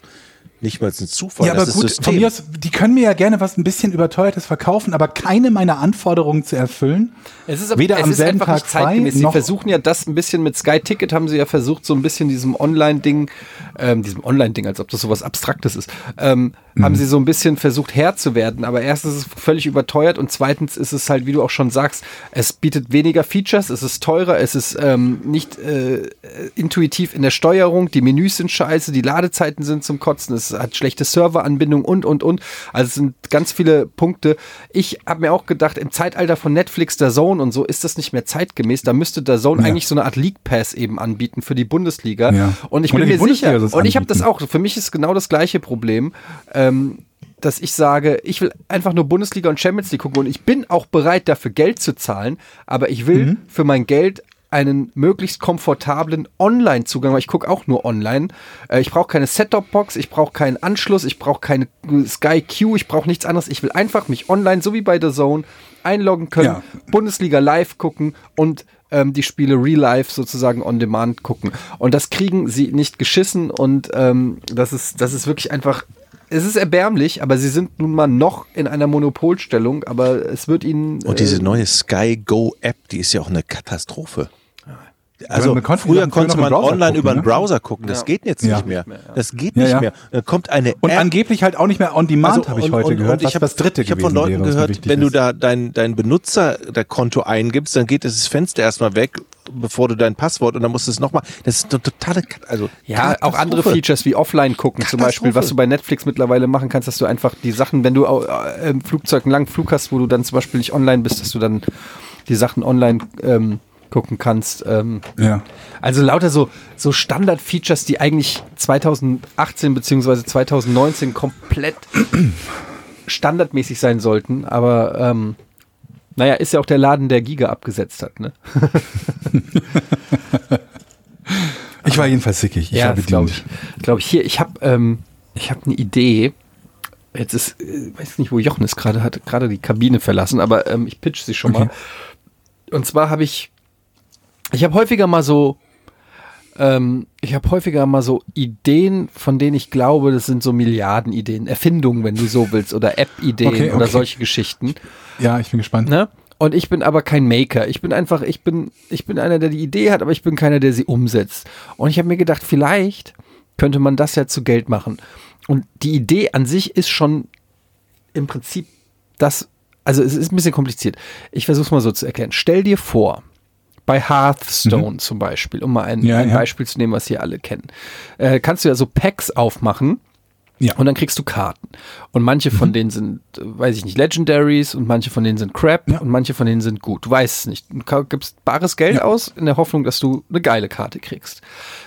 [SPEAKER 2] nicht mal ein Zufall.
[SPEAKER 3] Ja,
[SPEAKER 2] das
[SPEAKER 3] aber
[SPEAKER 2] ist
[SPEAKER 3] gut,
[SPEAKER 2] System.
[SPEAKER 3] von mir aus, die können mir ja gerne was ein bisschen überteuertes verkaufen, aber keine meiner Anforderungen zu erfüllen.
[SPEAKER 1] Es ist,
[SPEAKER 3] Weder
[SPEAKER 1] es
[SPEAKER 3] am
[SPEAKER 1] ist
[SPEAKER 3] selben
[SPEAKER 1] einfach
[SPEAKER 3] Tag
[SPEAKER 1] nicht zeitgemäß.
[SPEAKER 3] frei,
[SPEAKER 1] Sie
[SPEAKER 3] noch-
[SPEAKER 1] versuchen ja das ein bisschen mit Sky Ticket haben sie ja versucht, so ein bisschen diesem Online-Ding, ähm, diesem Online-Ding, als ob das sowas Abstraktes ist, ähm,
[SPEAKER 3] Mhm.
[SPEAKER 1] haben sie so ein bisschen versucht Herr zu werden. Aber erstens ist es völlig überteuert und zweitens ist es halt, wie du auch schon sagst, es bietet weniger Features, es ist teurer, es ist ähm, nicht äh, intuitiv in der Steuerung, die Menüs sind scheiße, die Ladezeiten sind zum Kotzen, es hat schlechte Serveranbindung und, und, und. Also es sind ganz viele Punkte. Ich habe mir auch gedacht, im Zeitalter von Netflix, der Zone und so, ist das nicht mehr zeitgemäß. Da müsste der Zone
[SPEAKER 3] Ja.
[SPEAKER 1] eigentlich so eine Art League Pass eben anbieten für die Bundesliga.
[SPEAKER 3] Ja.
[SPEAKER 1] Und ich
[SPEAKER 3] Oder
[SPEAKER 1] bin
[SPEAKER 3] die
[SPEAKER 1] mir
[SPEAKER 3] Bundesliga soll
[SPEAKER 1] sicher,
[SPEAKER 3] es
[SPEAKER 1] und ich habe das
[SPEAKER 3] anbieten.
[SPEAKER 1] auch, für mich ist genau das gleiche Problem. Ähm, dass ich sage, ich will einfach nur Bundesliga und Champions League gucken und ich bin auch bereit, dafür Geld zu zahlen, aber ich will für mein Geld einen möglichst komfortablen Online-Zugang, weil ich gucke auch nur online. Äh, Ich brauche keine Set-Top-Box, ich brauche keinen Anschluss, ich brauche keine äh, Sky Q, ich brauche nichts anderes. Ich will einfach mich online, so wie bei The Zone, einloggen können,
[SPEAKER 3] Ja.
[SPEAKER 1] Bundesliga live gucken und ähm, die Spiele real life sozusagen on demand gucken. Und das kriegen sie nicht geschissen und ähm, das, ist, das ist wirklich einfach. Es ist erbärmlich, aber sie sind nun mal noch in einer Monopolstellung, aber es wird ihnen.
[SPEAKER 2] Und
[SPEAKER 1] äh,
[SPEAKER 2] diese neue Sky Go App, die ist ja auch eine Katastrophe.
[SPEAKER 3] Ja,
[SPEAKER 2] Also
[SPEAKER 3] man konnte-
[SPEAKER 2] früher
[SPEAKER 3] man
[SPEAKER 2] konnte
[SPEAKER 3] konnte noch
[SPEAKER 2] man
[SPEAKER 3] im Browser
[SPEAKER 2] online
[SPEAKER 3] gucken,
[SPEAKER 2] über einen
[SPEAKER 3] ne?
[SPEAKER 2] Browser gucken. Das geht jetzt
[SPEAKER 3] Ja.
[SPEAKER 2] nicht mehr. Das geht
[SPEAKER 3] Ja,
[SPEAKER 2] nicht
[SPEAKER 3] ja.
[SPEAKER 2] mehr. Dann kommt eine
[SPEAKER 3] Und
[SPEAKER 2] App.
[SPEAKER 3] angeblich halt auch nicht mehr on demand,
[SPEAKER 2] Also,
[SPEAKER 3] habe ich
[SPEAKER 2] und-
[SPEAKER 3] heute
[SPEAKER 2] und-
[SPEAKER 3] gehört.
[SPEAKER 2] und ich
[SPEAKER 3] was
[SPEAKER 2] hab-
[SPEAKER 3] das dritte
[SPEAKER 2] Ich habe von
[SPEAKER 3] gewesen
[SPEAKER 2] Leuten
[SPEAKER 3] wäre, was mir
[SPEAKER 2] gehört,
[SPEAKER 3] wichtig
[SPEAKER 2] wenn du
[SPEAKER 3] ist.
[SPEAKER 2] da dein, dein Benutzerkonto eingibst, dann geht das Fenster erstmal weg, bevor du dein Passwort und dann musst du es nochmal. Das ist eine totale Kat- also
[SPEAKER 1] Ja, auch andere
[SPEAKER 2] Katastrophe.
[SPEAKER 1] Features wie Offline gucken zum Beispiel, was du bei Netflix mittlerweile machen kannst, dass du einfach die Sachen, wenn du äh, im Flugzeug einen langen Flug hast, wo du dann zum Beispiel nicht online bist, dass du dann die Sachen online ähm, gucken kannst. Ähm.
[SPEAKER 3] ja.
[SPEAKER 1] Also lauter so, so Standard-Features, die eigentlich 2018 beziehungsweise 2019 komplett standardmäßig sein sollten, aber ähm, naja, ist ja auch der Laden, der Giga abgesetzt hat, ne?
[SPEAKER 3] Ich war jedenfalls sickig. Ich war bedient.
[SPEAKER 1] glaube ich. Glaube ich hier. Ich habe ähm, ich habe eine Idee. Jetzt ist äh, weiß nicht, wo Jochen ist gerade hat gerade die Kabine verlassen, aber ähm, ich pitch sie schon
[SPEAKER 3] Okay.
[SPEAKER 1] mal. Und zwar habe ich ich habe häufiger mal so ähm, ich habe häufiger mal so Ideen, von denen ich glaube, das sind so Milliardenideen, Erfindungen, wenn du so willst, oder App-Ideen
[SPEAKER 3] Okay,
[SPEAKER 1] oder
[SPEAKER 3] okay.
[SPEAKER 1] solche Geschichten.
[SPEAKER 3] Ja, ich bin gespannt.
[SPEAKER 1] Ne? Und ich bin aber kein Maker. Ich bin einfach, ich bin, ich bin einer, der die Idee hat, aber ich bin keiner, der sie umsetzt. Und ich habe mir gedacht, vielleicht könnte man das ja zu Geld machen. Und die Idee an sich ist schon im Prinzip das, also es ist ein bisschen kompliziert. Ich versuche es mal so zu erklären. Stell dir vor, bei Hearthstone zum Beispiel, um mal ein,
[SPEAKER 3] Mhm. Ja,
[SPEAKER 1] ein
[SPEAKER 3] ja.
[SPEAKER 1] Beispiel zu nehmen, was hier alle kennen, äh, kannst du ja so Packs aufmachen.
[SPEAKER 3] Ja. Mhm.
[SPEAKER 1] Und dann kriegst du Karten. Und manche von denen sind, äh, weiß ich nicht, Legendaries und manche von denen sind Crap
[SPEAKER 3] Ja.
[SPEAKER 1] und manche von denen sind gut. Du weißt es nicht. Du ka- gibst bares Geld
[SPEAKER 3] Ja.
[SPEAKER 1] aus in der Hoffnung, dass du eine geile Karte kriegst.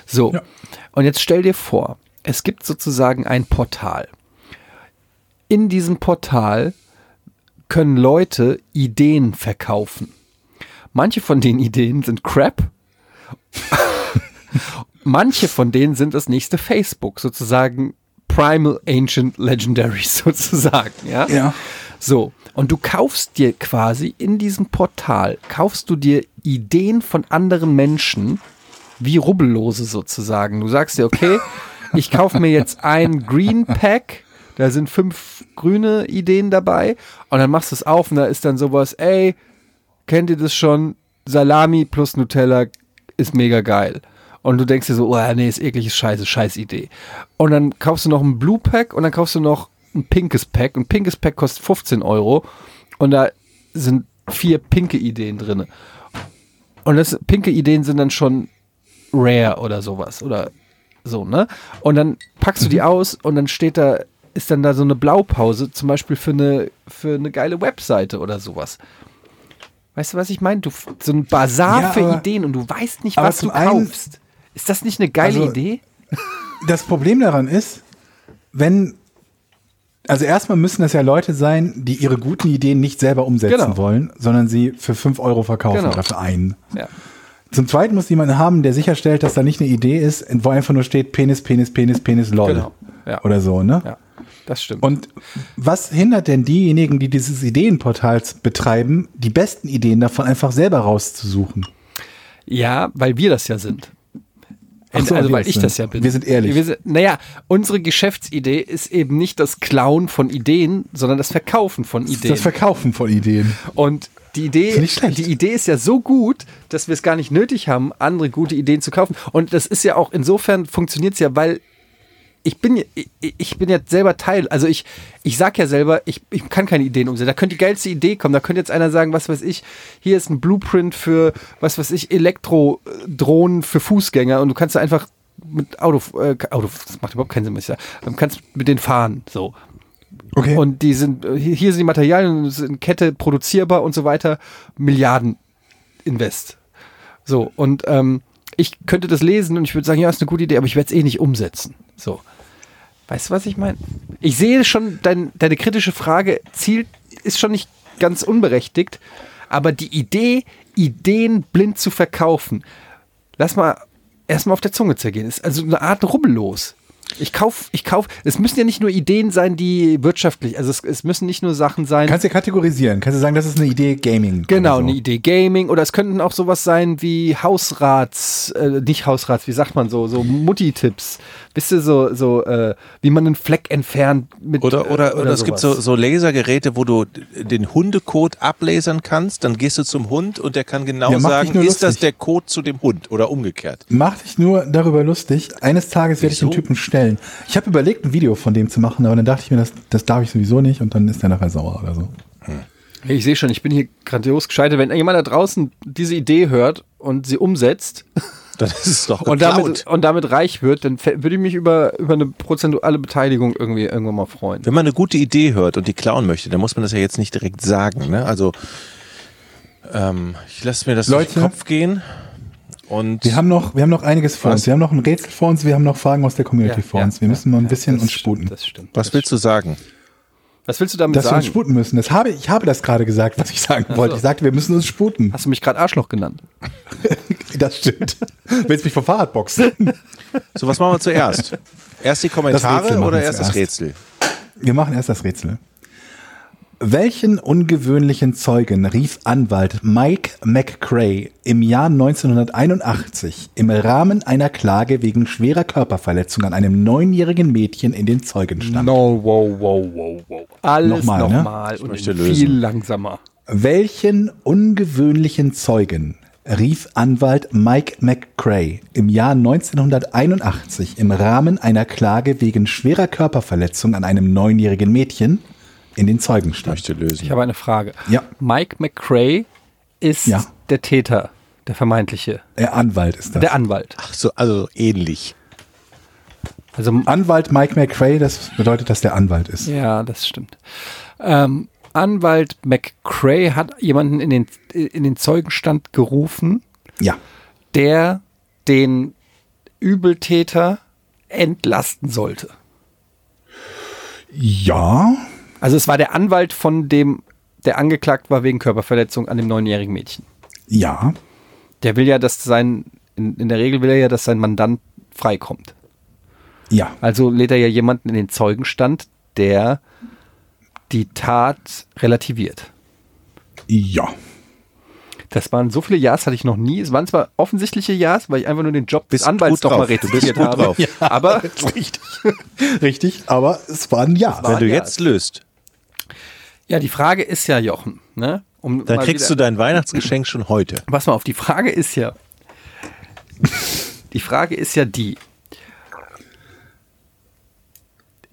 [SPEAKER 1] So.
[SPEAKER 3] Ja.
[SPEAKER 1] Und jetzt stell dir vor, es gibt sozusagen ein Portal. In diesem Portal können Leute Ideen verkaufen. Manche von den Ideen sind Crap. Manche von denen sind das nächste Facebook, sozusagen Primal Ancient Legendaries, sozusagen, ja?
[SPEAKER 3] Ja.
[SPEAKER 1] So. Und du kaufst dir quasi in diesem Portal, kaufst du dir Ideen von anderen Menschen, wie Rubbellose sozusagen. Du sagst dir, okay, ich kaufe mir jetzt ein Green Pack, da sind fünf grüne Ideen dabei und dann machst du es auf und da ist dann sowas, ey, kennt ihr das schon? Salami plus Nutella ist mega geil. Und du denkst dir so, oh nee, ist eklig, ist scheiße, scheiß Idee. Und dann kaufst du noch ein Blue Pack und dann kaufst du noch ein pinkes Pack. Und pinkes Pack kostet 15 Euro. Und da sind vier pinke Ideen drin. Und das pinke Ideen sind dann schon rare oder sowas. Oder so, ne? Und dann packst du
[SPEAKER 3] Mhm.
[SPEAKER 1] die aus und dann steht da, ist dann da so eine Blaupause, zum Beispiel für eine, für eine geile Webseite oder sowas. Weißt du, was ich meine? Du, so ein Bazar
[SPEAKER 3] Ja,
[SPEAKER 1] für
[SPEAKER 3] aber-
[SPEAKER 1] Ideen und du weißt nicht,
[SPEAKER 3] aber
[SPEAKER 1] was du
[SPEAKER 3] zum einen-
[SPEAKER 1] kaufst. Ist das nicht eine geile
[SPEAKER 3] Also-
[SPEAKER 1] Idee?
[SPEAKER 3] das Problem daran ist, wenn, also erstmal müssen das ja Leute sein, die ihre guten Ideen nicht selber umsetzen
[SPEAKER 1] Genau.
[SPEAKER 3] wollen, sondern sie für 5 Euro verkaufen
[SPEAKER 1] Genau.
[SPEAKER 3] oder für einen.
[SPEAKER 1] Ja.
[SPEAKER 3] Zum Zweiten muss jemand haben, der sicherstellt, dass da nicht eine Idee ist, wo einfach nur steht Penis, Penis, Penis, Penis, lol.
[SPEAKER 1] Genau. Ja.
[SPEAKER 3] Oder so, ne?
[SPEAKER 1] ja, das stimmt.
[SPEAKER 3] Und was hindert denn diejenigen, die dieses Ideenportals betreiben, die besten Ideen davon einfach selber rauszusuchen?
[SPEAKER 1] ja, weil wir das ja sind.
[SPEAKER 3] Ach so,
[SPEAKER 1] also
[SPEAKER 3] wir
[SPEAKER 1] weil ich
[SPEAKER 3] sind-
[SPEAKER 1] das ja bin.
[SPEAKER 3] wir sind ehrlich.
[SPEAKER 1] Wir sind, naja, unsere Geschäftsidee ist eben nicht das Klauen von Ideen, sondern das Verkaufen von Ideen.
[SPEAKER 3] Das Verkaufen von Ideen.
[SPEAKER 1] Und die Idee,
[SPEAKER 3] Ist nicht schlecht.
[SPEAKER 1] die Idee ist ja so gut, dass wir es gar nicht nötig haben, andere gute Ideen zu kaufen. Und das ist ja auch insofern funktioniert es ja, weil ich bin, ich, ich bin jetzt selber Teil. Also ich, ich sag ja selber, ich, ich kann keine Ideen umsetzen. Da könnte die geilste Idee kommen. Da könnte jetzt einer sagen, was weiß ich, hier ist ein Blueprint für, was weiß ich, Elektrodrohnen für Fußgänger und du kannst da einfach mit Auto, äh, Auto, das macht überhaupt keinen Sinn, was ich sage. Du kannst mit denen fahren, so.
[SPEAKER 3] Okay.
[SPEAKER 1] Und die sind, äh, hier hier sind die Materialien, sind in Kette produzierbar und so weiter. Milliarden invest. So, und ähm, ich könnte das lesen und ich würde sagen, ja, ist eine gute Idee, aber ich werde es eh nicht umsetzen. So. Weißt du, was ich meine? Ich sehe schon, dein, deine kritische Frage zielt, ist schon nicht ganz unberechtigt, aber die Idee, Ideen blind zu verkaufen, lass mal erstmal auf der Zunge zergehen. Ist also eine Art rubbellos. Ich kauf, ich kauf, es müssen ja nicht nur Ideen sein, die wirtschaftlich, also es, es müssen nicht nur Sachen sein.
[SPEAKER 3] Kannst du kategorisieren? Kannst du sagen, das ist eine Idee Gaming? Also,
[SPEAKER 1] Genau,
[SPEAKER 3] oder
[SPEAKER 1] eine Idee Gaming oder es könnten auch sowas sein wie Hausrats, äh, nicht Hausrats, wie sagt man so, so Mutti-Tipps. Wisst ihr, so, so äh, wie man einen Fleck entfernt mit.
[SPEAKER 2] Oder, oder,
[SPEAKER 1] äh,
[SPEAKER 2] oder, es gibt so,
[SPEAKER 1] sowas.
[SPEAKER 2] so Lasergeräte, wo du den Hundecode ablasern kannst, dann gehst du zum Hund und der kann genau
[SPEAKER 3] Ja, mach dich
[SPEAKER 2] sagen,
[SPEAKER 3] nur
[SPEAKER 2] ist das
[SPEAKER 3] lustig.
[SPEAKER 2] der Code zu dem Hund oder umgekehrt.
[SPEAKER 3] Mach dich nur darüber lustig. Eines Tages werde ich den
[SPEAKER 2] Wieso?
[SPEAKER 3] Typen stellen. Ich habe überlegt, ein Video von dem zu machen, aber dann dachte ich mir, das, das darf ich sowieso nicht und dann ist er nachher sauer oder so.
[SPEAKER 1] Ich sehe schon, ich bin hier grandios gescheitert. Wenn jemand da draußen diese Idee hört und sie umsetzt
[SPEAKER 2] Dann ist es doch
[SPEAKER 1] und
[SPEAKER 2] geklaut.
[SPEAKER 1] damit, und damit reich wird, dann fä- würde ich mich über, über eine prozentuale Beteiligung irgendwie irgendwann mal freuen.
[SPEAKER 2] Wenn man eine gute Idee hört und die klauen möchte, dann muss man das ja jetzt nicht direkt sagen. Ne? Also ähm, ich lasse mir das durch den
[SPEAKER 3] Leute.
[SPEAKER 2] Kopf gehen und
[SPEAKER 3] Wir haben noch, wir haben noch einiges vor
[SPEAKER 2] Was?
[SPEAKER 3] uns. Wir haben noch ein Rätsel vor uns, wir haben noch Fragen aus der Community vor uns. Wir müssen mal ein bisschen
[SPEAKER 1] das
[SPEAKER 3] uns
[SPEAKER 1] stimmt,
[SPEAKER 3] sputen.
[SPEAKER 1] Das stimmt.
[SPEAKER 2] was willst du sagen?
[SPEAKER 1] Was willst du damit
[SPEAKER 3] Dass wir uns
[SPEAKER 1] sagen?
[SPEAKER 3] sputen müssen. Das habe, ich habe das gerade gesagt, was ich sagen wollte. Ich sagte, wir müssen uns sputen.
[SPEAKER 1] Hast du mich gerade Arschloch genannt?
[SPEAKER 3] Das stimmt. Willst mich vom Fahrrad boxen?
[SPEAKER 2] So, was machen wir zuerst? Erst die
[SPEAKER 3] Rätsel
[SPEAKER 2] Kommentare
[SPEAKER 3] machen
[SPEAKER 2] oder
[SPEAKER 3] wir
[SPEAKER 2] erst das
[SPEAKER 3] zuerst.
[SPEAKER 2] Rätsel?
[SPEAKER 3] Wir machen erst das Rätsel. Welchen ungewöhnlichen Zeugen rief Anwalt Mike McCray im Jahr 1981 im Rahmen einer Klage wegen schwerer Körperverletzung an einem neunjährigen Mädchen in den Zeugenstand?
[SPEAKER 1] No, wow, wow, wow, wow. Alles
[SPEAKER 3] Nochmal,
[SPEAKER 1] nochmal,
[SPEAKER 3] ne?
[SPEAKER 1] und
[SPEAKER 2] möchte
[SPEAKER 1] in
[SPEAKER 2] lösen.
[SPEAKER 1] viel langsamer.
[SPEAKER 3] Welchen ungewöhnlichen Zeugen rief Anwalt Mike McCray im Jahr 1981 im Rahmen einer Klage wegen schwerer Körperverletzung an einem neunjährigen Mädchen in den Zeugenstand?
[SPEAKER 2] Möchte lösen.
[SPEAKER 1] Ich habe eine Frage.
[SPEAKER 3] Ja.
[SPEAKER 1] Mike McCray ist
[SPEAKER 3] Ja.
[SPEAKER 1] der Täter, der vermeintliche,
[SPEAKER 3] Der Anwalt ist das.
[SPEAKER 1] der Anwalt.
[SPEAKER 2] Ach so, also ähnlich.
[SPEAKER 1] Also
[SPEAKER 3] Anwalt Mike McRae, das bedeutet, dass der Anwalt ist.
[SPEAKER 1] ja, das stimmt. Ähm, Anwalt McCray hat jemanden in den in den Zeugenstand gerufen,
[SPEAKER 3] Ja.
[SPEAKER 1] der den Übeltäter entlasten sollte.
[SPEAKER 3] Ja.
[SPEAKER 1] Also es war der Anwalt von dem, der angeklagt war wegen Körperverletzung an dem neunjährigen Mädchen.
[SPEAKER 3] Ja.
[SPEAKER 1] Der will ja, dass sein, in, in der Regel will er ja, dass sein Mandant freikommt.
[SPEAKER 3] Ja.
[SPEAKER 1] Also lädt er ja jemanden in den Zeugenstand, der die Tat relativiert.
[SPEAKER 3] Ja.
[SPEAKER 1] Das waren so viele Ja's, hatte ich noch nie. Es waren zwar offensichtliche Ja's, weil ich einfach nur den Job des
[SPEAKER 2] Bist
[SPEAKER 1] Anwalts
[SPEAKER 2] gut
[SPEAKER 1] doch mal
[SPEAKER 2] drauf. Du bist
[SPEAKER 1] rezitiert
[SPEAKER 2] gut
[SPEAKER 1] habe.
[SPEAKER 2] drauf. Ja.
[SPEAKER 1] Aber
[SPEAKER 3] Richtig. Richtig, aber es war ein Ja.
[SPEAKER 2] Wenn du
[SPEAKER 1] ja.
[SPEAKER 2] jetzt löst,
[SPEAKER 1] ja, die Frage ist ja, Jochen, ne? Um
[SPEAKER 2] dann
[SPEAKER 1] mal
[SPEAKER 2] kriegst
[SPEAKER 1] wieder-
[SPEAKER 2] du dein Weihnachtsgeschenk schon heute.
[SPEAKER 1] Pass mal auf, die Frage ist ja, Die Frage ist ja die.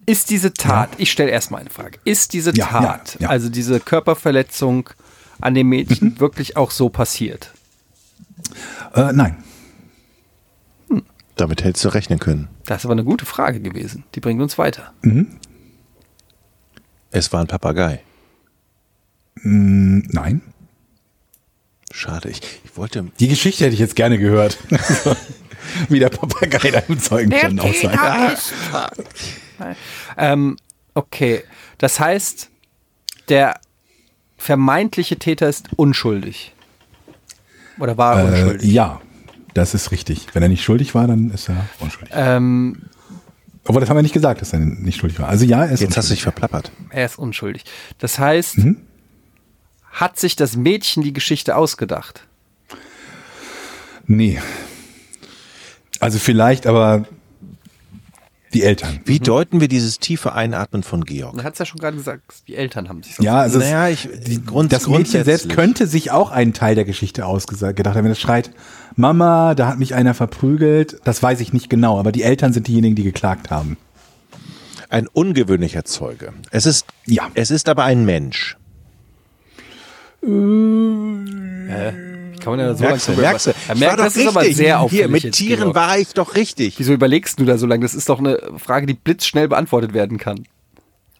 [SPEAKER 1] Ist diese Tat, ich stelle erstmal eine Frage, ist diese
[SPEAKER 3] Ja, ja,
[SPEAKER 1] Tat,
[SPEAKER 3] ja. Mhm.
[SPEAKER 1] also diese Körperverletzung an dem Mädchen wirklich auch so passiert?
[SPEAKER 3] Äh, nein.
[SPEAKER 2] Damit hättest du rechnen können.
[SPEAKER 1] Das ist aber eine gute Frage gewesen. Die bringt uns weiter.
[SPEAKER 3] Mhm.
[SPEAKER 2] Es war ein Papagei.
[SPEAKER 3] Mm, nein.
[SPEAKER 2] Schade, ich, ich wollte.
[SPEAKER 3] Die Geschichte hätte ich jetzt gerne gehört. Wie der Papagei da im Zeugenstand aussah.
[SPEAKER 2] Ah.
[SPEAKER 1] Ähm, okay, das heißt, der vermeintliche Täter ist unschuldig. Oder war er
[SPEAKER 3] Äh,
[SPEAKER 1] unschuldig?
[SPEAKER 3] ja, das ist richtig. Wenn er nicht schuldig war, dann ist er unschuldig.
[SPEAKER 1] Ähm,
[SPEAKER 3] Aber das haben wir nicht gesagt, dass er nicht schuldig war. Also ja, er ist
[SPEAKER 2] Jetzt hast du dich
[SPEAKER 3] unschuldig.
[SPEAKER 2] verplappert.
[SPEAKER 1] er ist unschuldig. Das heißt,
[SPEAKER 2] Mhm.
[SPEAKER 1] hat sich das Mädchen die Geschichte ausgedacht?
[SPEAKER 3] Nee. Also vielleicht, aber die Eltern.
[SPEAKER 2] Wie deuten wir dieses tiefe Einatmen von Georg?
[SPEAKER 1] Man hat es ja schon gerade gesagt, die Eltern haben sich
[SPEAKER 3] Ja, also
[SPEAKER 2] Naja,
[SPEAKER 3] es,
[SPEAKER 2] ich- grund-
[SPEAKER 3] das Mädchen selbst
[SPEAKER 2] grundsätzlich.
[SPEAKER 3] könnte sich auch einen Teil der Geschichte ausgedacht haben, wenn es schreit, Mama, da hat mich einer verprügelt. Das weiß ich nicht genau, aber die Eltern sind diejenigen, die geklagt haben.
[SPEAKER 2] Ein ungewöhnlicher Zeuge. Es ist,
[SPEAKER 3] Ja.
[SPEAKER 2] es ist aber ein Mensch.
[SPEAKER 1] Kann man ja so
[SPEAKER 2] Merkst du,
[SPEAKER 1] lange
[SPEAKER 2] merkst du.
[SPEAKER 1] Ja, merk, das ist aber sehr auffällig
[SPEAKER 2] Hier, mit
[SPEAKER 1] jetzt,
[SPEAKER 2] Tieren
[SPEAKER 1] Georg.
[SPEAKER 2] war ich doch richtig.
[SPEAKER 1] Wieso überlegst du da so lange? Das ist doch eine Frage, die blitzschnell beantwortet werden kann.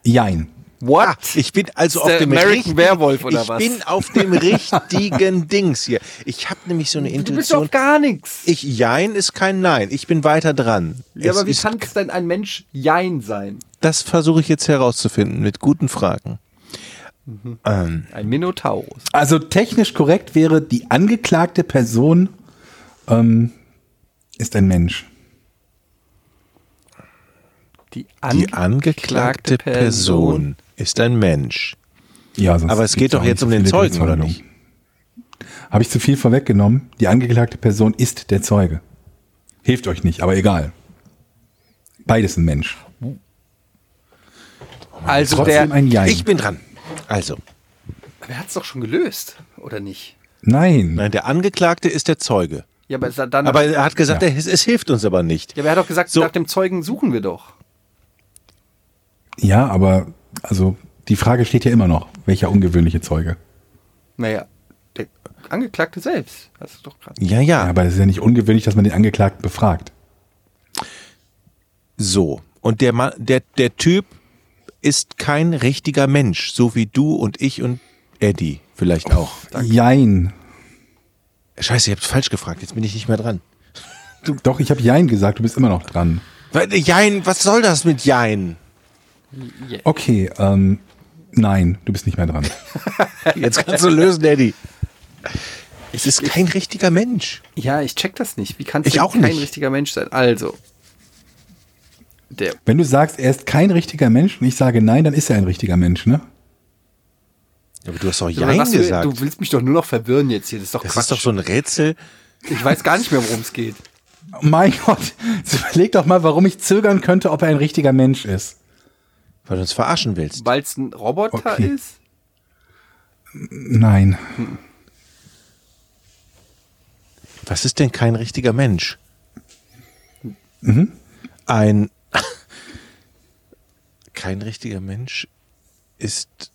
[SPEAKER 3] Jein.
[SPEAKER 1] What?
[SPEAKER 2] Ah, ich bin also
[SPEAKER 1] Ist
[SPEAKER 2] auf
[SPEAKER 1] der
[SPEAKER 2] dem
[SPEAKER 1] American
[SPEAKER 2] richtigen,
[SPEAKER 1] Werewolf oder
[SPEAKER 2] ich
[SPEAKER 1] was?
[SPEAKER 2] bin auf dem richtigen Dings hier. Ich habe nämlich so eine
[SPEAKER 1] du bist doch
[SPEAKER 2] Intuition.
[SPEAKER 1] gar nichts.
[SPEAKER 2] Ich jein ist kein Nein. Ich bin weiter dran.
[SPEAKER 1] Ja,
[SPEAKER 2] Es
[SPEAKER 1] aber wie
[SPEAKER 2] ist,
[SPEAKER 1] kann es denn ein Mensch Jein sein?
[SPEAKER 2] das versuche ich jetzt herauszufinden mit guten Fragen.
[SPEAKER 1] Ein Minotaurus.
[SPEAKER 3] Also technisch korrekt wäre, die angeklagte Person ähm, ist ein Mensch.
[SPEAKER 1] Die,
[SPEAKER 2] Die angeklagte Person ist ein Mensch.
[SPEAKER 3] Ja, sonst
[SPEAKER 2] Aber es
[SPEAKER 3] gibt's
[SPEAKER 2] geht doch
[SPEAKER 3] auch nicht
[SPEAKER 2] jetzt
[SPEAKER 3] so
[SPEAKER 2] um den
[SPEAKER 3] viele
[SPEAKER 2] Zeugen, oder
[SPEAKER 3] Bezeugungen.
[SPEAKER 2] nicht?
[SPEAKER 3] Habe ich zu viel vorweggenommen? Die angeklagte Person ist der Zeuge. Hilft euch nicht, aber egal. Beides ein Mensch.
[SPEAKER 1] Also
[SPEAKER 3] Trotzdem
[SPEAKER 1] der,
[SPEAKER 3] ein Jein.
[SPEAKER 2] Ich bin dran. Also,
[SPEAKER 1] wer hat es doch schon gelöst, oder nicht?
[SPEAKER 3] Nein.
[SPEAKER 2] nein, der Angeklagte ist der Zeuge.
[SPEAKER 1] Ja, aber, sa- dann,
[SPEAKER 2] Aber
[SPEAKER 1] ja,
[SPEAKER 2] er hat gesagt,
[SPEAKER 3] Ja.
[SPEAKER 2] er- es, es hilft uns aber nicht.
[SPEAKER 1] aber er hat doch gesagt,
[SPEAKER 2] So.
[SPEAKER 1] nach dem Zeugen suchen wir doch.
[SPEAKER 3] Ja, aber also die Frage steht ja immer noch, welcher ungewöhnliche Zeuge.
[SPEAKER 1] Naja, der Angeklagte selbst. Das ist doch krass.
[SPEAKER 2] Ja,
[SPEAKER 3] Ja,
[SPEAKER 2] ja,
[SPEAKER 3] aber es ist ja nicht ungewöhnlich, dass man den Angeklagten befragt.
[SPEAKER 2] so. Und der, Mann, der, der Typ ist kein richtiger Mensch, so wie du und ich und Eddie vielleicht auch.
[SPEAKER 3] Jein.
[SPEAKER 2] Oh, Scheiße, ihr habt falsch gefragt, jetzt bin ich nicht mehr dran.
[SPEAKER 3] Doch, ich habe Jein gesagt, du bist immer noch dran.
[SPEAKER 2] Weil, Jein, was soll das mit Jein?
[SPEAKER 3] Okay, ähm, nein, du bist nicht mehr dran.
[SPEAKER 2] Jetzt kannst du lösen, Eddie. Es ist kein richtiger Mensch.
[SPEAKER 1] Ja, ich check das nicht. Wie kann es
[SPEAKER 2] Ich
[SPEAKER 1] denn
[SPEAKER 2] auch
[SPEAKER 1] kein
[SPEAKER 2] nicht.
[SPEAKER 1] richtiger Mensch sein? Also, der
[SPEAKER 3] Wenn du sagst, er ist kein richtiger Mensch und ich sage nein, dann ist er ein richtiger Mensch, ne?
[SPEAKER 2] Aber du hast doch
[SPEAKER 1] Aber
[SPEAKER 2] Jein
[SPEAKER 1] was, du-
[SPEAKER 2] gesagt.
[SPEAKER 1] Du willst mich doch nur noch verwirren jetzt hier. Das ist doch
[SPEAKER 2] das
[SPEAKER 1] Quatsch.
[SPEAKER 2] ist doch so ein Rätsel.
[SPEAKER 1] ich weiß gar nicht mehr, worum es geht.
[SPEAKER 3] Oh mein Gott, jetzt überleg doch mal, warum ich zögern könnte, ob er ein richtiger Mensch ist.
[SPEAKER 2] Weil du uns verarschen willst.
[SPEAKER 1] Weil es ein Roboter
[SPEAKER 3] Okay.
[SPEAKER 1] ist?
[SPEAKER 3] Nein.
[SPEAKER 2] Was ist denn kein richtiger Mensch? Ein kein richtiger Mensch ist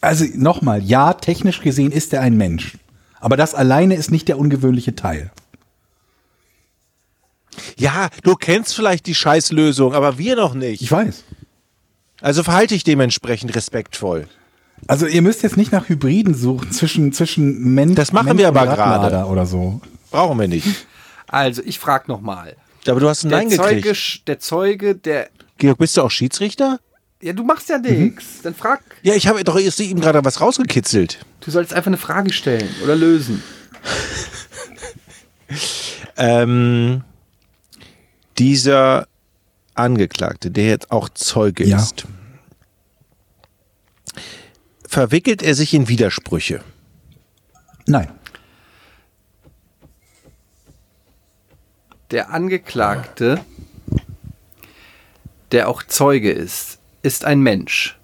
[SPEAKER 3] Also nochmal, ja, technisch gesehen ist er ein Mensch. Aber das alleine ist nicht der ungewöhnliche Teil.
[SPEAKER 2] ja, du kennst vielleicht die Scheißlösung, aber wir noch nicht.
[SPEAKER 3] Ich weiß.
[SPEAKER 2] Also verhalte ich dementsprechend respektvoll.
[SPEAKER 3] Also ihr müsst jetzt nicht nach Hybriden suchen zwischen, zwischen Mensch
[SPEAKER 2] Das machen
[SPEAKER 3] Mensch
[SPEAKER 2] wir
[SPEAKER 3] und
[SPEAKER 2] aber gerade.
[SPEAKER 3] Radlader Oder so.
[SPEAKER 2] Brauchen wir nicht.
[SPEAKER 1] Also, ich frag nochmal.
[SPEAKER 2] Aber du hast ein
[SPEAKER 1] Der
[SPEAKER 2] Nein
[SPEAKER 1] Zeuge,
[SPEAKER 2] gekriegt.
[SPEAKER 1] sch- der Zeuge, der.
[SPEAKER 2] Georg, bist du auch Schiedsrichter?
[SPEAKER 1] Ja, du machst ja nichts. Dann frag.
[SPEAKER 2] Ja, ich habe doch erst eben gerade was rausgekitzelt.
[SPEAKER 1] Du sollst einfach eine Frage stellen oder lösen.
[SPEAKER 2] Ähm, dieser Angeklagte, der jetzt auch Zeuge
[SPEAKER 3] Ja.
[SPEAKER 2] ist, verwickelt er sich in Widersprüche?
[SPEAKER 3] Nein.
[SPEAKER 1] Der Angeklagte, der auch Zeuge ist, ist ein Mensch.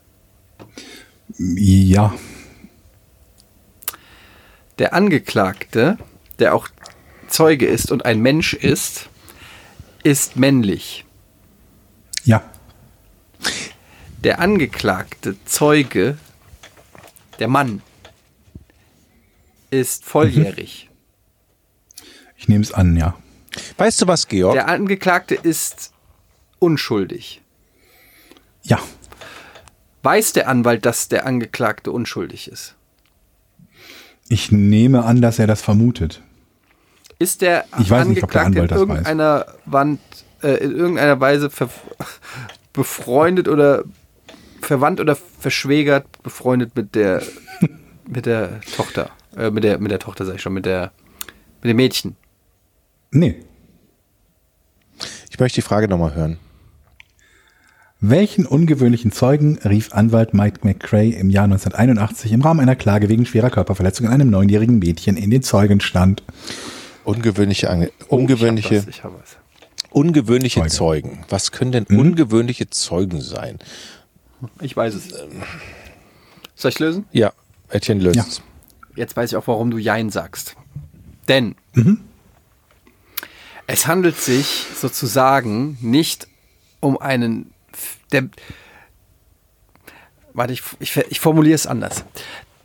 [SPEAKER 3] Ja.
[SPEAKER 1] Der Angeklagte, der auch Zeuge ist und ein Mensch ist, ist männlich.
[SPEAKER 3] Ja.
[SPEAKER 1] Der angeklagte Zeuge, der Mann, ist volljährig.
[SPEAKER 3] Ich nehme es an, ja.
[SPEAKER 2] Weißt du was, Georg?
[SPEAKER 1] Der Angeklagte ist unschuldig.
[SPEAKER 3] Ja.
[SPEAKER 1] Weiß der Anwalt, dass der Angeklagte unschuldig ist?
[SPEAKER 3] Ich nehme an, dass er das vermutet.
[SPEAKER 1] Ist der
[SPEAKER 3] Ich weiß nicht, ob der
[SPEAKER 1] Angeklagte
[SPEAKER 3] Anwalt das
[SPEAKER 1] in irgendeiner Wand, äh, in irgendeiner Weise ver befreundet oder verwandt oder verschwägert, befreundet mit der mit der Tochter, äh, mit der mit der Tochter sag ich schon, mit der mit dem Mädchen.
[SPEAKER 3] Nee.
[SPEAKER 2] Ich möchte die Frage nochmal hören.
[SPEAKER 3] Welchen ungewöhnlichen Zeugen rief Anwalt Mike McCray im Jahr 1981 im Rahmen einer Klage wegen schwerer Körperverletzung an einem neunjährigen Mädchen in den Zeugenstand?
[SPEAKER 2] Ungewöhnliche, Ange ungewöhnliche,
[SPEAKER 1] Ich hab was, ich hab was.
[SPEAKER 2] ungewöhnliche Zeugen. Hm? Was können denn ungewöhnliche Zeugen sein?
[SPEAKER 1] Ich weiß es. Soll ich lösen?
[SPEAKER 2] Ja, Etienne löst.
[SPEAKER 3] Ja.
[SPEAKER 1] Jetzt weiß ich auch, warum du Jein sagst. Denn
[SPEAKER 2] Mhm.
[SPEAKER 1] es handelt sich sozusagen nicht um einen. F- Der, warte, ich, ich, ich formuliere es anders.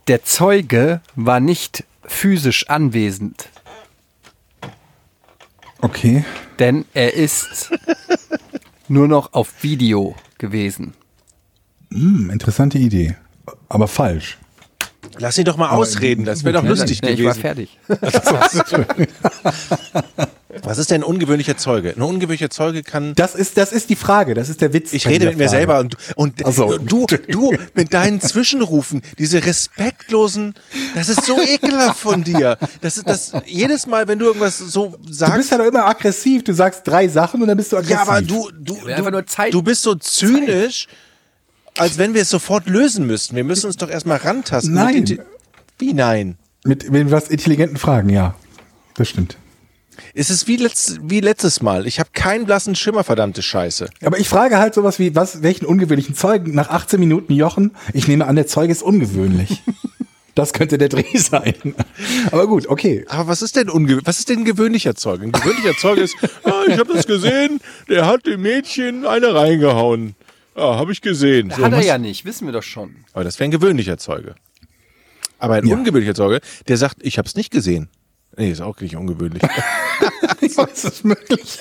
[SPEAKER 1] Der Zeuge war nicht physisch anwesend,
[SPEAKER 3] Okay.
[SPEAKER 1] denn er ist nur noch auf Video gewesen.
[SPEAKER 3] Hm, interessante Idee. Aber falsch.
[SPEAKER 2] Lass ihn doch mal ausreden, das wäre doch lustig
[SPEAKER 1] Nee, ich war
[SPEAKER 2] gewesen.
[SPEAKER 1] fertig.
[SPEAKER 2] Was ist denn ein ungewöhnlicher Zeuge? Ein ungewöhnlicher Zeuge kann.
[SPEAKER 3] Das ist, das ist die Frage. Das ist der Witz.
[SPEAKER 2] Ich
[SPEAKER 3] bei
[SPEAKER 2] rede
[SPEAKER 3] dieser
[SPEAKER 2] mit mir
[SPEAKER 3] Frage.
[SPEAKER 2] selber und, und
[SPEAKER 3] Ach so.
[SPEAKER 2] du, du mit deinen Zwischenrufen, diese respektlosen, das ist so ekelhaft von dir. Das ist das jedes Mal, wenn du irgendwas so
[SPEAKER 3] Du bist
[SPEAKER 2] sagst.
[SPEAKER 3] ja doch immer aggressiv. Du sagst drei Sachen und dann bist du aggressiv.
[SPEAKER 2] Ja, aber du, du,
[SPEAKER 1] Ja, einfach
[SPEAKER 2] du,
[SPEAKER 1] nur Zeit-
[SPEAKER 2] du bist so zynisch, als wenn wir es sofort lösen müssten. Wir müssen uns doch erstmal rantasten.
[SPEAKER 3] Nein.
[SPEAKER 2] Mit den- Wie nein?
[SPEAKER 3] Mit, mit was intelligenten Fragen, ja. Das stimmt.
[SPEAKER 2] Es ist wie, letzt, wie letztes Mal. Ich habe keinen blassen Schimmer, verdammte Scheiße.
[SPEAKER 3] Aber ich frage halt sowas wie, was, welchen ungewöhnlichen Zeugen nach 18 Minuten Jochen? Ich nehme an, der Zeuge ist ungewöhnlich. das könnte der Dreh sein. Aber gut, okay.
[SPEAKER 2] Aber was ist denn unge was ist denn ein gewöhnlicher Zeuge? Ein gewöhnlicher Zeuge ist, ah, ich habe das gesehen, der hat dem Mädchen eine reingehauen. Ah, habe ich gesehen. So,
[SPEAKER 1] Hat er
[SPEAKER 2] muss-
[SPEAKER 1] ja nicht, wissen wir doch schon.
[SPEAKER 2] Aber das wäre ein gewöhnlicher Zeuge. Aber ein ungewöhnlicher Zeuge, der sagt, ich habe es nicht gesehen. Nee, ist auch nicht ungewöhnlich.
[SPEAKER 3] So ist es möglich.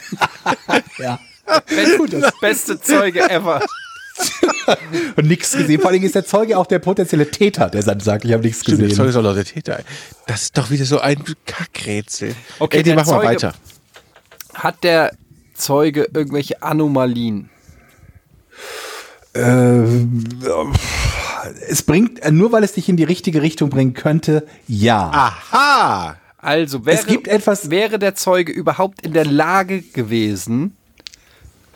[SPEAKER 3] ja. Gut, das,
[SPEAKER 1] Beste Zeuge ever.
[SPEAKER 3] und nichts gesehen. Vor allen Dingen ist der Zeuge auch der potenzielle Täter, der dann sagt, ich habe nichts
[SPEAKER 2] Stimmt, der Zeuge
[SPEAKER 3] gesehen.
[SPEAKER 2] ist auch noch der Täter. Das ist doch wieder so ein Kackrätsel.
[SPEAKER 1] Okay,
[SPEAKER 2] Ey, die
[SPEAKER 1] der
[SPEAKER 2] machen wir
[SPEAKER 1] Zeuge-
[SPEAKER 2] weiter.
[SPEAKER 1] Hat der Zeuge irgendwelche Anomalien?
[SPEAKER 3] Äh, Es bringt, nur weil es dich in die richtige Richtung bringen könnte, ja.
[SPEAKER 2] Aha!
[SPEAKER 1] Also wäre,
[SPEAKER 3] Es gibt etwas-
[SPEAKER 1] wäre der Zeuge überhaupt in der Lage gewesen,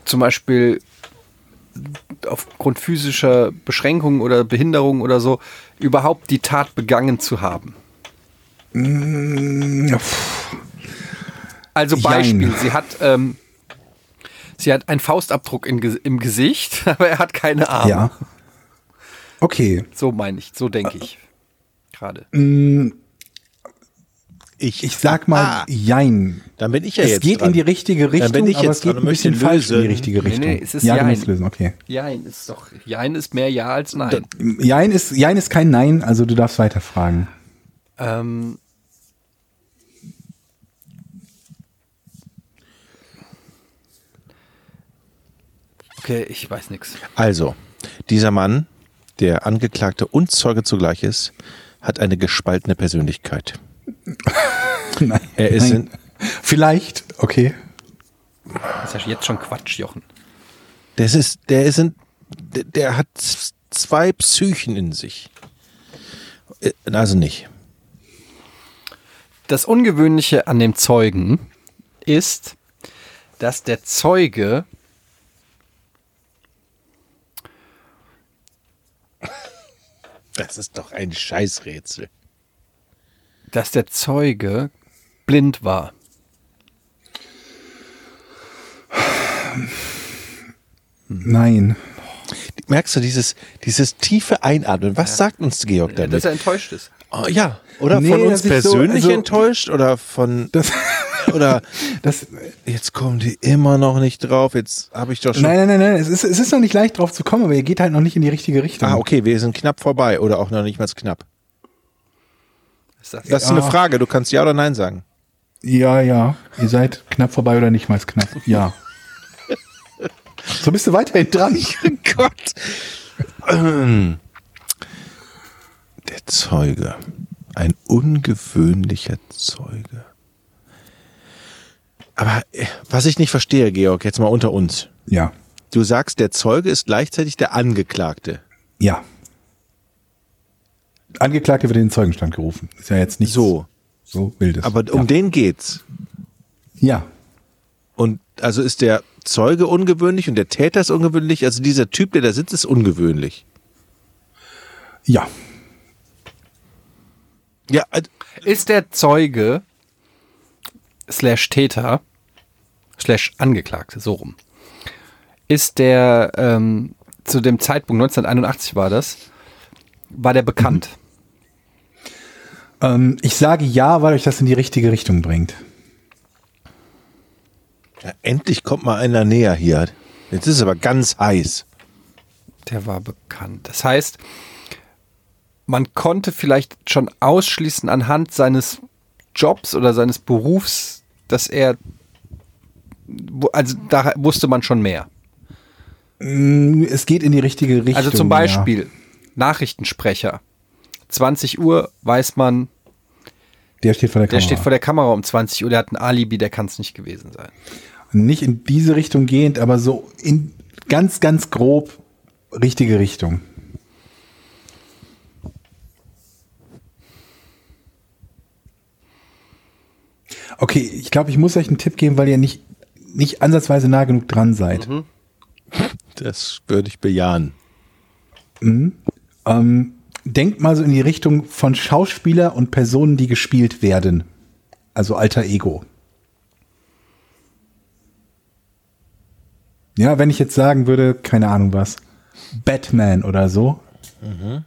[SPEAKER 1] zum Beispiel aufgrund physischer Beschränkungen oder Behinderungen oder so, überhaupt die Tat begangen zu haben? Also Beispiel,
[SPEAKER 3] Mm, Jein.
[SPEAKER 1] sie hat, ähm, sie hat einen Faustabdruck in, Ge- im Gesicht, aber er hat keine Arme.
[SPEAKER 3] Ja. Okay.
[SPEAKER 1] So meine ich, so denke ich gerade.
[SPEAKER 2] Ich,
[SPEAKER 3] Ich sag mal,
[SPEAKER 2] Ah,
[SPEAKER 3] jein.
[SPEAKER 2] dann bin ich ja
[SPEAKER 3] es
[SPEAKER 2] jetzt.
[SPEAKER 3] geht
[SPEAKER 2] dran.
[SPEAKER 3] in die richtige
[SPEAKER 2] bin
[SPEAKER 3] Richtung,
[SPEAKER 2] ich
[SPEAKER 3] aber
[SPEAKER 2] jetzt
[SPEAKER 3] es geht
[SPEAKER 2] dran
[SPEAKER 3] ein
[SPEAKER 2] und möchte
[SPEAKER 3] bisschen falsch in die
[SPEAKER 2] lösen.
[SPEAKER 3] richtige Richtung.
[SPEAKER 1] nee, es ist
[SPEAKER 3] ja, du
[SPEAKER 1] jein.
[SPEAKER 3] musst lösen, okay.
[SPEAKER 1] Jein ist doch, Jein ist mehr Ja als Nein.
[SPEAKER 3] Jein ist, jein ist kein Nein, also du darfst weiterfragen.
[SPEAKER 1] Ähm, okay, ich weiß nichts.
[SPEAKER 2] Also, dieser Mann, der Angeklagte und Zeuge zugleich ist, hat eine gespaltene Persönlichkeit.
[SPEAKER 3] Nein.
[SPEAKER 2] Er ist
[SPEAKER 3] Nein.
[SPEAKER 2] in-
[SPEAKER 3] Vielleicht, okay.
[SPEAKER 1] Das ist ja jetzt schon Quatsch, Jochen.
[SPEAKER 2] Das ist, der ist in, der, der hat z- zwei Psychen in sich. Äh, Also nicht.
[SPEAKER 1] Das Ungewöhnliche an dem Zeugen ist, dass der Zeuge
[SPEAKER 2] Das ist doch ein Scheißrätsel.
[SPEAKER 1] dass der Zeuge blind war.
[SPEAKER 3] Nein.
[SPEAKER 2] Merkst du dieses, dieses tiefe Einatmen? Was sagt uns Georg damit?
[SPEAKER 1] enttäuscht ist.
[SPEAKER 2] Oh, ja, oder
[SPEAKER 3] Nee,
[SPEAKER 2] von
[SPEAKER 3] dass
[SPEAKER 2] uns
[SPEAKER 3] ich so-
[SPEAKER 2] persönlich
[SPEAKER 3] also-
[SPEAKER 2] enttäuscht oder von
[SPEAKER 3] Das,
[SPEAKER 2] Oder das, jetzt kommen die immer noch nicht drauf. Jetzt habe ich doch schon.
[SPEAKER 3] Nein, nein, nein, nein. Es ist, es ist noch nicht leicht drauf zu kommen, aber ihr geht halt noch nicht in die richtige Richtung.
[SPEAKER 2] Ah, okay, wir sind knapp vorbei oder auch noch nicht mal knapp.
[SPEAKER 5] Ist das
[SPEAKER 2] Das ist eine Frage, du kannst ja oder nein sagen.
[SPEAKER 3] Ja, ja. Ihr seid knapp vorbei oder nicht mal knapp. Ja. So bist du weiterhin dran.
[SPEAKER 2] Gott. Der Zeuge. Ein ungewöhnlicher Zeuge. Aber äh, was ich nicht verstehe, Georg, jetzt mal unter uns.
[SPEAKER 3] Ja.
[SPEAKER 2] Du sagst, der Zeuge ist gleichzeitig der Angeklagte.
[SPEAKER 3] Ja. Angeklagte wird in den Zeugenstand gerufen. Ist ja jetzt nicht
[SPEAKER 2] So.
[SPEAKER 3] so wildes.
[SPEAKER 2] Aber
[SPEAKER 3] ja.
[SPEAKER 2] um den geht's.
[SPEAKER 3] Ja.
[SPEAKER 2] Und also ist der Zeuge ungewöhnlich und der Täter ist ungewöhnlich. Also dieser Typ, der da sitzt, ist ungewöhnlich.
[SPEAKER 3] Ja.
[SPEAKER 2] Ja, äh,
[SPEAKER 1] Ist der Zeuge slash Täter slash Angeklagte, so rum, ist der ähm, zu dem Zeitpunkt, 1981 war das, war der bekannt?
[SPEAKER 3] Ähm, ich sage ja, weil euch das in die richtige Richtung bringt.
[SPEAKER 2] ja, endlich kommt mal einer näher hier. Jetzt ist es aber ganz heiß.
[SPEAKER 1] Der war bekannt. Das heißt, man konnte vielleicht schon ausschließen anhand seines Jobs oder seines Berufs, dass er, wo- also da wusste man schon mehr.
[SPEAKER 3] Mm, Es geht in die richtige Richtung.
[SPEAKER 1] Also zum
[SPEAKER 3] Ja.
[SPEAKER 1] Beispiel Nachrichtensprecher. 20 Uhr weiß man,
[SPEAKER 3] Der steht vor der
[SPEAKER 1] der
[SPEAKER 3] Kamera.
[SPEAKER 1] steht vor der Kamera um 20 Uhr, der hat ein Alibi, der kann es nicht gewesen sein.
[SPEAKER 3] nicht in diese Richtung gehend, aber so in ganz, ganz grob richtige Richtung. Okay, ich glaube, ich muss euch einen Tipp geben, weil ihr nicht, nicht ansatzweise nah genug dran seid.
[SPEAKER 2] Das würde ich bejahen.
[SPEAKER 3] Ähm, denkt mal so in die Richtung von Schauspieler und Personen, die gespielt werden. Also alter Ego. Ja, wenn ich jetzt sagen würde, keine Ahnung was, Batman oder so.
[SPEAKER 1] Mhm.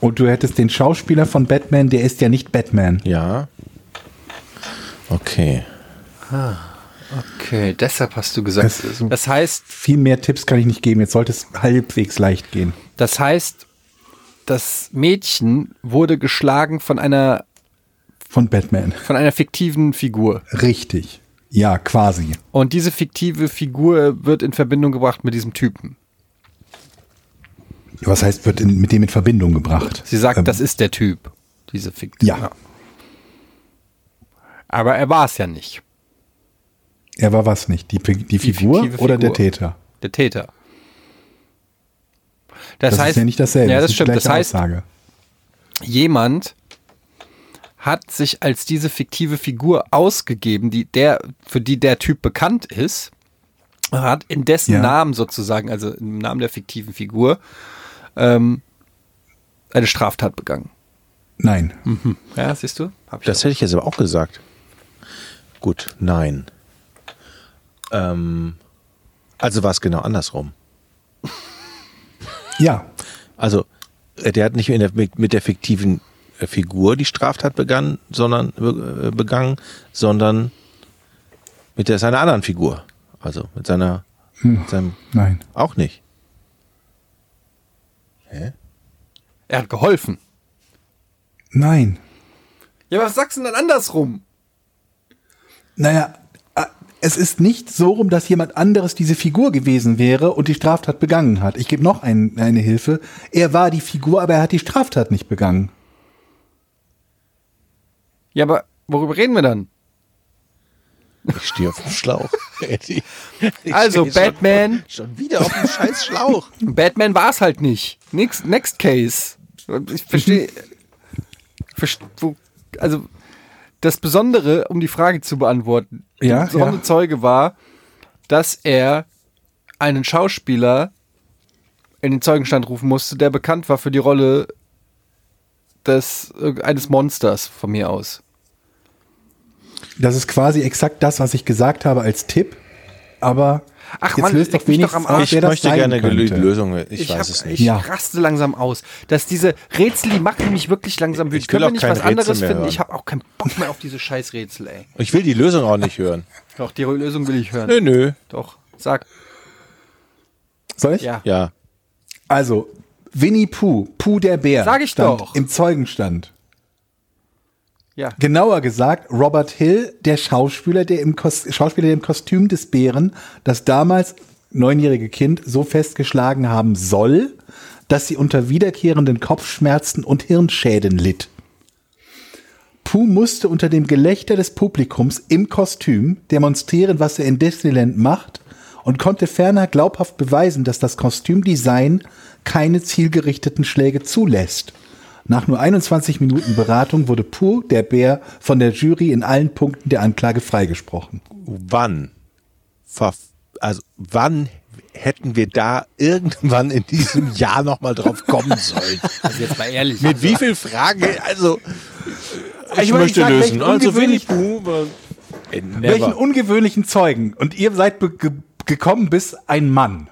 [SPEAKER 3] Und du hättest den Schauspieler von Batman, der ist ja nicht Batman.
[SPEAKER 2] Ja. Okay.
[SPEAKER 1] Okay, deshalb hast du gesagt.
[SPEAKER 3] Das ist so-
[SPEAKER 1] Das heißt,
[SPEAKER 3] Viel mehr Tipps kann ich nicht geben. Jetzt sollte es halbwegs leicht gehen.
[SPEAKER 1] Das heißt, das Mädchen wurde geschlagen von einer,
[SPEAKER 3] Von Batman.
[SPEAKER 1] von einer fiktiven Figur.
[SPEAKER 3] Richtig. Ja, quasi.
[SPEAKER 1] Und diese fiktive Figur wird in Verbindung gebracht mit diesem Typen.
[SPEAKER 3] Was heißt, wird in, mit dem in Verbindung gebracht?
[SPEAKER 1] Sie sagt,
[SPEAKER 3] Ähm,
[SPEAKER 1] das ist der Typ, diese fiktive.
[SPEAKER 3] Ja,
[SPEAKER 1] Aber er war es ja nicht,
[SPEAKER 3] er war was nicht? Die, Pi- die Figur
[SPEAKER 1] fiktive
[SPEAKER 3] oder der
[SPEAKER 1] Figur.
[SPEAKER 3] Täter?
[SPEAKER 1] der Täter. Das,
[SPEAKER 3] Das
[SPEAKER 1] heißt,
[SPEAKER 3] ist ja nicht dasselbe.
[SPEAKER 1] Ja, das
[SPEAKER 3] ist die
[SPEAKER 1] stimmt. Das
[SPEAKER 3] gleiche
[SPEAKER 1] heißt,
[SPEAKER 3] Aussage.
[SPEAKER 1] jemand hat sich als diese fiktive Figur ausgegeben, die der, für die der Typ bekannt ist, hat in dessen
[SPEAKER 3] Ja.
[SPEAKER 1] Namen sozusagen, also im Namen der fiktiven Figur, ähm, eine Straftat begangen.
[SPEAKER 3] Nein.
[SPEAKER 1] Hm. Ja, siehst du? Hab ich
[SPEAKER 2] Das hätte ich jetzt aber auch gesagt. Gut, nein. Ähm, also war es genau andersrum.
[SPEAKER 3] Ja,
[SPEAKER 2] Also, äh, der hat nicht in der, mit, mit der fiktiven äh, Figur die Straftat begangen, sondern, be- äh, begangen, sondern mit der, seiner anderen Figur. Also mit seiner, mit seinem,
[SPEAKER 3] nein.
[SPEAKER 2] auch nicht.
[SPEAKER 1] er hat geholfen.
[SPEAKER 3] Nein.
[SPEAKER 1] Ja, aber was sagst du denn dann andersrum?
[SPEAKER 3] Naja, äh, es ist nicht so rum, dass jemand anderes diese Figur gewesen wäre und die Straftat begangen hat. Ich gebe noch ein, eine Hilfe. Er war die Figur, aber er hat die Straftat nicht begangen.
[SPEAKER 1] Ja, aber worüber reden wir dann?
[SPEAKER 2] Ich stehe auf dem Schlauch. Eddie. Ich
[SPEAKER 1] Also,
[SPEAKER 2] stehe schon-
[SPEAKER 1] Batman.
[SPEAKER 2] Schon wieder auf dem scheiß Schlauch.
[SPEAKER 1] Batman war es halt nicht. Next, next case. Ich verstehe.
[SPEAKER 2] Mhm.
[SPEAKER 1] verst- wo- also, das Besondere, um die Frage zu beantworten,
[SPEAKER 3] Ja,
[SPEAKER 1] der besondere
[SPEAKER 3] ja.
[SPEAKER 1] Zeuge war, dass er einen Schauspieler in den Zeugenstand rufen musste, der bekannt war für die Rolle des, äh, eines Monsters von mir aus.
[SPEAKER 3] Das ist quasi exakt das, was ich gesagt habe als Tipp. aber
[SPEAKER 1] Ach
[SPEAKER 3] jetzt
[SPEAKER 1] Mann,
[SPEAKER 3] löst
[SPEAKER 1] leck
[SPEAKER 3] doch
[SPEAKER 1] mich doch am
[SPEAKER 3] wenigstens auf,
[SPEAKER 1] Arsch.
[SPEAKER 2] Ich
[SPEAKER 3] wer das
[SPEAKER 2] möchte
[SPEAKER 3] sein
[SPEAKER 2] gerne gelö-
[SPEAKER 3] könnte.
[SPEAKER 2] Lösungen. Ich,
[SPEAKER 1] Ich,
[SPEAKER 2] weiß
[SPEAKER 1] hab,
[SPEAKER 2] es nicht.
[SPEAKER 1] ich
[SPEAKER 3] Ja.
[SPEAKER 1] raste langsam aus. Dass diese Rätsel, die machen mich wirklich langsam wütend.
[SPEAKER 2] Ich will
[SPEAKER 1] Können wir
[SPEAKER 2] auch
[SPEAKER 1] nicht
[SPEAKER 2] kein
[SPEAKER 1] was
[SPEAKER 2] Rätsel
[SPEAKER 1] anderes
[SPEAKER 2] mehr
[SPEAKER 1] finden?
[SPEAKER 2] hören.
[SPEAKER 1] Ich habe auch keinen Bock mehr auf diese scheiß Rätsel, ey.
[SPEAKER 2] Ich will die Lösung auch nicht hören.
[SPEAKER 1] Doch, die Lösung will ich hören.
[SPEAKER 2] Nö, nö.
[SPEAKER 1] Doch, sag.
[SPEAKER 3] Soll ich?
[SPEAKER 1] Ja.
[SPEAKER 2] Ja.
[SPEAKER 3] Also, Winnie Pooh, Pooh der Bär,
[SPEAKER 1] Sag ich
[SPEAKER 3] stand
[SPEAKER 1] doch.
[SPEAKER 3] im Zeugenstand.
[SPEAKER 1] Ja.
[SPEAKER 3] Genauer gesagt, Robert Hill, der Schauspieler, der im Kos Schauspieler, der im Kostüm des Bären, das damals neunjährige Kind so festgeschlagen haben soll, dass sie unter wiederkehrenden Kopfschmerzen und Hirnschäden litt. Pooh musste unter dem Gelächter des Publikums im Kostüm demonstrieren, was er in Disneyland macht und konnte ferner glaubhaft beweisen, dass das Kostümdesign keine zielgerichteten Schläge zulässt. Nach nur 21 Minuten Beratung wurde Pooh, der Bär, von der Jury in allen Punkten der Anklage freigesprochen.
[SPEAKER 2] Wann? Verf also, wann hätten wir da irgendwann in diesem Jahr nochmal drauf kommen sollen?
[SPEAKER 4] Also jetzt mal ehrlich.
[SPEAKER 2] Mit wie viel Fragen? Also, ich,
[SPEAKER 3] meine,
[SPEAKER 2] möchte
[SPEAKER 3] ich sag,
[SPEAKER 2] lösen.
[SPEAKER 3] welchen
[SPEAKER 2] Also, Winnie
[SPEAKER 3] ungewöhnlichen-
[SPEAKER 2] Pooh. äh,
[SPEAKER 3] Welchen
[SPEAKER 2] Never.
[SPEAKER 3] ungewöhnlichen Zeugen. Und ihr seid be- ge gekommen bis ein Mann.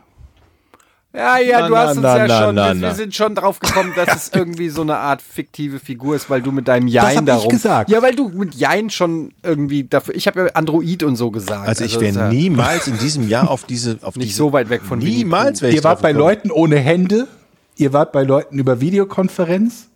[SPEAKER 1] Ja, ja,
[SPEAKER 2] Na,
[SPEAKER 1] du hast
[SPEAKER 2] na,
[SPEAKER 1] uns
[SPEAKER 2] na,
[SPEAKER 1] ja
[SPEAKER 2] na,
[SPEAKER 1] schon,
[SPEAKER 2] na,
[SPEAKER 1] wir,
[SPEAKER 2] na.
[SPEAKER 1] wir sind schon drauf gekommen, dass es irgendwie so eine Art fiktive Figur ist, weil du mit deinem Jein
[SPEAKER 3] Das hab ich
[SPEAKER 1] darum.
[SPEAKER 3] gesagt.
[SPEAKER 1] Ja, weil du mit Jein schon irgendwie dafür. Ich habe ja Android und so gesagt.
[SPEAKER 2] Also, ich
[SPEAKER 1] ist
[SPEAKER 2] wäre
[SPEAKER 1] ja
[SPEAKER 2] niemals in diesem Jahr auf diese. Auf
[SPEAKER 1] nicht
[SPEAKER 2] diese,
[SPEAKER 1] so weit weg von Winnie
[SPEAKER 2] Niemals wäre ich
[SPEAKER 3] Ihr wart
[SPEAKER 2] drauf
[SPEAKER 3] bei
[SPEAKER 2] gekommen.
[SPEAKER 3] Leuten ohne Hände, ihr wart bei Leuten über Videokonferenz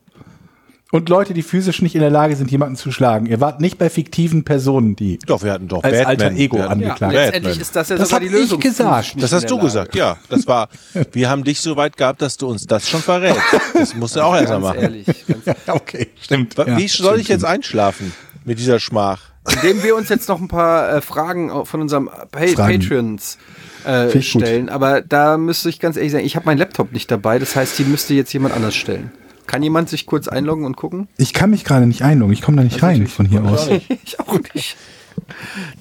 [SPEAKER 3] und Leute, die physisch nicht in der Lage sind, jemanden zu schlagen. Ihr wart nicht bei fiktiven Personen, die.
[SPEAKER 2] Doch, wir hatten doch
[SPEAKER 3] Als
[SPEAKER 2] Batman.
[SPEAKER 3] alter Ego
[SPEAKER 2] Wir hatten
[SPEAKER 1] Pooh. Ja,
[SPEAKER 3] angeklagt.
[SPEAKER 2] Batman.
[SPEAKER 1] letztendlich ist das ja
[SPEAKER 3] Das
[SPEAKER 1] sogar die
[SPEAKER 3] hab ich
[SPEAKER 1] Lösung.
[SPEAKER 3] gesagt.
[SPEAKER 2] Das hast du gesagt, ja. Das war, wir haben dich so weit gehabt, dass du uns das schon verrätst. Das musst du auch erstmal
[SPEAKER 1] Ganz
[SPEAKER 2] machen.
[SPEAKER 1] ehrlich. Ganz
[SPEAKER 3] Okay, stimmt.
[SPEAKER 2] Wa-
[SPEAKER 3] Ja,
[SPEAKER 2] Wie soll ich jetzt einschlafen mit dieser Schmach?
[SPEAKER 1] Indem wir uns jetzt noch ein paar äh, Fragen au- von unserem pa
[SPEAKER 3] Fragen.
[SPEAKER 1] Patreons äh,
[SPEAKER 3] Finde ich gut.
[SPEAKER 1] stellen. Aber da müsste ich ganz ehrlich sagen, ich habe meinen Laptop nicht dabei. Das heißt, die müsste jetzt jemand anders stellen. Kann jemand sich kurz einloggen und gucken?
[SPEAKER 3] Ich kann mich gerade nicht einloggen, ich komme da nicht rein von hier aus.
[SPEAKER 1] ich auch nicht.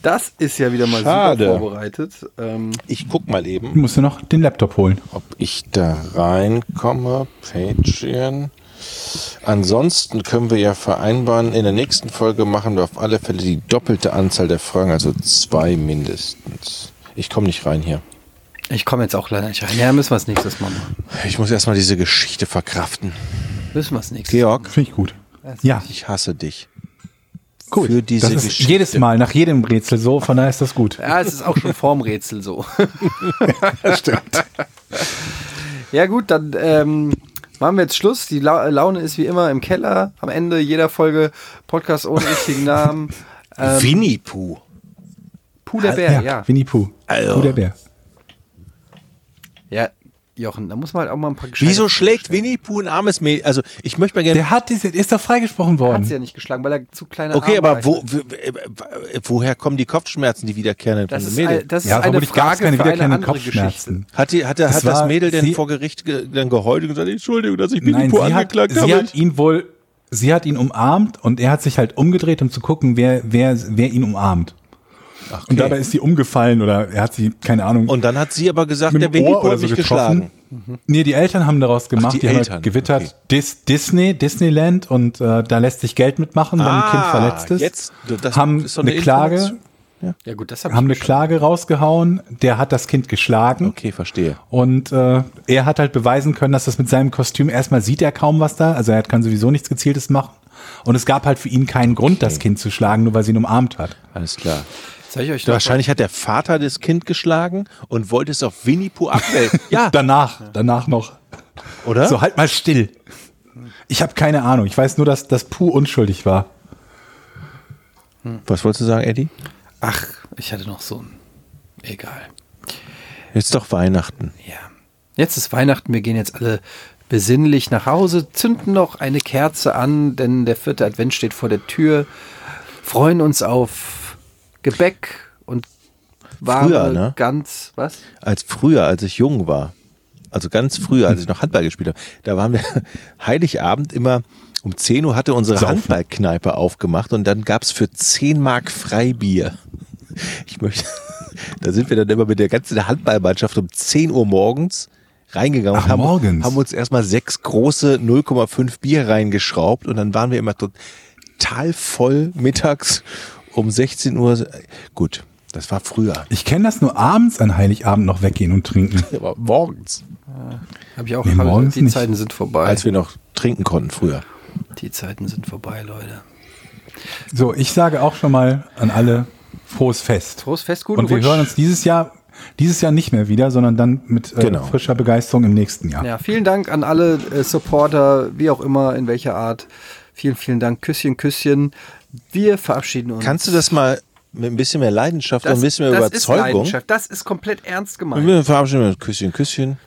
[SPEAKER 1] Das ist ja wieder mal
[SPEAKER 2] Schade.
[SPEAKER 1] super vorbereitet. Ähm,
[SPEAKER 2] Ich guck mal eben,
[SPEAKER 3] Ich musste noch den Laptop holen. Oh,
[SPEAKER 2] ob ich da reinkomme. Patreon. Ansonsten können wir ja vereinbaren, in der nächsten Folge machen wir auf alle Fälle die doppelte Anzahl der Fragen, also zwei mindestens. Ich komme nicht rein hier.
[SPEAKER 1] ich komme jetzt auch leider nicht rein. Ja, müssen wir es nächstes Mal machen.
[SPEAKER 2] Ich muss erstmal diese Geschichte verkraften.
[SPEAKER 1] Müssen wir es nächstes
[SPEAKER 2] Georg,
[SPEAKER 3] Finde ich gut. Ja,
[SPEAKER 2] ich hasse dich.
[SPEAKER 3] gut.
[SPEAKER 2] Für diese
[SPEAKER 3] das ist
[SPEAKER 2] Geschichte.
[SPEAKER 3] jedes Mal, nach jedem Rätsel so, von daher ist das gut.
[SPEAKER 1] Ja, es ist auch schon vorm Rätsel so. Ja gut, dann ähm, machen wir jetzt Schluss. Die La Laune ist wie immer im Keller. Am Ende jeder Folge Podcast ohne richtigen Namen. Ähm,
[SPEAKER 2] Winnie Pooh.
[SPEAKER 1] Puh, der Bär, ja.
[SPEAKER 3] ja. Winnie Pooh.
[SPEAKER 2] Also.
[SPEAKER 3] Pooh der Bär.
[SPEAKER 1] Ja, Jochen, da muss man halt auch mal ein paar gescheite-
[SPEAKER 2] Wieso schlägt Winnie Pooh ein armes Mädchen? Also ich möchte mal gerne.
[SPEAKER 3] Der hat diese, ist doch freigesprochen
[SPEAKER 1] Hat's ja
[SPEAKER 3] worden.
[SPEAKER 1] nicht geschlagen, weil er zu kleine
[SPEAKER 2] Okay,
[SPEAKER 1] Arme
[SPEAKER 2] aber
[SPEAKER 1] reicht.
[SPEAKER 2] wo, w- w- woher kommen die Kopfschmerzen, die wiederkehrenden
[SPEAKER 1] Das ist,
[SPEAKER 2] Mädel?
[SPEAKER 1] ein, das ist
[SPEAKER 3] Ja,
[SPEAKER 1] eine
[SPEAKER 3] vermutlich gab's
[SPEAKER 1] Frage
[SPEAKER 3] keine
[SPEAKER 1] für eine
[SPEAKER 3] wiederkehrenden
[SPEAKER 1] andere Geschichte.
[SPEAKER 3] Kopfschmerzen.
[SPEAKER 2] Hat, die, hat, der-
[SPEAKER 3] Das
[SPEAKER 2] hat das
[SPEAKER 3] war-
[SPEAKER 2] Mädel denn
[SPEAKER 3] sie-
[SPEAKER 2] vor Gericht ge dann geheult und gesagt, Entschuldigung, dass ich Winnie
[SPEAKER 3] Nein,
[SPEAKER 2] Pooh
[SPEAKER 3] sie hat,
[SPEAKER 2] angeklagt
[SPEAKER 3] sie
[SPEAKER 2] habe?
[SPEAKER 3] hat ihn wohl, sie hat ihn umarmt und er hat sich halt umgedreht, um zu gucken, wer, wer, wer ihn umarmt. Und dabei ist sie umgefallen oder er hat sie, keine Ahnung,
[SPEAKER 2] Und dann hat sie aber gesagt,
[SPEAKER 3] mit
[SPEAKER 2] der
[SPEAKER 3] dem
[SPEAKER 2] Winnie
[SPEAKER 3] Ohr
[SPEAKER 2] Pooh
[SPEAKER 3] oder
[SPEAKER 2] hat
[SPEAKER 3] so
[SPEAKER 2] mich
[SPEAKER 3] getroffen. Mhm.
[SPEAKER 2] geschlagen.
[SPEAKER 3] Nee, die Eltern haben daraus gemacht,
[SPEAKER 2] die
[SPEAKER 3] die, haben
[SPEAKER 2] Eltern,
[SPEAKER 3] halt gewittert,
[SPEAKER 2] okay.
[SPEAKER 3] Dis, Disney, Disneyland und äh, da lässt sich Geld mitmachen, wenn ein Kind
[SPEAKER 2] Ah,
[SPEAKER 3] verletzt ist.
[SPEAKER 2] jetzt, das
[SPEAKER 3] haben
[SPEAKER 2] ist so eine
[SPEAKER 3] eine, Klage,
[SPEAKER 2] Information.
[SPEAKER 1] Ja gut, das hab
[SPEAKER 3] haben eine
[SPEAKER 1] ich schon.
[SPEAKER 3] Klage rausgehauen, der hat das Kind geschlagen.
[SPEAKER 2] Okay, verstehe.
[SPEAKER 3] Und äh, er hat halt beweisen können, dass das mit seinem Kostüm erstmal sieht er kaum was da, also er hat- kann sowieso nichts Gezieltes machen. Und es gab halt für ihn keinen Grund, das Kind zu schlagen, nur weil sie ihn umarmt hat.
[SPEAKER 2] Alles klar.
[SPEAKER 1] Soll ich euch noch
[SPEAKER 2] Wahrscheinlich hat der Vater das Kind geschlagen und wollte es auf Winnie Pooh abwälzen. ja,
[SPEAKER 3] Danach, danach noch.
[SPEAKER 2] oder?
[SPEAKER 3] So, halt mal still. Ich habe keine Ahnung. Ich weiß nur, dass das Puh unschuldig war.
[SPEAKER 2] Was wolltest du sagen, Eddie?
[SPEAKER 1] Ach, ich hatte noch so ein... Egal.
[SPEAKER 2] Jetzt doch Weihnachten.
[SPEAKER 1] Ja. Jetzt ist Weihnachten, wir gehen jetzt alle besinnlich nach Hause, zünden noch eine Kerze an, denn der vierte Advent steht vor der Tür, freuen uns auf Gebäck und warme
[SPEAKER 2] Früher, ne?
[SPEAKER 1] Gans, was?
[SPEAKER 2] als früher, als ich jung war, also ganz früher, als ich noch Handball gespielt habe, da waren wir Heiligabend immer um 10 Uhr hatte unsere Handballkneipe aufgemacht und dann gab's für 10 Mark Freibier. Ich möchte, da sind wir dann immer mit der ganzen Handballmannschaft um 10 Uhr morgens reingegangen und
[SPEAKER 3] Ach,
[SPEAKER 2] haben,
[SPEAKER 3] morgens.
[SPEAKER 2] haben uns erstmal sechs große 0,5 Bier reingeschraubt und dann waren wir immer total voll mittags um 16 Uhr. Gut, Das war früher.
[SPEAKER 3] Ich kenne das nur abends an Heiligabend noch weggehen und trinken.
[SPEAKER 2] Aber morgens.
[SPEAKER 1] Habe ich auch.
[SPEAKER 3] Nee,
[SPEAKER 1] hab ich-
[SPEAKER 3] morgens
[SPEAKER 1] die
[SPEAKER 3] nicht.
[SPEAKER 1] Zeiten sind vorbei.
[SPEAKER 2] Als wir noch trinken konnten früher.
[SPEAKER 1] die Zeiten sind vorbei, Leute.
[SPEAKER 3] So, ich sage auch schon mal an alle frohes Fest.
[SPEAKER 1] Prost, fest, guten
[SPEAKER 3] Und wir
[SPEAKER 1] Rutsch.
[SPEAKER 3] hören uns dieses Jahr, dieses Jahr nicht mehr wieder, sondern dann mit äh,
[SPEAKER 2] Genau.
[SPEAKER 3] frischer Begeisterung im nächsten Jahr.
[SPEAKER 1] Ja, vielen Dank an alle äh, Supporter, wie auch immer, in welcher Art. Vielen, vielen Dank. Küsschen, Küsschen. Wir verabschieden uns.
[SPEAKER 2] Kannst du das mal mit ein bisschen mehr Leidenschaft und ein bisschen mehr
[SPEAKER 1] das Ist
[SPEAKER 2] Überzeugung?
[SPEAKER 1] Leidenschaft. das ist komplett ernst
[SPEAKER 2] Und
[SPEAKER 1] gemeint.
[SPEAKER 2] wir verabschieden uns. Küsschen, Küsschen.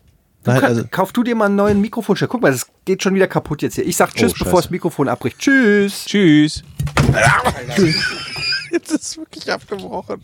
[SPEAKER 2] Nein,
[SPEAKER 1] Ka-
[SPEAKER 2] also,
[SPEAKER 1] Kauf du dir mal einen neuen Mikrofonstecker. Guck mal, das geht schon wieder kaputt jetzt hier. Ich sag Tschüss,
[SPEAKER 2] Oh,
[SPEAKER 1] bevor
[SPEAKER 2] Scheiße.
[SPEAKER 1] das Mikrofon abbricht. Tschüss.
[SPEAKER 2] tschüss. Jetzt ist es wirklich abgebrochen.